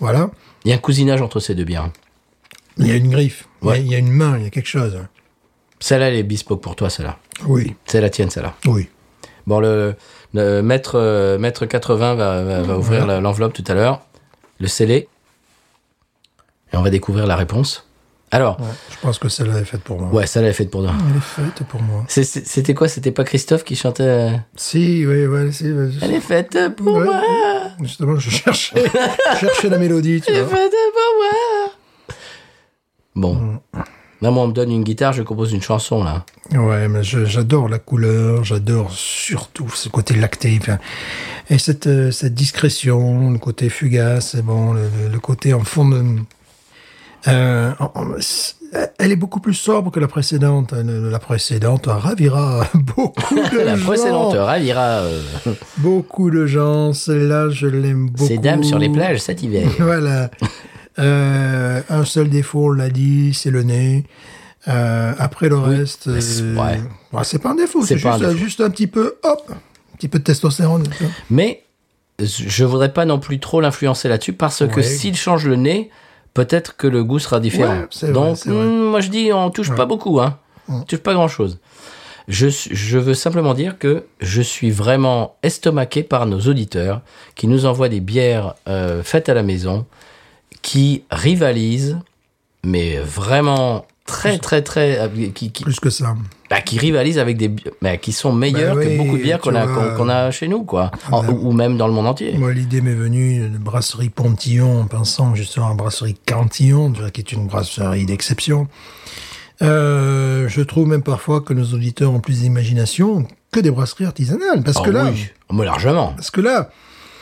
[SPEAKER 4] voilà.
[SPEAKER 2] il y a un cousinage entre ces deux bières.
[SPEAKER 4] Il y a une griffe, il y a-
[SPEAKER 2] Ouais.
[SPEAKER 4] il y a une main, il y a quelque chose.
[SPEAKER 2] Celle-là, elle est bespoke pour toi, celle-là.
[SPEAKER 4] Oui,
[SPEAKER 2] C'est la tienne, celle-là.
[SPEAKER 4] oui.
[SPEAKER 2] Bon, le, le maître, euh, maître 80 va, va- va ouvrir la- l'enveloppe tout à l'heure, le sceller, et on va découvrir la réponse. Alors,
[SPEAKER 4] Ouais, je pense que celle-là est faite pour moi.
[SPEAKER 2] ouais, celle-là est faite pour toi.
[SPEAKER 4] Elle est faite pour moi.
[SPEAKER 2] C'est- c'est- C'était quoi C'était pas Christophe qui chantait euh,
[SPEAKER 4] Si, oui, ouais, si. ouais,
[SPEAKER 2] Elle est faite pour
[SPEAKER 4] ouais.
[SPEAKER 2] moi
[SPEAKER 4] Justement, je cherchais, je cherchais la mélodie, tu vois.
[SPEAKER 2] Bon. Là, moi, on me donne une guitare, je compose une chanson, là.
[SPEAKER 4] Ouais, mais je- j'adore la couleur, j'adore surtout ce côté lacté. enfin, et cette, euh, cette discrétion, le côté fugace, et bon, le, le- le côté en fond de... Euh, en- en- c'est- elle est beaucoup plus sobre que la précédente. hein, Le- La précédente ravira beaucoup de
[SPEAKER 2] La
[SPEAKER 4] gens.
[SPEAKER 2] précédente ravira euh,
[SPEAKER 4] Beaucoup de gens. Celle-là, je l'aime beaucoup.
[SPEAKER 2] ces dames sur les plages cet hiver.
[SPEAKER 4] Voilà. Euh, un seul défaut, on l'a dit, c'est le nez. Euh, après le reste,
[SPEAKER 2] mais c'est-
[SPEAKER 4] euh,
[SPEAKER 2] ouais.
[SPEAKER 4] ouais, c'est pas un défaut,
[SPEAKER 2] C'est
[SPEAKER 4] c'est
[SPEAKER 2] pas
[SPEAKER 4] juste,
[SPEAKER 2] un défaut.
[SPEAKER 4] juste un petit peu, hop, un petit peu de testostérone. tu vois.
[SPEAKER 2] Mais je voudrais pas non plus trop l'influencer là-dessus, parce que
[SPEAKER 4] Ouais.
[SPEAKER 2] s'il change le nez, peut-être que le goût sera différent.
[SPEAKER 4] Ouais, c'est vrai,
[SPEAKER 2] Donc,
[SPEAKER 4] c'est vrai.
[SPEAKER 2] hmm, moi, je dis, on touche pas beaucoup, hein. On touche pas grand-chose. Je, suis- je veux simplement dire que je suis vraiment estomaqué par nos auditeurs qui nous envoient des bières euh, faites à la maison qui rivalisent, mais vraiment très très très euh, qui, qui,
[SPEAKER 4] Plus que ça.
[SPEAKER 2] bah, qui rivalisent avec des bi- bah, qui sont meilleures
[SPEAKER 4] Bah oui,
[SPEAKER 2] que beaucoup de bières qu'on
[SPEAKER 4] tu
[SPEAKER 2] a
[SPEAKER 4] vois.
[SPEAKER 2] qu'on qu'on a chez nous quoi, En-
[SPEAKER 4] bah.
[SPEAKER 2] ou, ou même dans le monde entier.
[SPEAKER 4] Moi, l'idée m'est venue de brasserie Pontillon, en pensant justement à la brasserie Cantillon, tu vois, qui est une brasserie d'exception. Euh, je trouve même parfois que nos auditeurs ont plus d'imagination que des brasseries artisanales, parce
[SPEAKER 2] Oh
[SPEAKER 4] que là,
[SPEAKER 2] oui, mais largement.
[SPEAKER 4] parce que là,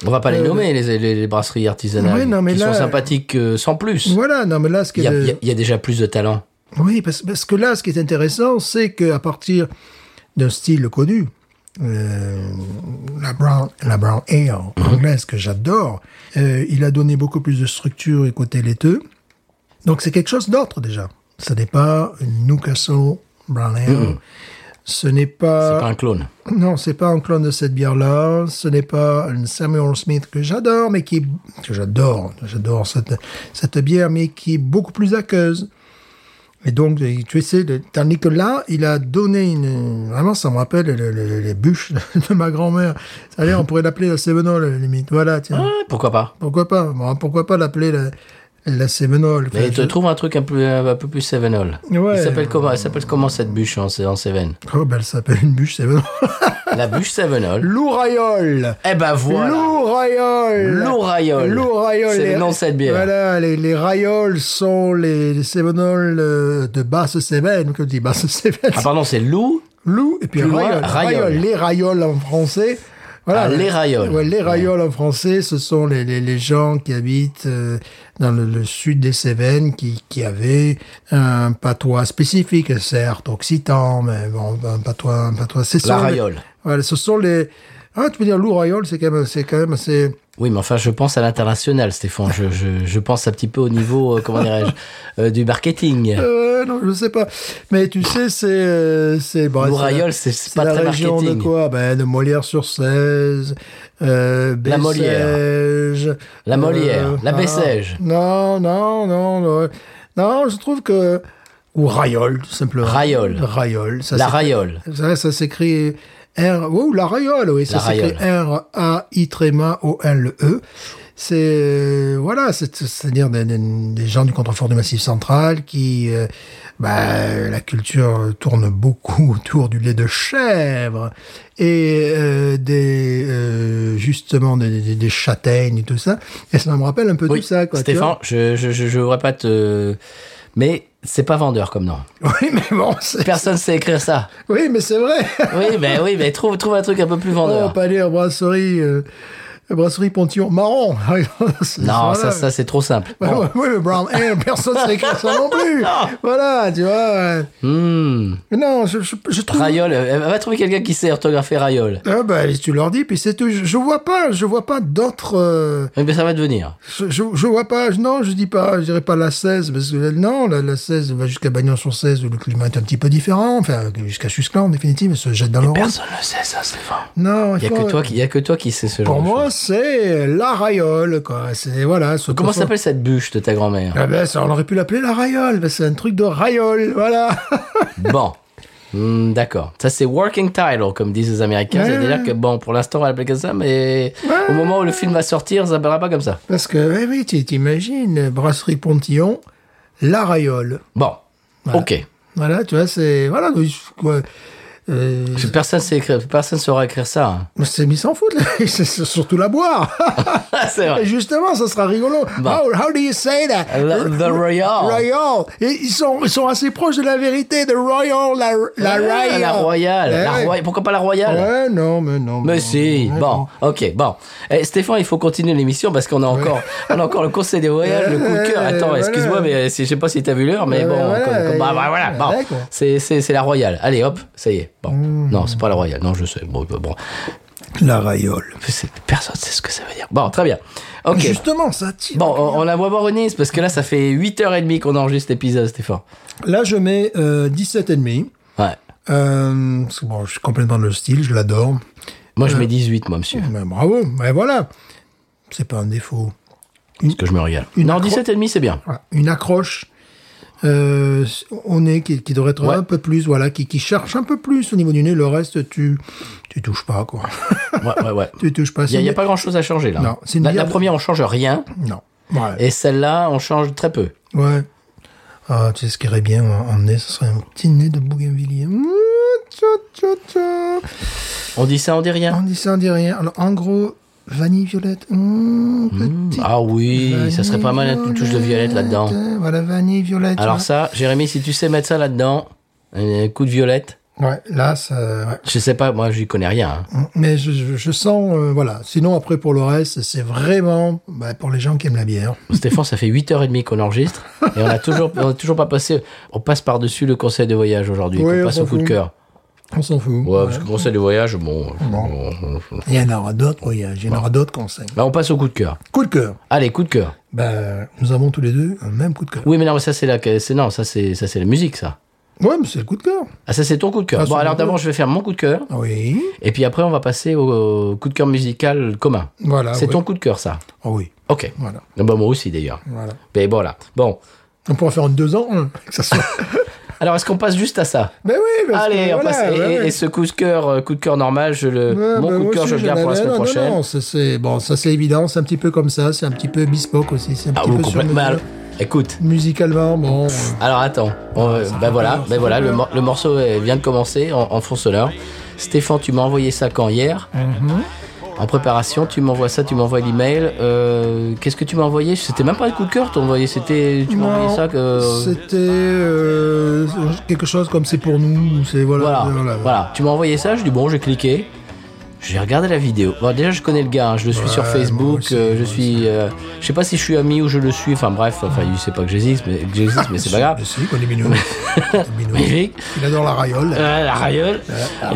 [SPEAKER 2] On va pas les
[SPEAKER 4] Euh,
[SPEAKER 2] nommer les, les, les brasseries artisanales
[SPEAKER 4] Ouais, non, mais
[SPEAKER 2] qui
[SPEAKER 4] là- euh,
[SPEAKER 2] sont sympathiques euh, sans plus.
[SPEAKER 4] voilà, non mais là, ce qui
[SPEAKER 2] Il
[SPEAKER 4] est
[SPEAKER 2] y, a-
[SPEAKER 4] de-
[SPEAKER 2] il y a- il y a déjà plus de talent.
[SPEAKER 4] Oui, parce, parce que là, ce qui est intéressant, c'est qu'à partir d'un style connu, euh, la brown, la brown ale anglaise que j'adore, euh, il a donné beaucoup plus de structure et côté laiteux. Donc c'est quelque chose d'autre déjà. Ce n'est pas une Newcastle brown ale. Ce n'est
[SPEAKER 2] C'est
[SPEAKER 4] pas,
[SPEAKER 2] pas un clone.
[SPEAKER 4] non, c'est pas un clone de cette bière-là. Ce n'est pas une Samuel Smith que j'adore, mais qui est, que j'adore, j'adore cette, cette bière, mais qui est beaucoup plus aqueuse. Et donc, tu sais, le- tandis que là, il a donné une, vraiment, ça me rappelle le- le- les bûches de ma grand-mère. Ça allait, on pourrait l'appeler la Sevenol, à la limite. Voilà, tiens.
[SPEAKER 2] Ouais, pourquoi pas
[SPEAKER 4] Pourquoi pas? Bon, pourquoi pas l'appeler la, la Sevenol? Enfin,
[SPEAKER 2] Mais te
[SPEAKER 4] je-
[SPEAKER 2] trouve un truc un peu, un peu plus Sevenol.
[SPEAKER 4] Ouais.
[SPEAKER 2] Il s'appelle comment, elle s'appelle comment cette bûche en, en Seven
[SPEAKER 4] Oh, ben, elle s'appelle une bûche Sevenol.
[SPEAKER 2] La bûche Sevenol.
[SPEAKER 4] Lourayol!
[SPEAKER 2] eh ben voilà.
[SPEAKER 4] Lourayol
[SPEAKER 2] Lourayol.
[SPEAKER 4] Lourayol
[SPEAKER 2] C'est
[SPEAKER 4] Les-
[SPEAKER 2] le nom de cette bière.
[SPEAKER 4] Voilà, les, les Rayols sont les, les Sévenols euh, de basse Cévenne, que dit basse Cévenne.
[SPEAKER 2] Ah pardon, c'est Lou.
[SPEAKER 4] Loup et puis
[SPEAKER 2] Plus loin,
[SPEAKER 4] Rayol.
[SPEAKER 2] Rayol.
[SPEAKER 4] Rayol, Les Rayols en français.
[SPEAKER 2] hein, Ah, les Rayols.
[SPEAKER 4] Ouais, les Rayols en français, ce sont les, les, les gens qui habitent euh, dans le, le sud des Cévennes qui, qui avaient un patois spécifique, certes occitan, mais bon, un patois, un patois. c'est
[SPEAKER 2] La Rayole.
[SPEAKER 4] Voilà, ce sont les. Ah, tu peux dire loup Rayol, c'est quand même, c'est quand même assez.
[SPEAKER 2] Oui, mais enfin, je pense à l'international, Stéphane. Je, je, je pense un petit peu au niveau, euh, comment dirais-je, euh, du marketing.
[SPEAKER 4] Euh, non, je sais pas. Mais tu sais, c'est. euh, c'est bah,
[SPEAKER 2] Lou
[SPEAKER 4] c'est-
[SPEAKER 2] Bah. Rayol, c'est- c'est pas
[SPEAKER 4] la
[SPEAKER 2] très
[SPEAKER 4] région
[SPEAKER 2] marketing.
[SPEAKER 4] de quoi ben, De Molière sur 16. Euh,
[SPEAKER 2] La Molière.
[SPEAKER 4] Bessèges,
[SPEAKER 2] La Molière, la
[SPEAKER 4] non,
[SPEAKER 2] Bessèges.
[SPEAKER 4] Non, non, non, non. Non, je trouve que. Ou Rayol, tout simplement.
[SPEAKER 2] Rayol.
[SPEAKER 4] Rayol. Ça
[SPEAKER 2] La
[SPEAKER 4] s'écrit-
[SPEAKER 2] Rayole.
[SPEAKER 4] Ça, ça s'écrit. R... Oh, la Rayol, oui. Ça
[SPEAKER 2] La
[SPEAKER 4] s'écrit R-A-I-Tréma-O-L-E. E. C'est euh, voilà, c'est- c'est-à-dire des, des- des gens du contrefort du Massif central qui, euh, bah, la culture tourne beaucoup autour du lait de chèvre et euh, des euh, justement des, des- des châtaignes et tout ça. Et ça me rappelle un peu
[SPEAKER 2] Oui,
[SPEAKER 4] tout ça, quoi. tu
[SPEAKER 2] Stéphane, je je je, je voudrais pas te, mais c'est pas vendeur comme nom.
[SPEAKER 4] vois. Oui, mais bon, c'est-
[SPEAKER 2] Personne sait écrire ça.
[SPEAKER 4] oui, mais c'est vrai.
[SPEAKER 2] Oui, mais oui, mais trouve trouve un truc un peu plus
[SPEAKER 4] Oh,
[SPEAKER 2] vendeur.
[SPEAKER 4] palais, brasserie, euh, brasserie Pontillon, marron. Ah C'est-
[SPEAKER 2] non,
[SPEAKER 4] voilà.
[SPEAKER 2] ça ça c'est trop simple.
[SPEAKER 4] Bah
[SPEAKER 2] Bon.
[SPEAKER 4] ouais, Oui, le brown ale, personne ne sait écrire ça non plus. Voilà, tu vois. euh,
[SPEAKER 2] Hmm.
[SPEAKER 4] mais Non, je, je, je trouve.
[SPEAKER 2] Rayol, euh, va trouver quelqu'un qui sait orthographer Rayol.
[SPEAKER 4] Ah bah, tu leur dis, puis c'est tout. Je, je vois pas, je vois pas d'autres. euh,
[SPEAKER 2] Oui, Mais ça va devenir.
[SPEAKER 4] je, je, je vois pas. je- Non, je dis pas. Je dirais pas la 16 parce que là, non, la, la 16 va jusqu'à Bagnon-sur-16 où le climat est un petit peu différent. Enfin, jusqu'à Susclan en définitive, elle se jette dans le Rhône.
[SPEAKER 2] Personne ne sait ça, Stéphane.
[SPEAKER 4] Non,
[SPEAKER 2] Il
[SPEAKER 4] il
[SPEAKER 2] y a
[SPEAKER 4] faut-
[SPEAKER 2] que toi qui, il y a que toi qui sais ce genre.
[SPEAKER 4] Pour
[SPEAKER 2] de
[SPEAKER 4] moi,
[SPEAKER 2] choses.
[SPEAKER 4] c'est la rayole, quoi. C'est voilà. ce
[SPEAKER 2] comment
[SPEAKER 4] cochon-
[SPEAKER 2] s'appelle cette bûche de ta grand-mère
[SPEAKER 4] Ah ben, ça, on aurait pu l'appeler la rayole. parce que C'est un truc de rayole, voilà.
[SPEAKER 2] Bon. Hmm, D'accord. Ça, c'est working title, comme disent les Américains.
[SPEAKER 4] Ouais.
[SPEAKER 2] C'est-à-dire que, bon, pour l'instant, on va l'appeler comme ça, mais au moment où le film va sortir, ça s'appellera pas comme ça.
[SPEAKER 4] Parce que, eh oui, tu t'imagines, brasserie Pontillon, la rayole.
[SPEAKER 2] Bon. Ok.
[SPEAKER 4] Voilà, tu vois, c'est. Voilà, donc, quoi. Euh,
[SPEAKER 2] Personne sait écrire, personne saura écrire ça.
[SPEAKER 4] c'est mis sans faute, là. c'est c'est surtout la boire.
[SPEAKER 2] hein. c'est vrai.
[SPEAKER 4] Et Justement, ça sera rigolo. How, how do you say that?
[SPEAKER 2] Bah. The- the
[SPEAKER 4] R-
[SPEAKER 2] royal.
[SPEAKER 4] Royal. Et ils sont, ils sont assez proches de la vérité. The royal, la, la
[SPEAKER 2] Ah,
[SPEAKER 4] royal.
[SPEAKER 2] La royale.
[SPEAKER 4] Eh
[SPEAKER 2] La
[SPEAKER 4] ouais.
[SPEAKER 2] Roy- Pourquoi pas la royale
[SPEAKER 4] Ouais, non, mais non.
[SPEAKER 2] Mais
[SPEAKER 4] non,
[SPEAKER 2] si,
[SPEAKER 4] non,
[SPEAKER 2] bon,
[SPEAKER 4] non.
[SPEAKER 2] ok, bon. Eh, Stéphane, il faut continuer l'émission parce qu'on a encore, on a encore le conseil des voyages, le coup de cœur. Attends,
[SPEAKER 4] Voilà.
[SPEAKER 2] excuse-moi, mais si, je sais pas si t'as vu l'heure, mais
[SPEAKER 4] Ouais,
[SPEAKER 2] bon,
[SPEAKER 4] voilà,
[SPEAKER 2] comme- comme- bah, bah, voilà,
[SPEAKER 4] ouais,
[SPEAKER 2] bon.
[SPEAKER 4] d'accord. Mm.
[SPEAKER 2] c'est, c'est, c'est la royale. Allez, hop, ça y est. Bon, non, c'est pas la royale. Non, je sais. Bon, bon, bon.
[SPEAKER 4] La rayole.
[SPEAKER 2] C'est- personne sait ce que ça veut dire. Bon, très bien. Ok.
[SPEAKER 4] Justement, ça tire.
[SPEAKER 2] Bon, on, on la voit voir Nice parce que là, ça fait 8h30 qu'on enregistre l'épisode, Stéphane.
[SPEAKER 4] Là, je mets euh, 17,5.
[SPEAKER 2] Ouais.
[SPEAKER 4] Euh, parce que bon, je suis complètement dans le style, je l'adore.
[SPEAKER 2] Moi, je
[SPEAKER 4] Euh.
[SPEAKER 2] mets 18, moi, monsieur.
[SPEAKER 4] Mais bravo, mais voilà. C'est pas un défaut.
[SPEAKER 2] Parce que je me regarde.
[SPEAKER 4] Une
[SPEAKER 2] Non,
[SPEAKER 4] accro-
[SPEAKER 2] 17,5, c'est bien.
[SPEAKER 4] Voilà, Une accroche euh, au nez qui, qui devrait être
[SPEAKER 2] Ouais.
[SPEAKER 4] un peu plus, voilà, qui, qui cherche un peu plus au niveau du nez. Le reste, tu, tu touches pas, quoi.
[SPEAKER 2] Ouais, ouais, ouais.
[SPEAKER 4] tu touches pas.
[SPEAKER 2] Il n'y a, pas grand chose à changer là.
[SPEAKER 4] Non, c'est une
[SPEAKER 2] la,
[SPEAKER 4] bière-
[SPEAKER 2] la première, on change rien.
[SPEAKER 4] Non. Ouais.
[SPEAKER 2] Et celle-là, on change très peu.
[SPEAKER 4] Ouais. Ah, tu sais ce qui irait bien en, en nez, ce serait un petit nez de bougainvillier. Mmh, tcha, tcha, tcha.
[SPEAKER 2] On dit ça, on dit rien.
[SPEAKER 4] On dit ça, on dit rien. Alors, en gros, vanille violette. Mmh, petit
[SPEAKER 2] Ah oui, ça serait pas mal une
[SPEAKER 4] Vanille
[SPEAKER 2] petite touche de violette là-dedans.
[SPEAKER 4] violette, Voilà, vanille violette.
[SPEAKER 2] Alors
[SPEAKER 4] ouais.
[SPEAKER 2] ça, Jérémy, si tu sais mettre ça là-dedans, un coup de violette,
[SPEAKER 4] Ouais, là, ça. ouais.
[SPEAKER 2] je sais pas, moi j'y connais rien. hein.
[SPEAKER 4] Mais je, je- je sens, euh, voilà. Sinon, après, pour le reste, c'est vraiment bah, pour les gens qui aiment la bière.
[SPEAKER 2] Stéphane, ça fait 8h30 qu'on enregistre et on a toujours, on a toujours pas passé. On passe par-dessus le conseil de voyage aujourd'hui,
[SPEAKER 4] Oui,
[SPEAKER 2] on passe
[SPEAKER 4] on
[SPEAKER 2] au coup de
[SPEAKER 4] fout.
[SPEAKER 2] cœur.
[SPEAKER 4] On s'en fout.
[SPEAKER 2] Ouais, parce que conseil de voyage, bon. bon, on-
[SPEAKER 4] Il y en aura d'autres voyages, il y en aura d'autres conseils.
[SPEAKER 2] Bah, on passe au coup de cœur.
[SPEAKER 4] Coup de cœur.
[SPEAKER 2] Allez, coup de cœur.
[SPEAKER 4] Bah, nous avons tous les deux un même coup de cœur.
[SPEAKER 2] Oui, mais non, mais ça c'est la, c'est non, ça c'est, ça c'est la musique, ça.
[SPEAKER 4] Ouais, mais c'est le coup de cœur.
[SPEAKER 2] Ah, ça c'est ton coup de cœur.
[SPEAKER 4] Ah, c'est
[SPEAKER 2] bon,
[SPEAKER 4] mon
[SPEAKER 2] alors
[SPEAKER 4] coup de
[SPEAKER 2] d'abord, je vais faire mon coup de cœur.
[SPEAKER 4] Oui.
[SPEAKER 2] Et puis après, on va passer au coup de cœur musical commun.
[SPEAKER 4] Voilà.
[SPEAKER 2] c'est
[SPEAKER 4] Ah, ouais.
[SPEAKER 2] ton coup de cœur, ça.
[SPEAKER 4] Ah oui.
[SPEAKER 2] Ok.
[SPEAKER 4] Voilà.
[SPEAKER 2] Ah bah, moi aussi, d'ailleurs.
[SPEAKER 4] Voilà.
[SPEAKER 2] Mais bon, là. Bon.
[SPEAKER 4] On pourra faire en deux ans, hein, que ça soit.
[SPEAKER 2] Alors, est-ce qu'on passe juste à ça
[SPEAKER 4] mais oui, parce que,
[SPEAKER 2] Allez, on
[SPEAKER 4] voilà,
[SPEAKER 2] passe. Et,
[SPEAKER 4] ouais,
[SPEAKER 2] et-
[SPEAKER 4] ouais.
[SPEAKER 2] et ce coup de cœur, euh, coup de cœur normal, je le,
[SPEAKER 4] Ouais,
[SPEAKER 2] Euh, mon
[SPEAKER 4] bah,
[SPEAKER 2] coup de
[SPEAKER 4] moi
[SPEAKER 2] cœur,
[SPEAKER 4] aussi,
[SPEAKER 2] je le
[SPEAKER 4] j'en
[SPEAKER 2] garde pour la
[SPEAKER 4] avais un.
[SPEAKER 2] semaine
[SPEAKER 4] Non, non,
[SPEAKER 2] prochaine.
[SPEAKER 4] non, ça, c'est bon, ça c'est évident, c'est un petit peu comme ça, c'est un petit peu bespoke aussi, c'est un
[SPEAKER 2] Ah,
[SPEAKER 4] petit
[SPEAKER 2] vous
[SPEAKER 4] peu
[SPEAKER 2] comprenez
[SPEAKER 4] sur
[SPEAKER 2] bah, alors, Écoute.
[SPEAKER 4] musicalement, bon. euh,
[SPEAKER 2] Alors, attends. On, euh, ben voilà, ben voilà, le, mor- le morceau euh, vient de commencer en, en fond sonore. Stéphane, tu m'as envoyé ça quand hier
[SPEAKER 4] Mhm.
[SPEAKER 2] En préparation, tu m'envoies ça, tu m'envoies l'email. Euh, Qu'est-ce que tu m'as envoyé C'était même pas le coup de cœur, t'as envoyé. C'était, tu m'as envoyé
[SPEAKER 4] Non,
[SPEAKER 2] ça que. euh,
[SPEAKER 4] C'était euh, quelque chose comme c'est pour nous, ou c'est voilà.
[SPEAKER 2] Voilà,
[SPEAKER 4] euh,
[SPEAKER 2] voilà. Tu m'as envoyé ça, je dis bon, j'ai cliqué. J'ai regardé la vidéo. Bon, déjà, je connais le gars, hein, je le suis sur
[SPEAKER 4] Ouais,
[SPEAKER 2] Facebook,
[SPEAKER 4] moi aussi,
[SPEAKER 2] euh, je
[SPEAKER 4] moi
[SPEAKER 2] suis. euh, je sais pas si je suis ami ou je le suis, enfin bref, enfin, il sait pas que j'existe, mais, que j'existe, mais c'est pas grave.
[SPEAKER 4] Si, qu'on est mignon. On est mignon.
[SPEAKER 2] Eric,
[SPEAKER 4] Il adore la rayole.
[SPEAKER 2] euh, la rayole.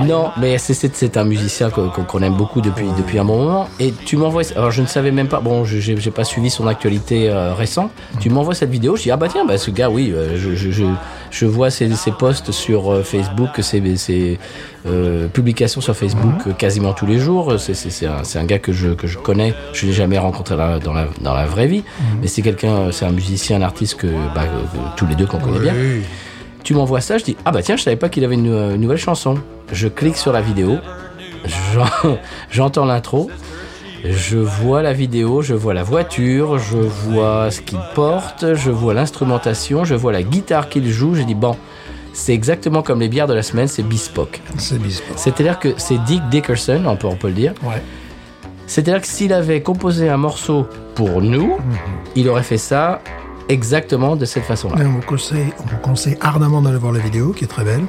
[SPEAKER 2] Non, mais c'est- c'est c'est un musicien qu'on qu'on aime beaucoup depuis, depuis un bon moment. Et tu m'envoies. Alors, je ne savais même pas. Bon, je- j'ai j'ai pas suivi son actualité euh, récente. Tu m'envoies cette vidéo. Je dis, ah bah tiens, bah, ce gars, oui, euh, je, je, je, je vois ses, ses posts sur euh, Facebook, ses, ses euh, publications sur Facebook euh, quasiment tous les jours. C'est- C'est c'est un, c'est un gars que je, que je connais. Je l'ai jamais rencontré dans la, dans la, dans la vraie vie. Mais c'est quelqu'un, euh, c'est un musicien, un artiste que bah, euh, tous les deux qu'on connaît bien.
[SPEAKER 4] Oui.
[SPEAKER 2] Tu m'envoies ça, je dis ah bah tiens, je savais pas qu'il avait une, euh, une nouvelle chanson. Je clique sur la vidéo, j'en- j'entends l'intro. Je vois la vidéo, je vois la voiture, je vois ce qu'il porte, je vois l'instrumentation, je vois la guitare qu'il joue. Je dis bon, c'est exactement comme les bières de la semaine, c'est bespoke.
[SPEAKER 4] C'est bizarre.
[SPEAKER 2] C'est-à-dire que c'est Dick Dickerson, on peut, on peut le dire.
[SPEAKER 4] Ouais.
[SPEAKER 2] C'est-à-dire que s'il avait composé un morceau pour nous,
[SPEAKER 4] Mhm.
[SPEAKER 2] il aurait fait ça exactement de cette façon-là.
[SPEAKER 4] Et on vous conseille, on vous conseille ardemment d'aller voir la vidéo qui est très belle.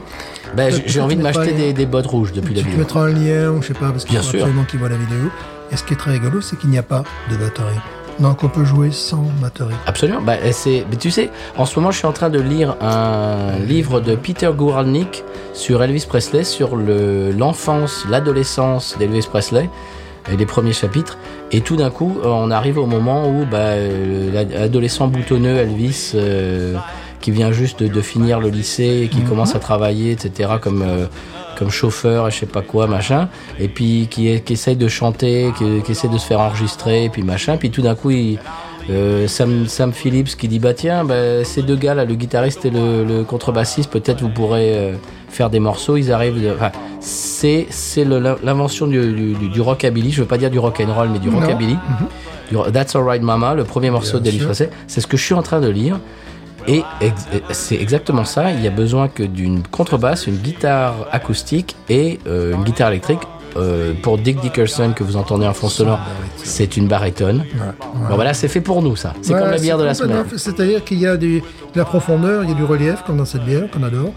[SPEAKER 2] Ben,
[SPEAKER 4] Toi,
[SPEAKER 2] j'ai- j'ai
[SPEAKER 4] toi,
[SPEAKER 2] envie
[SPEAKER 4] tu
[SPEAKER 2] de
[SPEAKER 4] mets pas
[SPEAKER 2] m'acheter
[SPEAKER 4] les-
[SPEAKER 2] des, des bottes rouges depuis la
[SPEAKER 4] tu
[SPEAKER 2] vidéo.
[SPEAKER 4] mettras un lien ou je sais pas, parce qu'il
[SPEAKER 2] Bien
[SPEAKER 4] faut
[SPEAKER 2] sûr.
[SPEAKER 4] absolument qu'ils voient la vidéo. Et ce qui est très rigolo, c'est qu'il n'y a pas de batterie. Donc on peut jouer sans batterie.
[SPEAKER 2] Absolument. Bah, c'est, mais tu sais, en ce moment, je suis en train de lire un livre de Peter Guralnick sur Elvis Presley, sur le, l'enfance, l'adolescence d'Elvis Presley et euh, les premiers chapitres. Et tout d'un coup, euh, on arrive au moment où bah, euh, l'ad- l'adolescent boutonneux Elvis, euh, qui vient juste de, de finir le lycée, et qui commence à travailler, etc., comme euh, comme chauffeur, et je sais pas quoi, machin, et puis qui, est- qui essaye de chanter, qui, qui essaye de se faire enregistrer, et puis machin, puis tout d'un coup, il, euh, Sam, Sam Phillips qui dit bah tiens bah, ces deux gars là le guitariste et le, le contrebassiste peut-être vous pourrez euh, faire des morceaux ils arrivent de- enfin, c'est c'est le- l'in- l'invention du, du, du- du rockabilly je veux pas dire du rock and roll mais du
[SPEAKER 4] Non. Mhm.
[SPEAKER 2] rockabilly Du ro- That's Alright Mama le premier morceau
[SPEAKER 4] Bien
[SPEAKER 2] d'Elvis
[SPEAKER 4] sûr.
[SPEAKER 2] Presley c'est ce que je suis en train de lire et ex- euh, c'est exactement ça il y a besoin que d'une contrebasse une guitare acoustique et euh, une guitare électrique Euh, pour Dick Dickerson que vous entendez en fond sonore c'est une baryton Bon, bah là, c'est fait pour nous, ça. C'est
[SPEAKER 4] Ouais,
[SPEAKER 2] comme la bière de la
[SPEAKER 4] complètement-
[SPEAKER 2] semaine.
[SPEAKER 4] C'est-à-dire qu'il y a du- de la profondeur, il y a du relief, comme dans cette bière qu'on adore.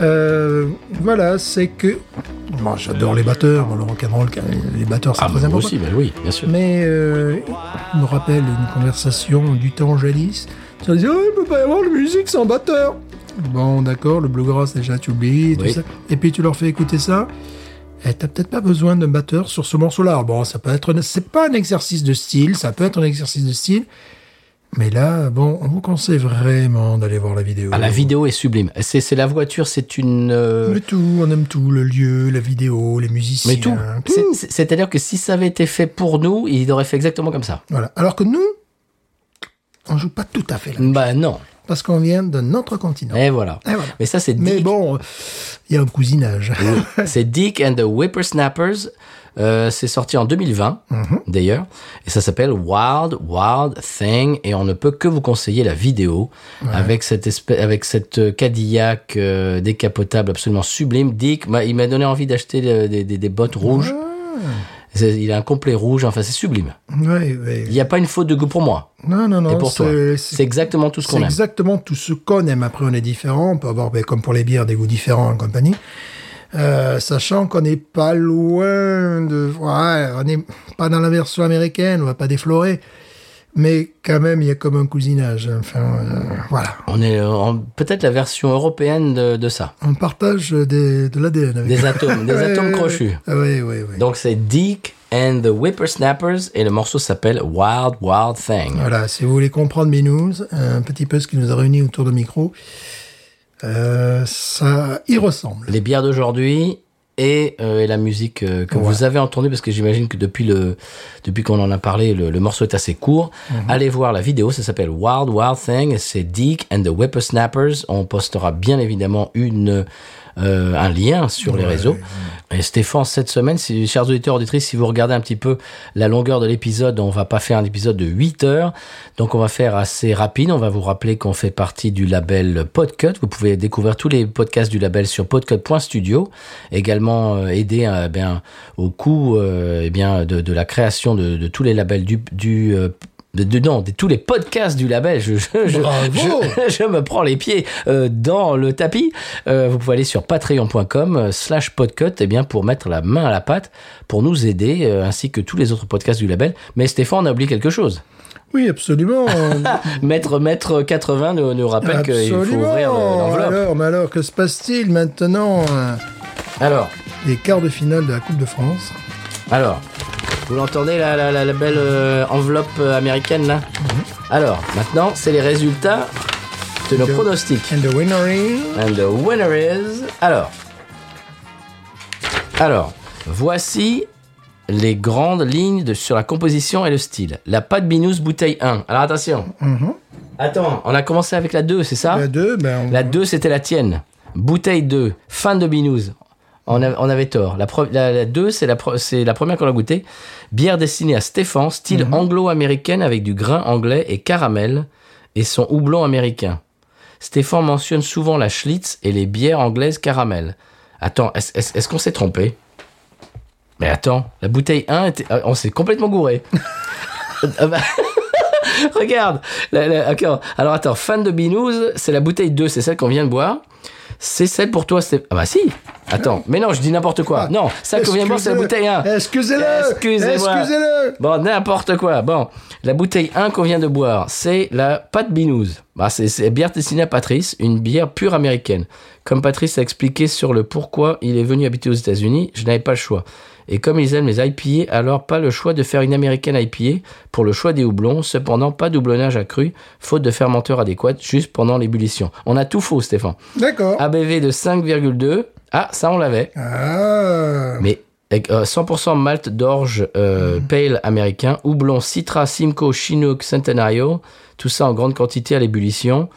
[SPEAKER 4] Euh, voilà, c'est que. Moi, j'adore les batteurs, bon, le rock'n'roll, les batteurs, c'est
[SPEAKER 2] Ah,
[SPEAKER 4] très
[SPEAKER 2] bah, moi
[SPEAKER 4] important.
[SPEAKER 2] aussi, bah oui, bien sûr.
[SPEAKER 4] Mais euh, il me rappelle une conversation du temps jadis. Ça disait, oh, il peut pas y avoir de musique sans batteur. Bon, d'accord, le bluegrass, déjà, tu oublies, tout
[SPEAKER 2] Oui.
[SPEAKER 4] ça. Et puis tu leur fais écouter ça. Et t'as peut-être pas besoin d'un batteur sur ce morceau-là. Bon, ça peut être, c'est pas un exercice de style, ça peut être un exercice de style. Mais là, bon, on vous conseille vraiment d'aller voir la vidéo.
[SPEAKER 2] Ah, la vidéo est sublime. C'est c'est la voiture, c'est une. euh,
[SPEAKER 4] Le tout, on aime tout, le lieu, la vidéo, les musiciens.
[SPEAKER 2] Mais tout.
[SPEAKER 4] hein.
[SPEAKER 2] C'est- c'est- C'est-à-dire que si ça avait été fait pour nous, il aurait fait exactement comme ça.
[SPEAKER 4] Voilà. Alors que nous, on joue pas tout à fait là.
[SPEAKER 2] Bah non.
[SPEAKER 4] parce qu'on vient d'un autre continent.
[SPEAKER 2] Et voilà.
[SPEAKER 4] Et voilà.
[SPEAKER 2] Mais ça, c'est
[SPEAKER 4] Mais
[SPEAKER 2] Eh, Dick.
[SPEAKER 4] bon, euh, il y a un cousinage.
[SPEAKER 2] C'est Dick and the Whippersnappers. Euh, c'est sorti en 2020,
[SPEAKER 4] Mhm.
[SPEAKER 2] d'ailleurs. Et ça s'appelle Wild, Wild Thing. Et on ne peut que vous conseiller la vidéo avec cette espèce, avec cette euh, Cadillac euh, décapotable absolument sublime. Dick, m'a- il m'a donné envie d'acheter euh, des, des- des bottes rouges. C'est- Il a un complet rouge. Enfin, c'est sublime.
[SPEAKER 4] Ouais, ouais.
[SPEAKER 2] Il n'y a pas une faute de goût pour moi.
[SPEAKER 4] Non, non, non.
[SPEAKER 2] Et pour toi.
[SPEAKER 4] Hein, c'est-
[SPEAKER 2] C'est
[SPEAKER 4] C'est
[SPEAKER 2] exactement tout ce
[SPEAKER 4] c'est
[SPEAKER 2] qu'on aime.
[SPEAKER 4] exactement tout ce qu'on aime. Après, on est différent. On peut avoir, ben, comme pour les bières, des goûts différents en compagnie. Euh, sachant qu'on n'est pas loin de... Ouais, on n'est pas dans la version américaine, on va pas déflorer. Mais quand même, il y a comme un cousinage. Enfin, euh, voilà.
[SPEAKER 2] On est euh, en- peut-être la version européenne de, de ça.
[SPEAKER 4] On partage des- de l'ADN avec
[SPEAKER 2] Des atomes, des
[SPEAKER 4] Ouais,
[SPEAKER 2] atomes
[SPEAKER 4] ouais,
[SPEAKER 2] crochus.
[SPEAKER 4] Ouais, ouais, ouais.
[SPEAKER 2] Donc c'est Dick and the Whippersnappers et le morceau s'appelle Wild Wild Thing.
[SPEAKER 4] Voilà, si vous voulez comprendre Binous, un petit peu ce qui nous a réunis autour de micro, euh, ça y ressemble.
[SPEAKER 2] Les bières d'aujourd'hui et, euh, et la musique euh, que vous avez entendue parce que j'imagine que depuis le depuis qu'on en a parlé le, le morceau est assez court. Allez voir la vidéo, ça s'appelle Wild Wild Thing. et C'est Dick and the Whippersnappers. On postera bien évidemment une euh, un lien sur les réseaux. Et Stéphane, cette semaine, si, chers auditeurs, auditrices, si vous regardez un petit peu la longueur de l'épisode, on va pas faire un épisode de 8 heures. Donc, on va faire assez rapide. On va vous rappeler qu'on fait partie du label Podcut. Vous pouvez découvrir tous les podcasts du label sur podcut.studio. Également, euh, aider, euh, ben, au coût, euh, eh bien, de, de la création de, de tous les labels du, du, euh, de, de- non, de tous les podcasts du label, je, je, je,
[SPEAKER 4] Bravo
[SPEAKER 2] je- je me prends les pieds euh, dans le tapis. Euh, vous pouvez aller sur patreon.com euh, slash podcut eh bien, pour mettre la main à la pâte, pour nous aider, euh, ainsi que tous les autres podcasts du label. Mais Stéphane, on a oublié quelque chose.
[SPEAKER 4] Oui, absolument.
[SPEAKER 2] Maître, maître 80 nous, nous rappelle qu'il faut
[SPEAKER 4] absolument.
[SPEAKER 2] ouvrir le- l'enveloppe.
[SPEAKER 4] alors, mais alors, que se passe-t-il maintenant euh,
[SPEAKER 2] Alors,
[SPEAKER 4] Les quarts de finale de la Coupe de France.
[SPEAKER 2] alors, vous l'entendez la, la, la, la belle euh, enveloppe euh, américaine là Alors, maintenant, c'est les résultats de nos
[SPEAKER 4] De-
[SPEAKER 2] pronostics.
[SPEAKER 4] And the winner is-
[SPEAKER 2] And the winner is. Alors. Alors, voici les grandes lignes de- sur la composition et le style. La pâte binous bouteille 1. Alors attention. Attends, on a commencé avec Ah. la 2, c'est ça
[SPEAKER 4] La 2, ben, on-
[SPEAKER 2] La 2, c'était la tienne. Bouteille 2, fan de binous. On, a- on avait tort. La, pre- la, la deux, c'est la, pro- c'est la première qu'on a goûtée. Bière destinée à Stéphane, style anglo-américaine avec du grain anglais et caramel et son houblon américain. Stéphane mentionne souvent la Schlitz et les bières anglaises caramel. Attends, est-ce est-ce- est-ce qu'on s'est trompé Mais attends, la bouteille 1, était- ah, on s'est complètement gouré. Ah bah, Regarde, la- la- d'accord. alors attends, fan de Binous, c'est la bouteille 2, c'est celle qu'on vient de boire. C'est celle pour toi, Stéphane. Ah bah si Attends, mais non, je dis n'importe quoi.
[SPEAKER 4] Ah,
[SPEAKER 2] non, celle qu'on vient de boire, c'est la
[SPEAKER 4] excusez-le.
[SPEAKER 2] bouteille 1.
[SPEAKER 4] Excusez-le.
[SPEAKER 2] Excusez-moi.
[SPEAKER 4] Excusez-le.
[SPEAKER 2] Bon, n'importe quoi. Bon, la bouteille 1 qu'on vient de boire, c'est la Pat Binouze. Bah, c'est, c'est bière destinée à Patrice, une bière pure américaine. Comme Patrice a expliqué sur le pourquoi il est venu habiter aux États-Unis, je n'avais pas le choix. Et comme ils aiment les IPA, alors pas le choix de faire une américaine IPA pour le choix des houblons. Cependant, pas doublonnage accru, faute de fermenteur adéquat, juste pendant l'ébullition. On a tout faux, Stéphane.
[SPEAKER 4] D'accord.
[SPEAKER 2] ABV de 5,2. Ah, ça, on l'avait.
[SPEAKER 4] Ah.
[SPEAKER 2] Mais avec, euh, 100% malt d'orge euh,
[SPEAKER 4] Mhm.
[SPEAKER 2] pale américain, houblon Citra, Simcoe, Chinook, Centenario, tout ça en grande quantité à l'ébullition,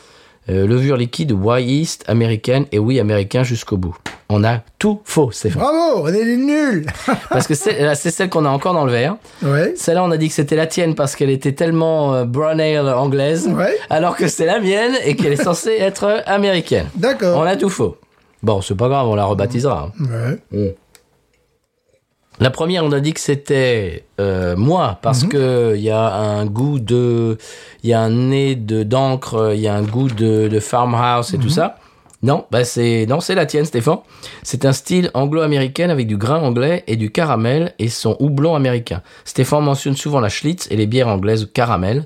[SPEAKER 2] euh, levure liquide, Y East américaine et oui américain jusqu'au bout. On a tout faux, Stéphane.
[SPEAKER 4] Bravo, on est des nuls.
[SPEAKER 2] Parce que c'est là, c'est celle qu'on a encore dans le verre.
[SPEAKER 4] ouais.
[SPEAKER 2] Celle-là, on a dit que c'était la tienne parce qu'elle était tellement euh, brown ale anglaise,
[SPEAKER 4] Ouais.
[SPEAKER 2] alors que c'est la mienne et qu'elle est censée être euh, américaine. On
[SPEAKER 4] D'accord.
[SPEAKER 2] a tout faux. Bon, c'est pas grave, on la rebaptisera. hein.
[SPEAKER 4] Ouais.
[SPEAKER 2] La première, on a dit que c'était euh, moi parce que il y a un goût de, il y a un nez de d'encre, il y a un goût de, de farmhouse et tout ça. Non, bah c'est non, c'est la tienne, Stéphane. C'est un style anglo-américain avec du grain anglais et du caramel et son houblon américain. Stéphane mentionne souvent la Schlitz et les bières anglaises caramel.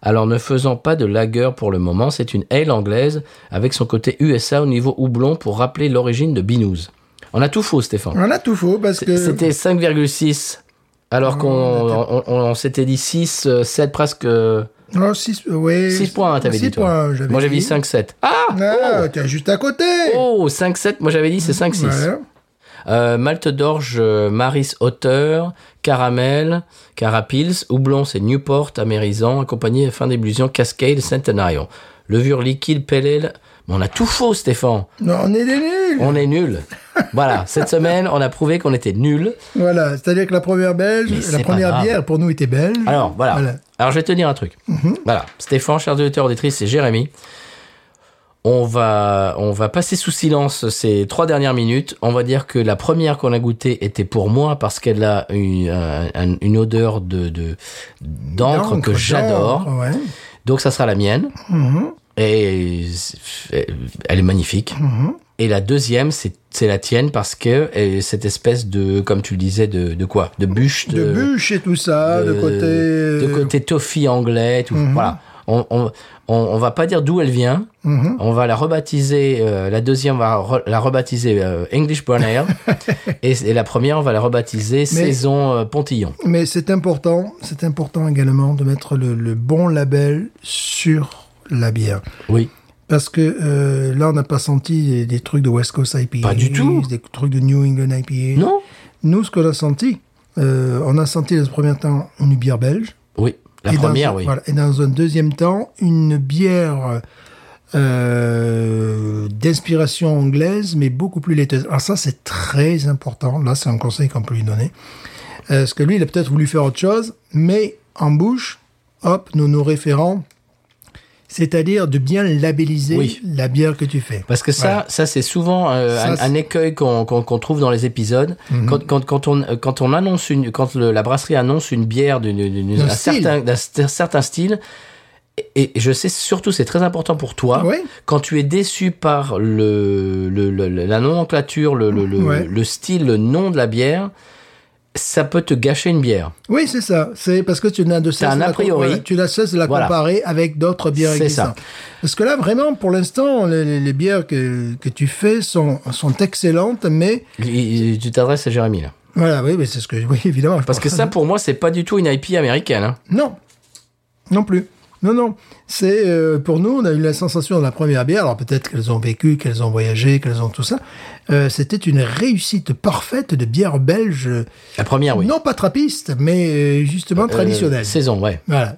[SPEAKER 2] Alors ne faisant pas de lager pour le moment, c'est une ale anglaise avec son côté USA au niveau houblon pour rappeler l'origine de Binous. On a tout faux, Stéphane.
[SPEAKER 4] On a tout faux parce que. Ah,
[SPEAKER 2] C'était 5,6. Alors qu'on on, on- on s'était dit 6, euh, 7, presque euh,
[SPEAKER 4] Non, 6 ouais,
[SPEAKER 2] 6 points, hein, t'avais
[SPEAKER 4] six
[SPEAKER 2] dit. toi.
[SPEAKER 4] points, j'avais
[SPEAKER 2] moi j'avais dit
[SPEAKER 4] dit.
[SPEAKER 2] 5, 7. Ah
[SPEAKER 4] Ah, t'es juste à côté.
[SPEAKER 2] Oh 5, 7, moi j'avais dit c'est 5, 6.
[SPEAKER 4] Voilà.
[SPEAKER 2] Euh, malte d'orge, euh, Maris Hauteur, Caramel, Carapils, Houblon, c'est Newport, Amérisant, accompagné de fin d'ébullition, Cascade, Centenario. Levure liquide, Pellel. Mais on a tout faux, Stéphane.
[SPEAKER 4] Non, on est des nuls.
[SPEAKER 2] On est nuls. voilà, cette semaine, on a prouvé qu'on était nuls.
[SPEAKER 4] Voilà, c'est-à-dire que la première belge,
[SPEAKER 2] Mais c'est
[SPEAKER 4] la
[SPEAKER 2] pas
[SPEAKER 4] première
[SPEAKER 2] grave.
[SPEAKER 4] bière pour nous était belge.
[SPEAKER 2] Alors, voilà. Alors, je vais te dire un truc.
[SPEAKER 4] Mhm.
[SPEAKER 2] Voilà. Stéphane, chers auditeurs, auditrices, c'est Jérémy. On va, on va passer sous silence ces trois dernières minutes. On va dire que la première qu'on a goûtée était pour moi parce qu'elle a une, un- un- une odeur de, de, d'encre
[SPEAKER 4] D'encre,
[SPEAKER 2] que j'adore.
[SPEAKER 4] d'encre, Mhm. ouais.
[SPEAKER 2] Donc, ça sera la mienne. Et c'est- elle est magnifique.
[SPEAKER 4] Mhm.
[SPEAKER 2] Et la deuxième, c'est, c'est la tienne parce que et cette espèce de, comme tu le disais, de, de quoi? De bûche.
[SPEAKER 4] De bûche et tout ça, Ah, de, côté.
[SPEAKER 2] Euh,
[SPEAKER 4] Mhm.
[SPEAKER 2] de côté toffee anglais, tout. Voilà. On, on, on, on va pas dire d'où elle vient.
[SPEAKER 4] Mhm.
[SPEAKER 2] On va la rebaptiser. euh, la deuxième, on va re- la rebaptiser euh, English Brown Ale. et, et la première, on va la rebaptiser Saison euh, Pontillon.
[SPEAKER 4] Mais c'est important, c'est important également de mettre le, le bon label sur la bière.
[SPEAKER 2] Oui.
[SPEAKER 4] Parce que euh, là, on n'a pas senti des, des trucs de West Coast IPA.
[SPEAKER 2] Pas du tout.
[SPEAKER 4] Des trucs de New England IPA.
[SPEAKER 2] Non
[SPEAKER 4] Nous, ce qu'on a senti, euh, on a senti dans ce premier temps une bière belge.
[SPEAKER 2] Oui. La
[SPEAKER 4] Et dans
[SPEAKER 2] première,
[SPEAKER 4] un-
[SPEAKER 2] oui.
[SPEAKER 4] voilà, et dans un deuxième temps, une bière euh, d'inspiration anglaise, mais beaucoup plus laiteuse. Alors ça, c'est très important. Là, c'est un conseil qu'on peut lui donner. Euh, parce que lui, il a peut-être voulu faire autre chose, mais en bouche, hop, nous nous référons. C'est-à-dire de bien labelliser
[SPEAKER 2] Oui.
[SPEAKER 4] la bière que tu fais.
[SPEAKER 2] Parce que ça,
[SPEAKER 4] Voilà.
[SPEAKER 2] ça c'est souvent euh,
[SPEAKER 4] Ça,
[SPEAKER 2] un,
[SPEAKER 4] c'est- Mhm.
[SPEAKER 2] un écueil qu'on qu'on- qu'on trouve dans les épisodes. Quand, quand, quand on euh, quand on annonce une quand le- la brasserie annonce une bière d'une- d'une-
[SPEAKER 4] D'un
[SPEAKER 2] d'un
[SPEAKER 4] style.
[SPEAKER 2] certain d'un st- certain style. Et et je sais surtout, c'est très important pour toi.
[SPEAKER 4] Ouais.
[SPEAKER 2] Quand tu es déçu par le, le- le- le- la nomenclature, le, le, le,
[SPEAKER 4] Ouais.
[SPEAKER 2] le style, le nom de la bière, ça peut te gâcher une bière.
[SPEAKER 4] Oui, c'est ça. C'est parce que tu n'as de cesse
[SPEAKER 2] un
[SPEAKER 4] de la
[SPEAKER 2] a
[SPEAKER 4] com-
[SPEAKER 2] priori.
[SPEAKER 4] voilà, tu n'as cesse de la
[SPEAKER 2] Voilà.
[SPEAKER 4] comparer avec d'autres bières
[SPEAKER 2] C'est ça.
[SPEAKER 4] existantes. Parce que là, vraiment, pour l'instant, les, les- les bières que, que tu fais sont, sont excellentes, mais
[SPEAKER 2] Et- et Tu t'adresses à Jérémy là.
[SPEAKER 4] voilà, oui, mais c'est ce que oui, évidemment. je
[SPEAKER 2] Parce que
[SPEAKER 4] pense.
[SPEAKER 2] ça, pour moi, c'est pas du tout une IP américaine. hein.
[SPEAKER 4] non, non plus. Non, non. C'est euh, pour nous, on a eu la sensation de la première bière. Alors peut-être qu'elles ont vécu, qu'elles ont voyagé, qu'elles ont tout ça. Euh, C'était une réussite parfaite de bière belge,
[SPEAKER 2] La première, Ah oui.
[SPEAKER 4] non pas trappiste, mais euh, justement
[SPEAKER 2] Euh,
[SPEAKER 4] traditionnelle.
[SPEAKER 2] saison, ouais.
[SPEAKER 4] Voilà.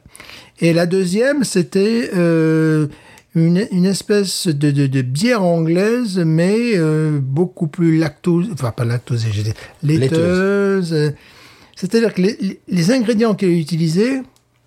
[SPEAKER 4] Et la deuxième, c'était euh, une, une espèce de, de, de bière anglaise, mais euh, beaucoup plus lactose, enfin pas lactosée, j'ai dit laiteuse. euh, C'est-à-dire que les, les- les ingrédients qu'elle a utilisés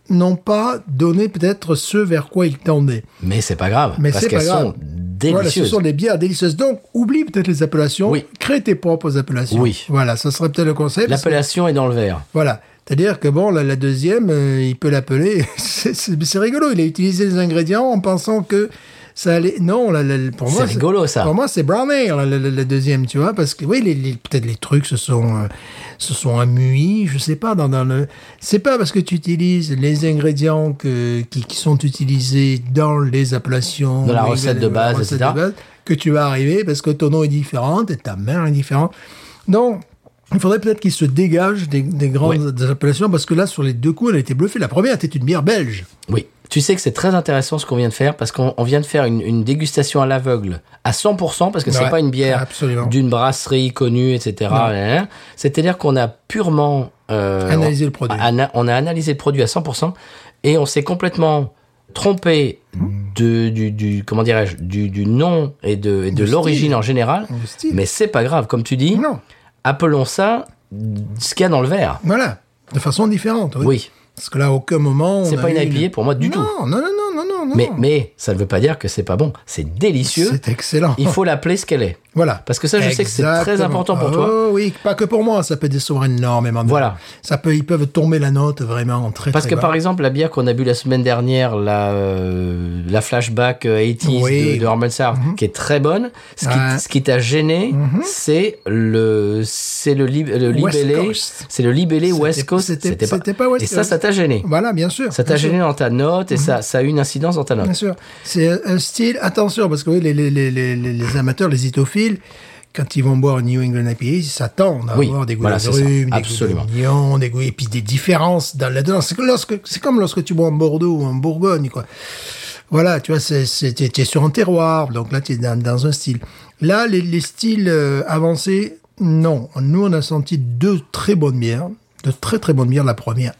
[SPEAKER 4] n'ont pas donné peut-être ce vers quoi ils tendaient.
[SPEAKER 2] Mais c'est pas grave,
[SPEAKER 4] Mais
[SPEAKER 2] parce
[SPEAKER 4] c'est pas
[SPEAKER 2] qu'elles
[SPEAKER 4] grave.
[SPEAKER 2] sont
[SPEAKER 4] Voilà, ce
[SPEAKER 2] délicieuses.
[SPEAKER 4] sont des bières délicieuses. Donc, oublie peut-être les appellations.
[SPEAKER 2] Oui.
[SPEAKER 4] Crée tes propres appellations.
[SPEAKER 2] Oui.
[SPEAKER 4] Voilà, ça serait peut-être le conseil. parce que-
[SPEAKER 2] L'appellation est dans le verre.
[SPEAKER 4] Voilà. C'est-à-dire que bon, la, la deuxième, euh, il peut l'appeler. c'est- C'est c'est rigolo. Il a utilisé les ingrédients en pensant que ça allait. Non, la- la- pour moi.
[SPEAKER 2] C'est rigolo, ça.
[SPEAKER 4] Pour moi, c'est brown ale, la, la- la- la deuxième, tu vois. Parce que oui, les, les- peut-être les trucs se sont, euh, se sont amuis, je sais pas. Dans, dans le... C'est pas parce que tu utilises les ingrédients que, qui, qui sont utilisés dans les appellations.
[SPEAKER 2] Dans la
[SPEAKER 4] les-
[SPEAKER 2] recette de
[SPEAKER 4] la
[SPEAKER 2] base,
[SPEAKER 4] recette
[SPEAKER 2] etc.
[SPEAKER 4] de base, que tu vas arriver parce que ton nom est différent et ta mère est différente. Donc, il faudrait peut-être qu'il se dégage des, des grandes
[SPEAKER 2] Oui.
[SPEAKER 4] des appellations parce que là, sur les deux coups, elle a été bluffée. La première était une bière belge.
[SPEAKER 2] Oui. Tu sais que c'est très intéressant ce qu'on vient de faire parce qu'on on vient de faire une, une dégustation à l'aveugle à 100% parce que c'est
[SPEAKER 4] Ouais,
[SPEAKER 2] pas une bière
[SPEAKER 4] absolument.
[SPEAKER 2] d'une brasserie connue, etc. Hein. C'est-à-dire qu'on a purement euh,
[SPEAKER 4] Analysé
[SPEAKER 2] on-
[SPEAKER 4] le produit.
[SPEAKER 2] ana- on a analysé le produit à 100% et on s'est complètement trompé
[SPEAKER 4] Hmm.
[SPEAKER 2] de, du, du comment dirais-je du, du nom et de, et de
[SPEAKER 4] Du
[SPEAKER 2] l'origine
[SPEAKER 4] style.
[SPEAKER 2] en général.
[SPEAKER 4] Du style.
[SPEAKER 2] Mais c'est pas grave, comme tu dis.
[SPEAKER 4] Non.
[SPEAKER 2] Appelons ça ce qu'il y a dans le verre.
[SPEAKER 4] Voilà. De façon différente. Oui.
[SPEAKER 2] Oui.
[SPEAKER 4] Parce que là, à aucun moment. on
[SPEAKER 2] C'est
[SPEAKER 4] a
[SPEAKER 2] pas une
[SPEAKER 4] eu
[SPEAKER 2] IPA pour moi du
[SPEAKER 4] non,
[SPEAKER 2] tout.
[SPEAKER 4] Non, non, non, non, non, non.
[SPEAKER 2] Mais, mais ça ne veut pas dire que c'est pas bon. C'est délicieux.
[SPEAKER 4] Oh. C'est excellent.
[SPEAKER 2] Il faut l'appeler ce qu'elle est.
[SPEAKER 4] Voilà.
[SPEAKER 2] Parce que ça, je sais que c'est très
[SPEAKER 4] Exactement.
[SPEAKER 2] important pour
[SPEAKER 4] oh,
[SPEAKER 2] toi.
[SPEAKER 4] oui, pas que pour moi. Ça peut décevoir énormément de
[SPEAKER 2] Voilà.
[SPEAKER 4] gens. Ça peut, ils peuvent tomber la note vraiment très
[SPEAKER 2] Parce que
[SPEAKER 4] très bas.
[SPEAKER 2] par exemple, la bière qu'on a bu la semaine dernière, la, euh, la flashback euh, 80s
[SPEAKER 4] Oui. Mhm.
[SPEAKER 2] de, de Herman Sarr, qui est très bonne, ce qui,
[SPEAKER 4] Ouais. Mhm.
[SPEAKER 2] ce qui t'a gêné, c'est le, c'est le, lib- le
[SPEAKER 4] West
[SPEAKER 2] libellé,
[SPEAKER 4] Coast.
[SPEAKER 2] c'est le libellé
[SPEAKER 4] C'était-
[SPEAKER 2] West Coast.
[SPEAKER 4] c'était- c'était pas West
[SPEAKER 2] Et ça,
[SPEAKER 4] Coast. Mhm.
[SPEAKER 2] ça t'a gêné.
[SPEAKER 4] Voilà, bien sûr.
[SPEAKER 2] Ça t'a
[SPEAKER 4] bien sûr.
[SPEAKER 2] gêné dans ta note et ça, ça a eu une incidence dans ta note.
[SPEAKER 4] Bien sûr. C'est un- un style, attention, parce que oui, les, les, les, les, les- les amateurs, les itophiles, quand ils vont boire une New England IPA, ils s'attendent à
[SPEAKER 2] Oui,
[SPEAKER 4] avoir des goûts
[SPEAKER 2] voilà, c'est ça.
[SPEAKER 4] d'agrumes, des goûts
[SPEAKER 2] Absolument.
[SPEAKER 4] d'oignons, des goûts, et puis des différences dans la dedans. C'est que lorsque- c'est comme lorsque tu bois en Bordeaux ou en Bourgogne, quoi. Voilà, tu vois, c'est, c'est, t'es, t'es sur un terroir, donc là, tu es dans, dans un style. Là, les, les styles euh, avancés, non. Nous, on a senti deux très bonnes bières, de très très bonnes bières. La première,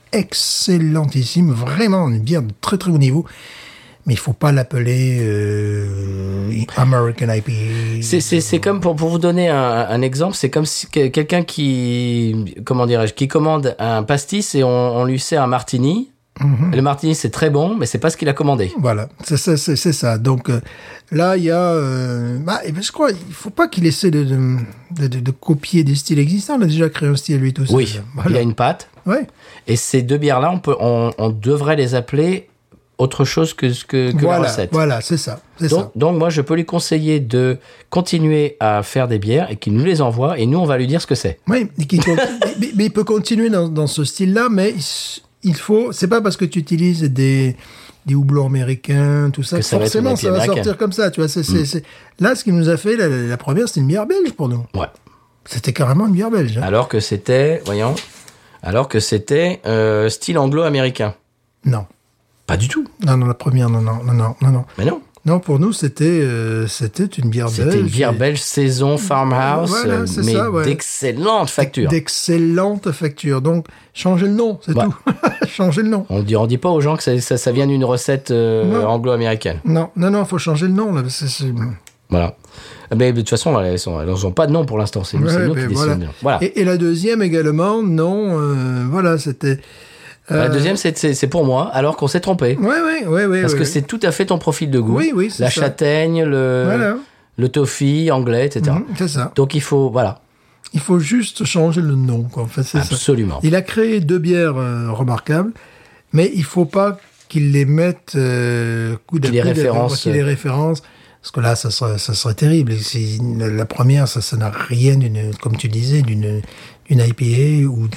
[SPEAKER 4] excellentissime, vraiment une bière de très très haut niveau. Mais il faut pas l'appeler euh, American IPA.
[SPEAKER 2] C'est- C'est c'est comme pour, pour vous donner un, un exemple, c'est comme si que- quelqu'un qui comment dirais-je qui commande un pastis et on, on lui sert un martini.
[SPEAKER 4] Mhm.
[SPEAKER 2] Le martini c'est très bon, mais c'est pas ce qu'il a commandé.
[SPEAKER 4] Voilà, c'est ça. C'est, c'est ça. Donc euh, là, il y a. euh, bah, et ben, je crois il faut pas qu'il essaie de, de, de- de- de copier des styles existants. Il a déjà créé un style lui tout seul.
[SPEAKER 2] Oui,
[SPEAKER 4] Voilà.
[SPEAKER 2] il a une pâte.
[SPEAKER 4] Ouais.
[SPEAKER 2] Et ces deux bières là, on peut on, on devrait les appeler autre chose que ce que, que la
[SPEAKER 4] voilà,
[SPEAKER 2] recette.
[SPEAKER 4] voilà, c'est ça. C'est
[SPEAKER 2] Donc,
[SPEAKER 4] ça.
[SPEAKER 2] donc moi je peux lui conseiller de continuer à faire des bières et qu'il nous les envoie et nous on va lui dire ce que c'est.
[SPEAKER 4] Oui, et qu'il con- mais, mais il peut continuer dans, dans ce style-là, mais il- il faut. C'est pas parce que tu utilises des, des houblons américains, tout ça,
[SPEAKER 2] Que
[SPEAKER 4] que
[SPEAKER 2] ça va être
[SPEAKER 4] forcément
[SPEAKER 2] une
[SPEAKER 4] ça
[SPEAKER 2] IPA
[SPEAKER 4] va
[SPEAKER 2] américaine. Mm.
[SPEAKER 4] sortir comme ça. Tu vois, c'est, c'est- c'est- Là, ce qu'il nous a fait, la, la première, c'était une bière belge pour nous.
[SPEAKER 2] Ouais.
[SPEAKER 4] C'était carrément une bière belge. hein.
[SPEAKER 2] Alors que c'était voyons, alors que c'était euh, style anglo-américain.
[SPEAKER 4] Non.
[SPEAKER 2] Pas du tout.
[SPEAKER 4] Non, non, la première, non, non, non, non, non, non.
[SPEAKER 2] Mais non.
[SPEAKER 4] Non, pour nous, c'était, euh, c'était une bière belge.
[SPEAKER 2] C'était une bière belge saison farmhouse,
[SPEAKER 4] ben, Voilà,
[SPEAKER 2] euh,
[SPEAKER 4] c'est
[SPEAKER 2] mais
[SPEAKER 4] ça, ouais.
[SPEAKER 2] d'excellente facture.
[SPEAKER 4] D'excellente facture. Donc, changez le nom, c'est
[SPEAKER 2] Ouais.
[SPEAKER 4] tout. changez le nom.
[SPEAKER 2] On dit, on dit pas aux gens que ça, ça, ça vient d'une recette euh,
[SPEAKER 4] Non.
[SPEAKER 2] anglo-américaine.
[SPEAKER 4] Non, non, non, faut changer le nom, là. parce que c'est-
[SPEAKER 2] Voilà. Ah, Mais de toute façon, elles sont- elles n'ont pas de nom pour l'instant. C'est nous, c'est
[SPEAKER 4] Ouais,
[SPEAKER 2] nous
[SPEAKER 4] ben
[SPEAKER 2] qui
[SPEAKER 4] voilà.
[SPEAKER 2] décidons. Voilà.
[SPEAKER 4] Et, et la deuxième également, non, euh, voilà, c'était.
[SPEAKER 2] La deuxième, c'est- c'est c'est pour moi, alors qu'on s'est trompé.
[SPEAKER 4] euh, Ouais, ouais, ouais, ouais.
[SPEAKER 2] Parce
[SPEAKER 4] ouais,
[SPEAKER 2] que
[SPEAKER 4] ouais.
[SPEAKER 2] c'est euh, tout à fait ton profil de goût.
[SPEAKER 4] Oui, oui, c'est
[SPEAKER 2] La
[SPEAKER 4] ça.
[SPEAKER 2] châtaigne, le,
[SPEAKER 4] Voilà.
[SPEAKER 2] le toffee anglais, etc.
[SPEAKER 4] Mhm, C'est ça.
[SPEAKER 2] Donc il faut, voilà,
[SPEAKER 4] Il faut juste changer le nom, quoi. En fait, c'est ça.
[SPEAKER 2] absolument.
[SPEAKER 4] Il a créé deux bières euh, remarquables, mais il faut pas qu'il les mette euh, coup
[SPEAKER 2] Qu'il les
[SPEAKER 4] coup
[SPEAKER 2] référence. euh.
[SPEAKER 4] qu'il les référence, parce que là, ça serait, ça serait terrible. Et si- la, la première, ça, ça n'a rien d'une, comme tu disais, d'une, d'une IPA ou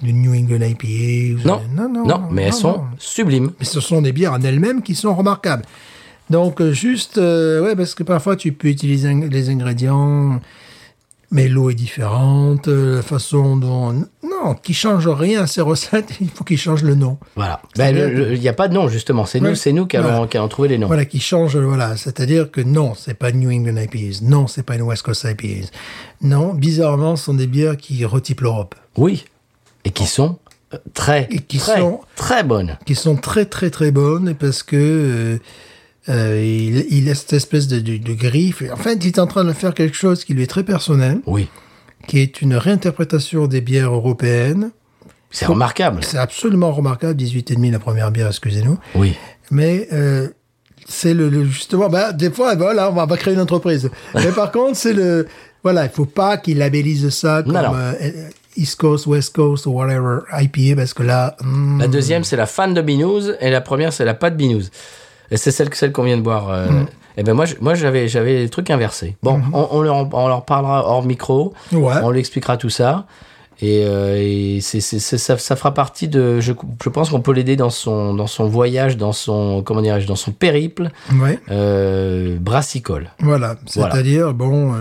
[SPEAKER 4] d'une New England IPA. ou-
[SPEAKER 2] Non, non, mais elles
[SPEAKER 4] non,
[SPEAKER 2] sont
[SPEAKER 4] non.
[SPEAKER 2] sublimes.
[SPEAKER 4] Mais ce sont des bières en elles-mêmes qui sont remarquables. Donc, euh, juste, euh, ouais, parce que parfois tu peux utiliser ing- les ingrédients, mais l'eau est différente, euh, la façon dont. Non, qui change rien à ces recettes, il faut qu'ils changent le nom.
[SPEAKER 2] Voilà. Ben,
[SPEAKER 4] bien.
[SPEAKER 2] le- le- Il n'y a pas de nom, justement. C'est
[SPEAKER 4] Ouais.
[SPEAKER 2] nous, c'est nous qui avons,
[SPEAKER 4] Voilà.
[SPEAKER 2] qui avons trouvé les noms.
[SPEAKER 4] Voilà, qui change, voilà. C'est-à-dire que non, c'est pas une New England IPAs. Non, c'est pas une West Coast IPAs. Non, bizarrement, ce sont des bières qui retypent l'Europe.
[SPEAKER 2] Oui. Et qui sont euh, très,
[SPEAKER 4] Et qui
[SPEAKER 2] très,
[SPEAKER 4] sont-
[SPEAKER 2] très bonnes.
[SPEAKER 4] qui sont très très très bonnes parce que euh, Euh, il, il a cette espèce de, de, de griffe. En fait, il est en train de faire quelque chose qui lui est très personnel,
[SPEAKER 2] Oui.
[SPEAKER 4] qui est une réinterprétation des bières européennes.
[SPEAKER 2] C'est remarquable.
[SPEAKER 4] C'est absolument remarquable, 18,5 la première bière, excusez-nous.
[SPEAKER 2] Oui.
[SPEAKER 4] Mais euh, c'est le, le- justement, bah, des fois, voilà, on va, on va créer une entreprise. Mais par contre, c'est le, voilà, il faut pas qu'ils labellisent ça comme
[SPEAKER 2] Non, non.
[SPEAKER 4] euh, East Coast, West Coast, ou whatever, IPA, parce que là, hmm,
[SPEAKER 2] La deuxième, c'est la fan de Binous, et la première, c'est la pas de Binous. Et c'est celle, celle qu'on vient de boire. euh.
[SPEAKER 4] Hmm.
[SPEAKER 2] Eh ben moi, je- moi j'avais, j'avais les trucs inversés. Bon, on, on leur, on leur parlera hors micro.
[SPEAKER 4] Ouais.
[SPEAKER 2] On lui expliquera tout ça. Et, euh, et c'est, c'est- c'est- ça, ça fera partie de. Je, je pense qu'on peut l'aider dans son, dans son voyage, dans son comment dirais-je, dans son périple
[SPEAKER 4] ouais,
[SPEAKER 2] euh, brassicole.
[SPEAKER 4] voilà.
[SPEAKER 2] Voilà.
[SPEAKER 4] C'est-à-dire, bon, euh,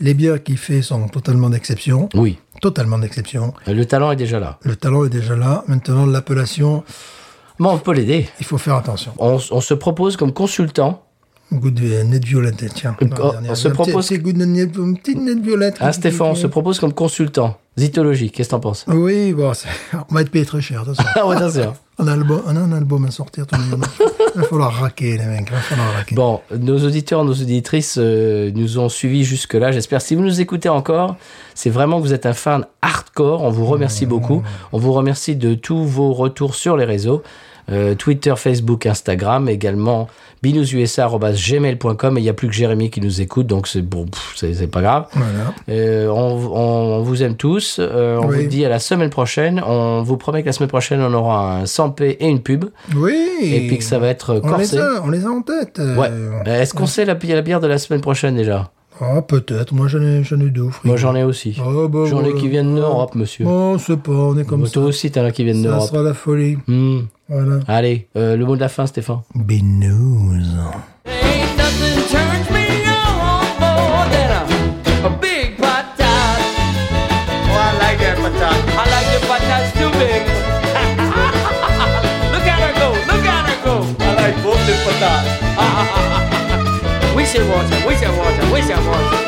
[SPEAKER 4] les bières qu'il fait sont totalement d'exception,
[SPEAKER 2] Oui,
[SPEAKER 4] totalement d'exception.
[SPEAKER 2] le talent est déjà là.
[SPEAKER 4] Le talent est déjà là. Maintenant, l'appellation,
[SPEAKER 2] Bon, on peut l'aider.
[SPEAKER 4] il faut faire attention.
[SPEAKER 2] On, s- on se propose comme consultant
[SPEAKER 4] Goût de nette violette, eh, tiens.
[SPEAKER 2] Oh,
[SPEAKER 4] la dernière.
[SPEAKER 2] on se
[SPEAKER 4] Un petit-
[SPEAKER 2] propose-
[SPEAKER 4] petit goût de nette- une petite nette violette.
[SPEAKER 2] Hein, Stéphane, on se propose comme consultant. Zytologie, qu'est-ce que t'en penses
[SPEAKER 4] Oui, bon, c'est- on va être payé très cher, de toute façon.
[SPEAKER 2] Ah ouais, attention.
[SPEAKER 4] on, a album, on a un album à sortir tous les jours. Il va falloir raquer, les mecs. Il va falloir raquer.
[SPEAKER 2] Bon, nos auditeurs, nos auditrices euh, nous ont suivis jusque-là, j'espère. Si vous nous écoutez encore, c'est vraiment que vous êtes un fan hardcore. On vous remercie beaucoup. On vous remercie de tous vos retours sur les réseaux. euh, Twitter, Facebook, Instagram, également binoususa.gmail.com. Et il n'y a plus que Jérémy qui nous écoute, donc c'est bon, pff, c'est c'est pas grave.
[SPEAKER 4] Voilà.
[SPEAKER 2] Euh, on, on- on vous aime tous. Euh, on
[SPEAKER 4] Oui.
[SPEAKER 2] vous dit à la semaine prochaine. On vous promet que la semaine prochaine, on aura un 100p et une pub.
[SPEAKER 4] Oui.
[SPEAKER 2] Et, puis que ça va être euh,
[SPEAKER 4] on les,
[SPEAKER 2] corsé.
[SPEAKER 4] a, on les a en tête. euh,
[SPEAKER 2] Ouais. Euh, Est-ce qu'on sait la, la bière de la semaine prochaine déjà
[SPEAKER 4] Ah, peut-être. Moi, j'en ai, j'en ai deux au frigo.
[SPEAKER 2] Moi j'en ai aussi.
[SPEAKER 4] Oh, bah,
[SPEAKER 2] j'en ai
[SPEAKER 4] voilà.
[SPEAKER 2] qui viennent d'Europe, monsieur.
[SPEAKER 4] Oh, on sait pas. On est comme
[SPEAKER 2] Moi,
[SPEAKER 4] ça.
[SPEAKER 2] toi aussi t'en as qui viennent
[SPEAKER 4] Ça
[SPEAKER 2] d'Europe.
[SPEAKER 4] sera la folie.
[SPEAKER 2] Hmm.
[SPEAKER 4] Voilà.
[SPEAKER 2] Allez, euh, le mot de la fin, Stéphane.
[SPEAKER 4] Binouze.
[SPEAKER 1] Ain't nothing turns me on more than a, a big pot tie. Oh, I like that patat. I like the patats too big. look at her go, look at her go. I like both the patats. we should watch her, we should watch her, we should watch her.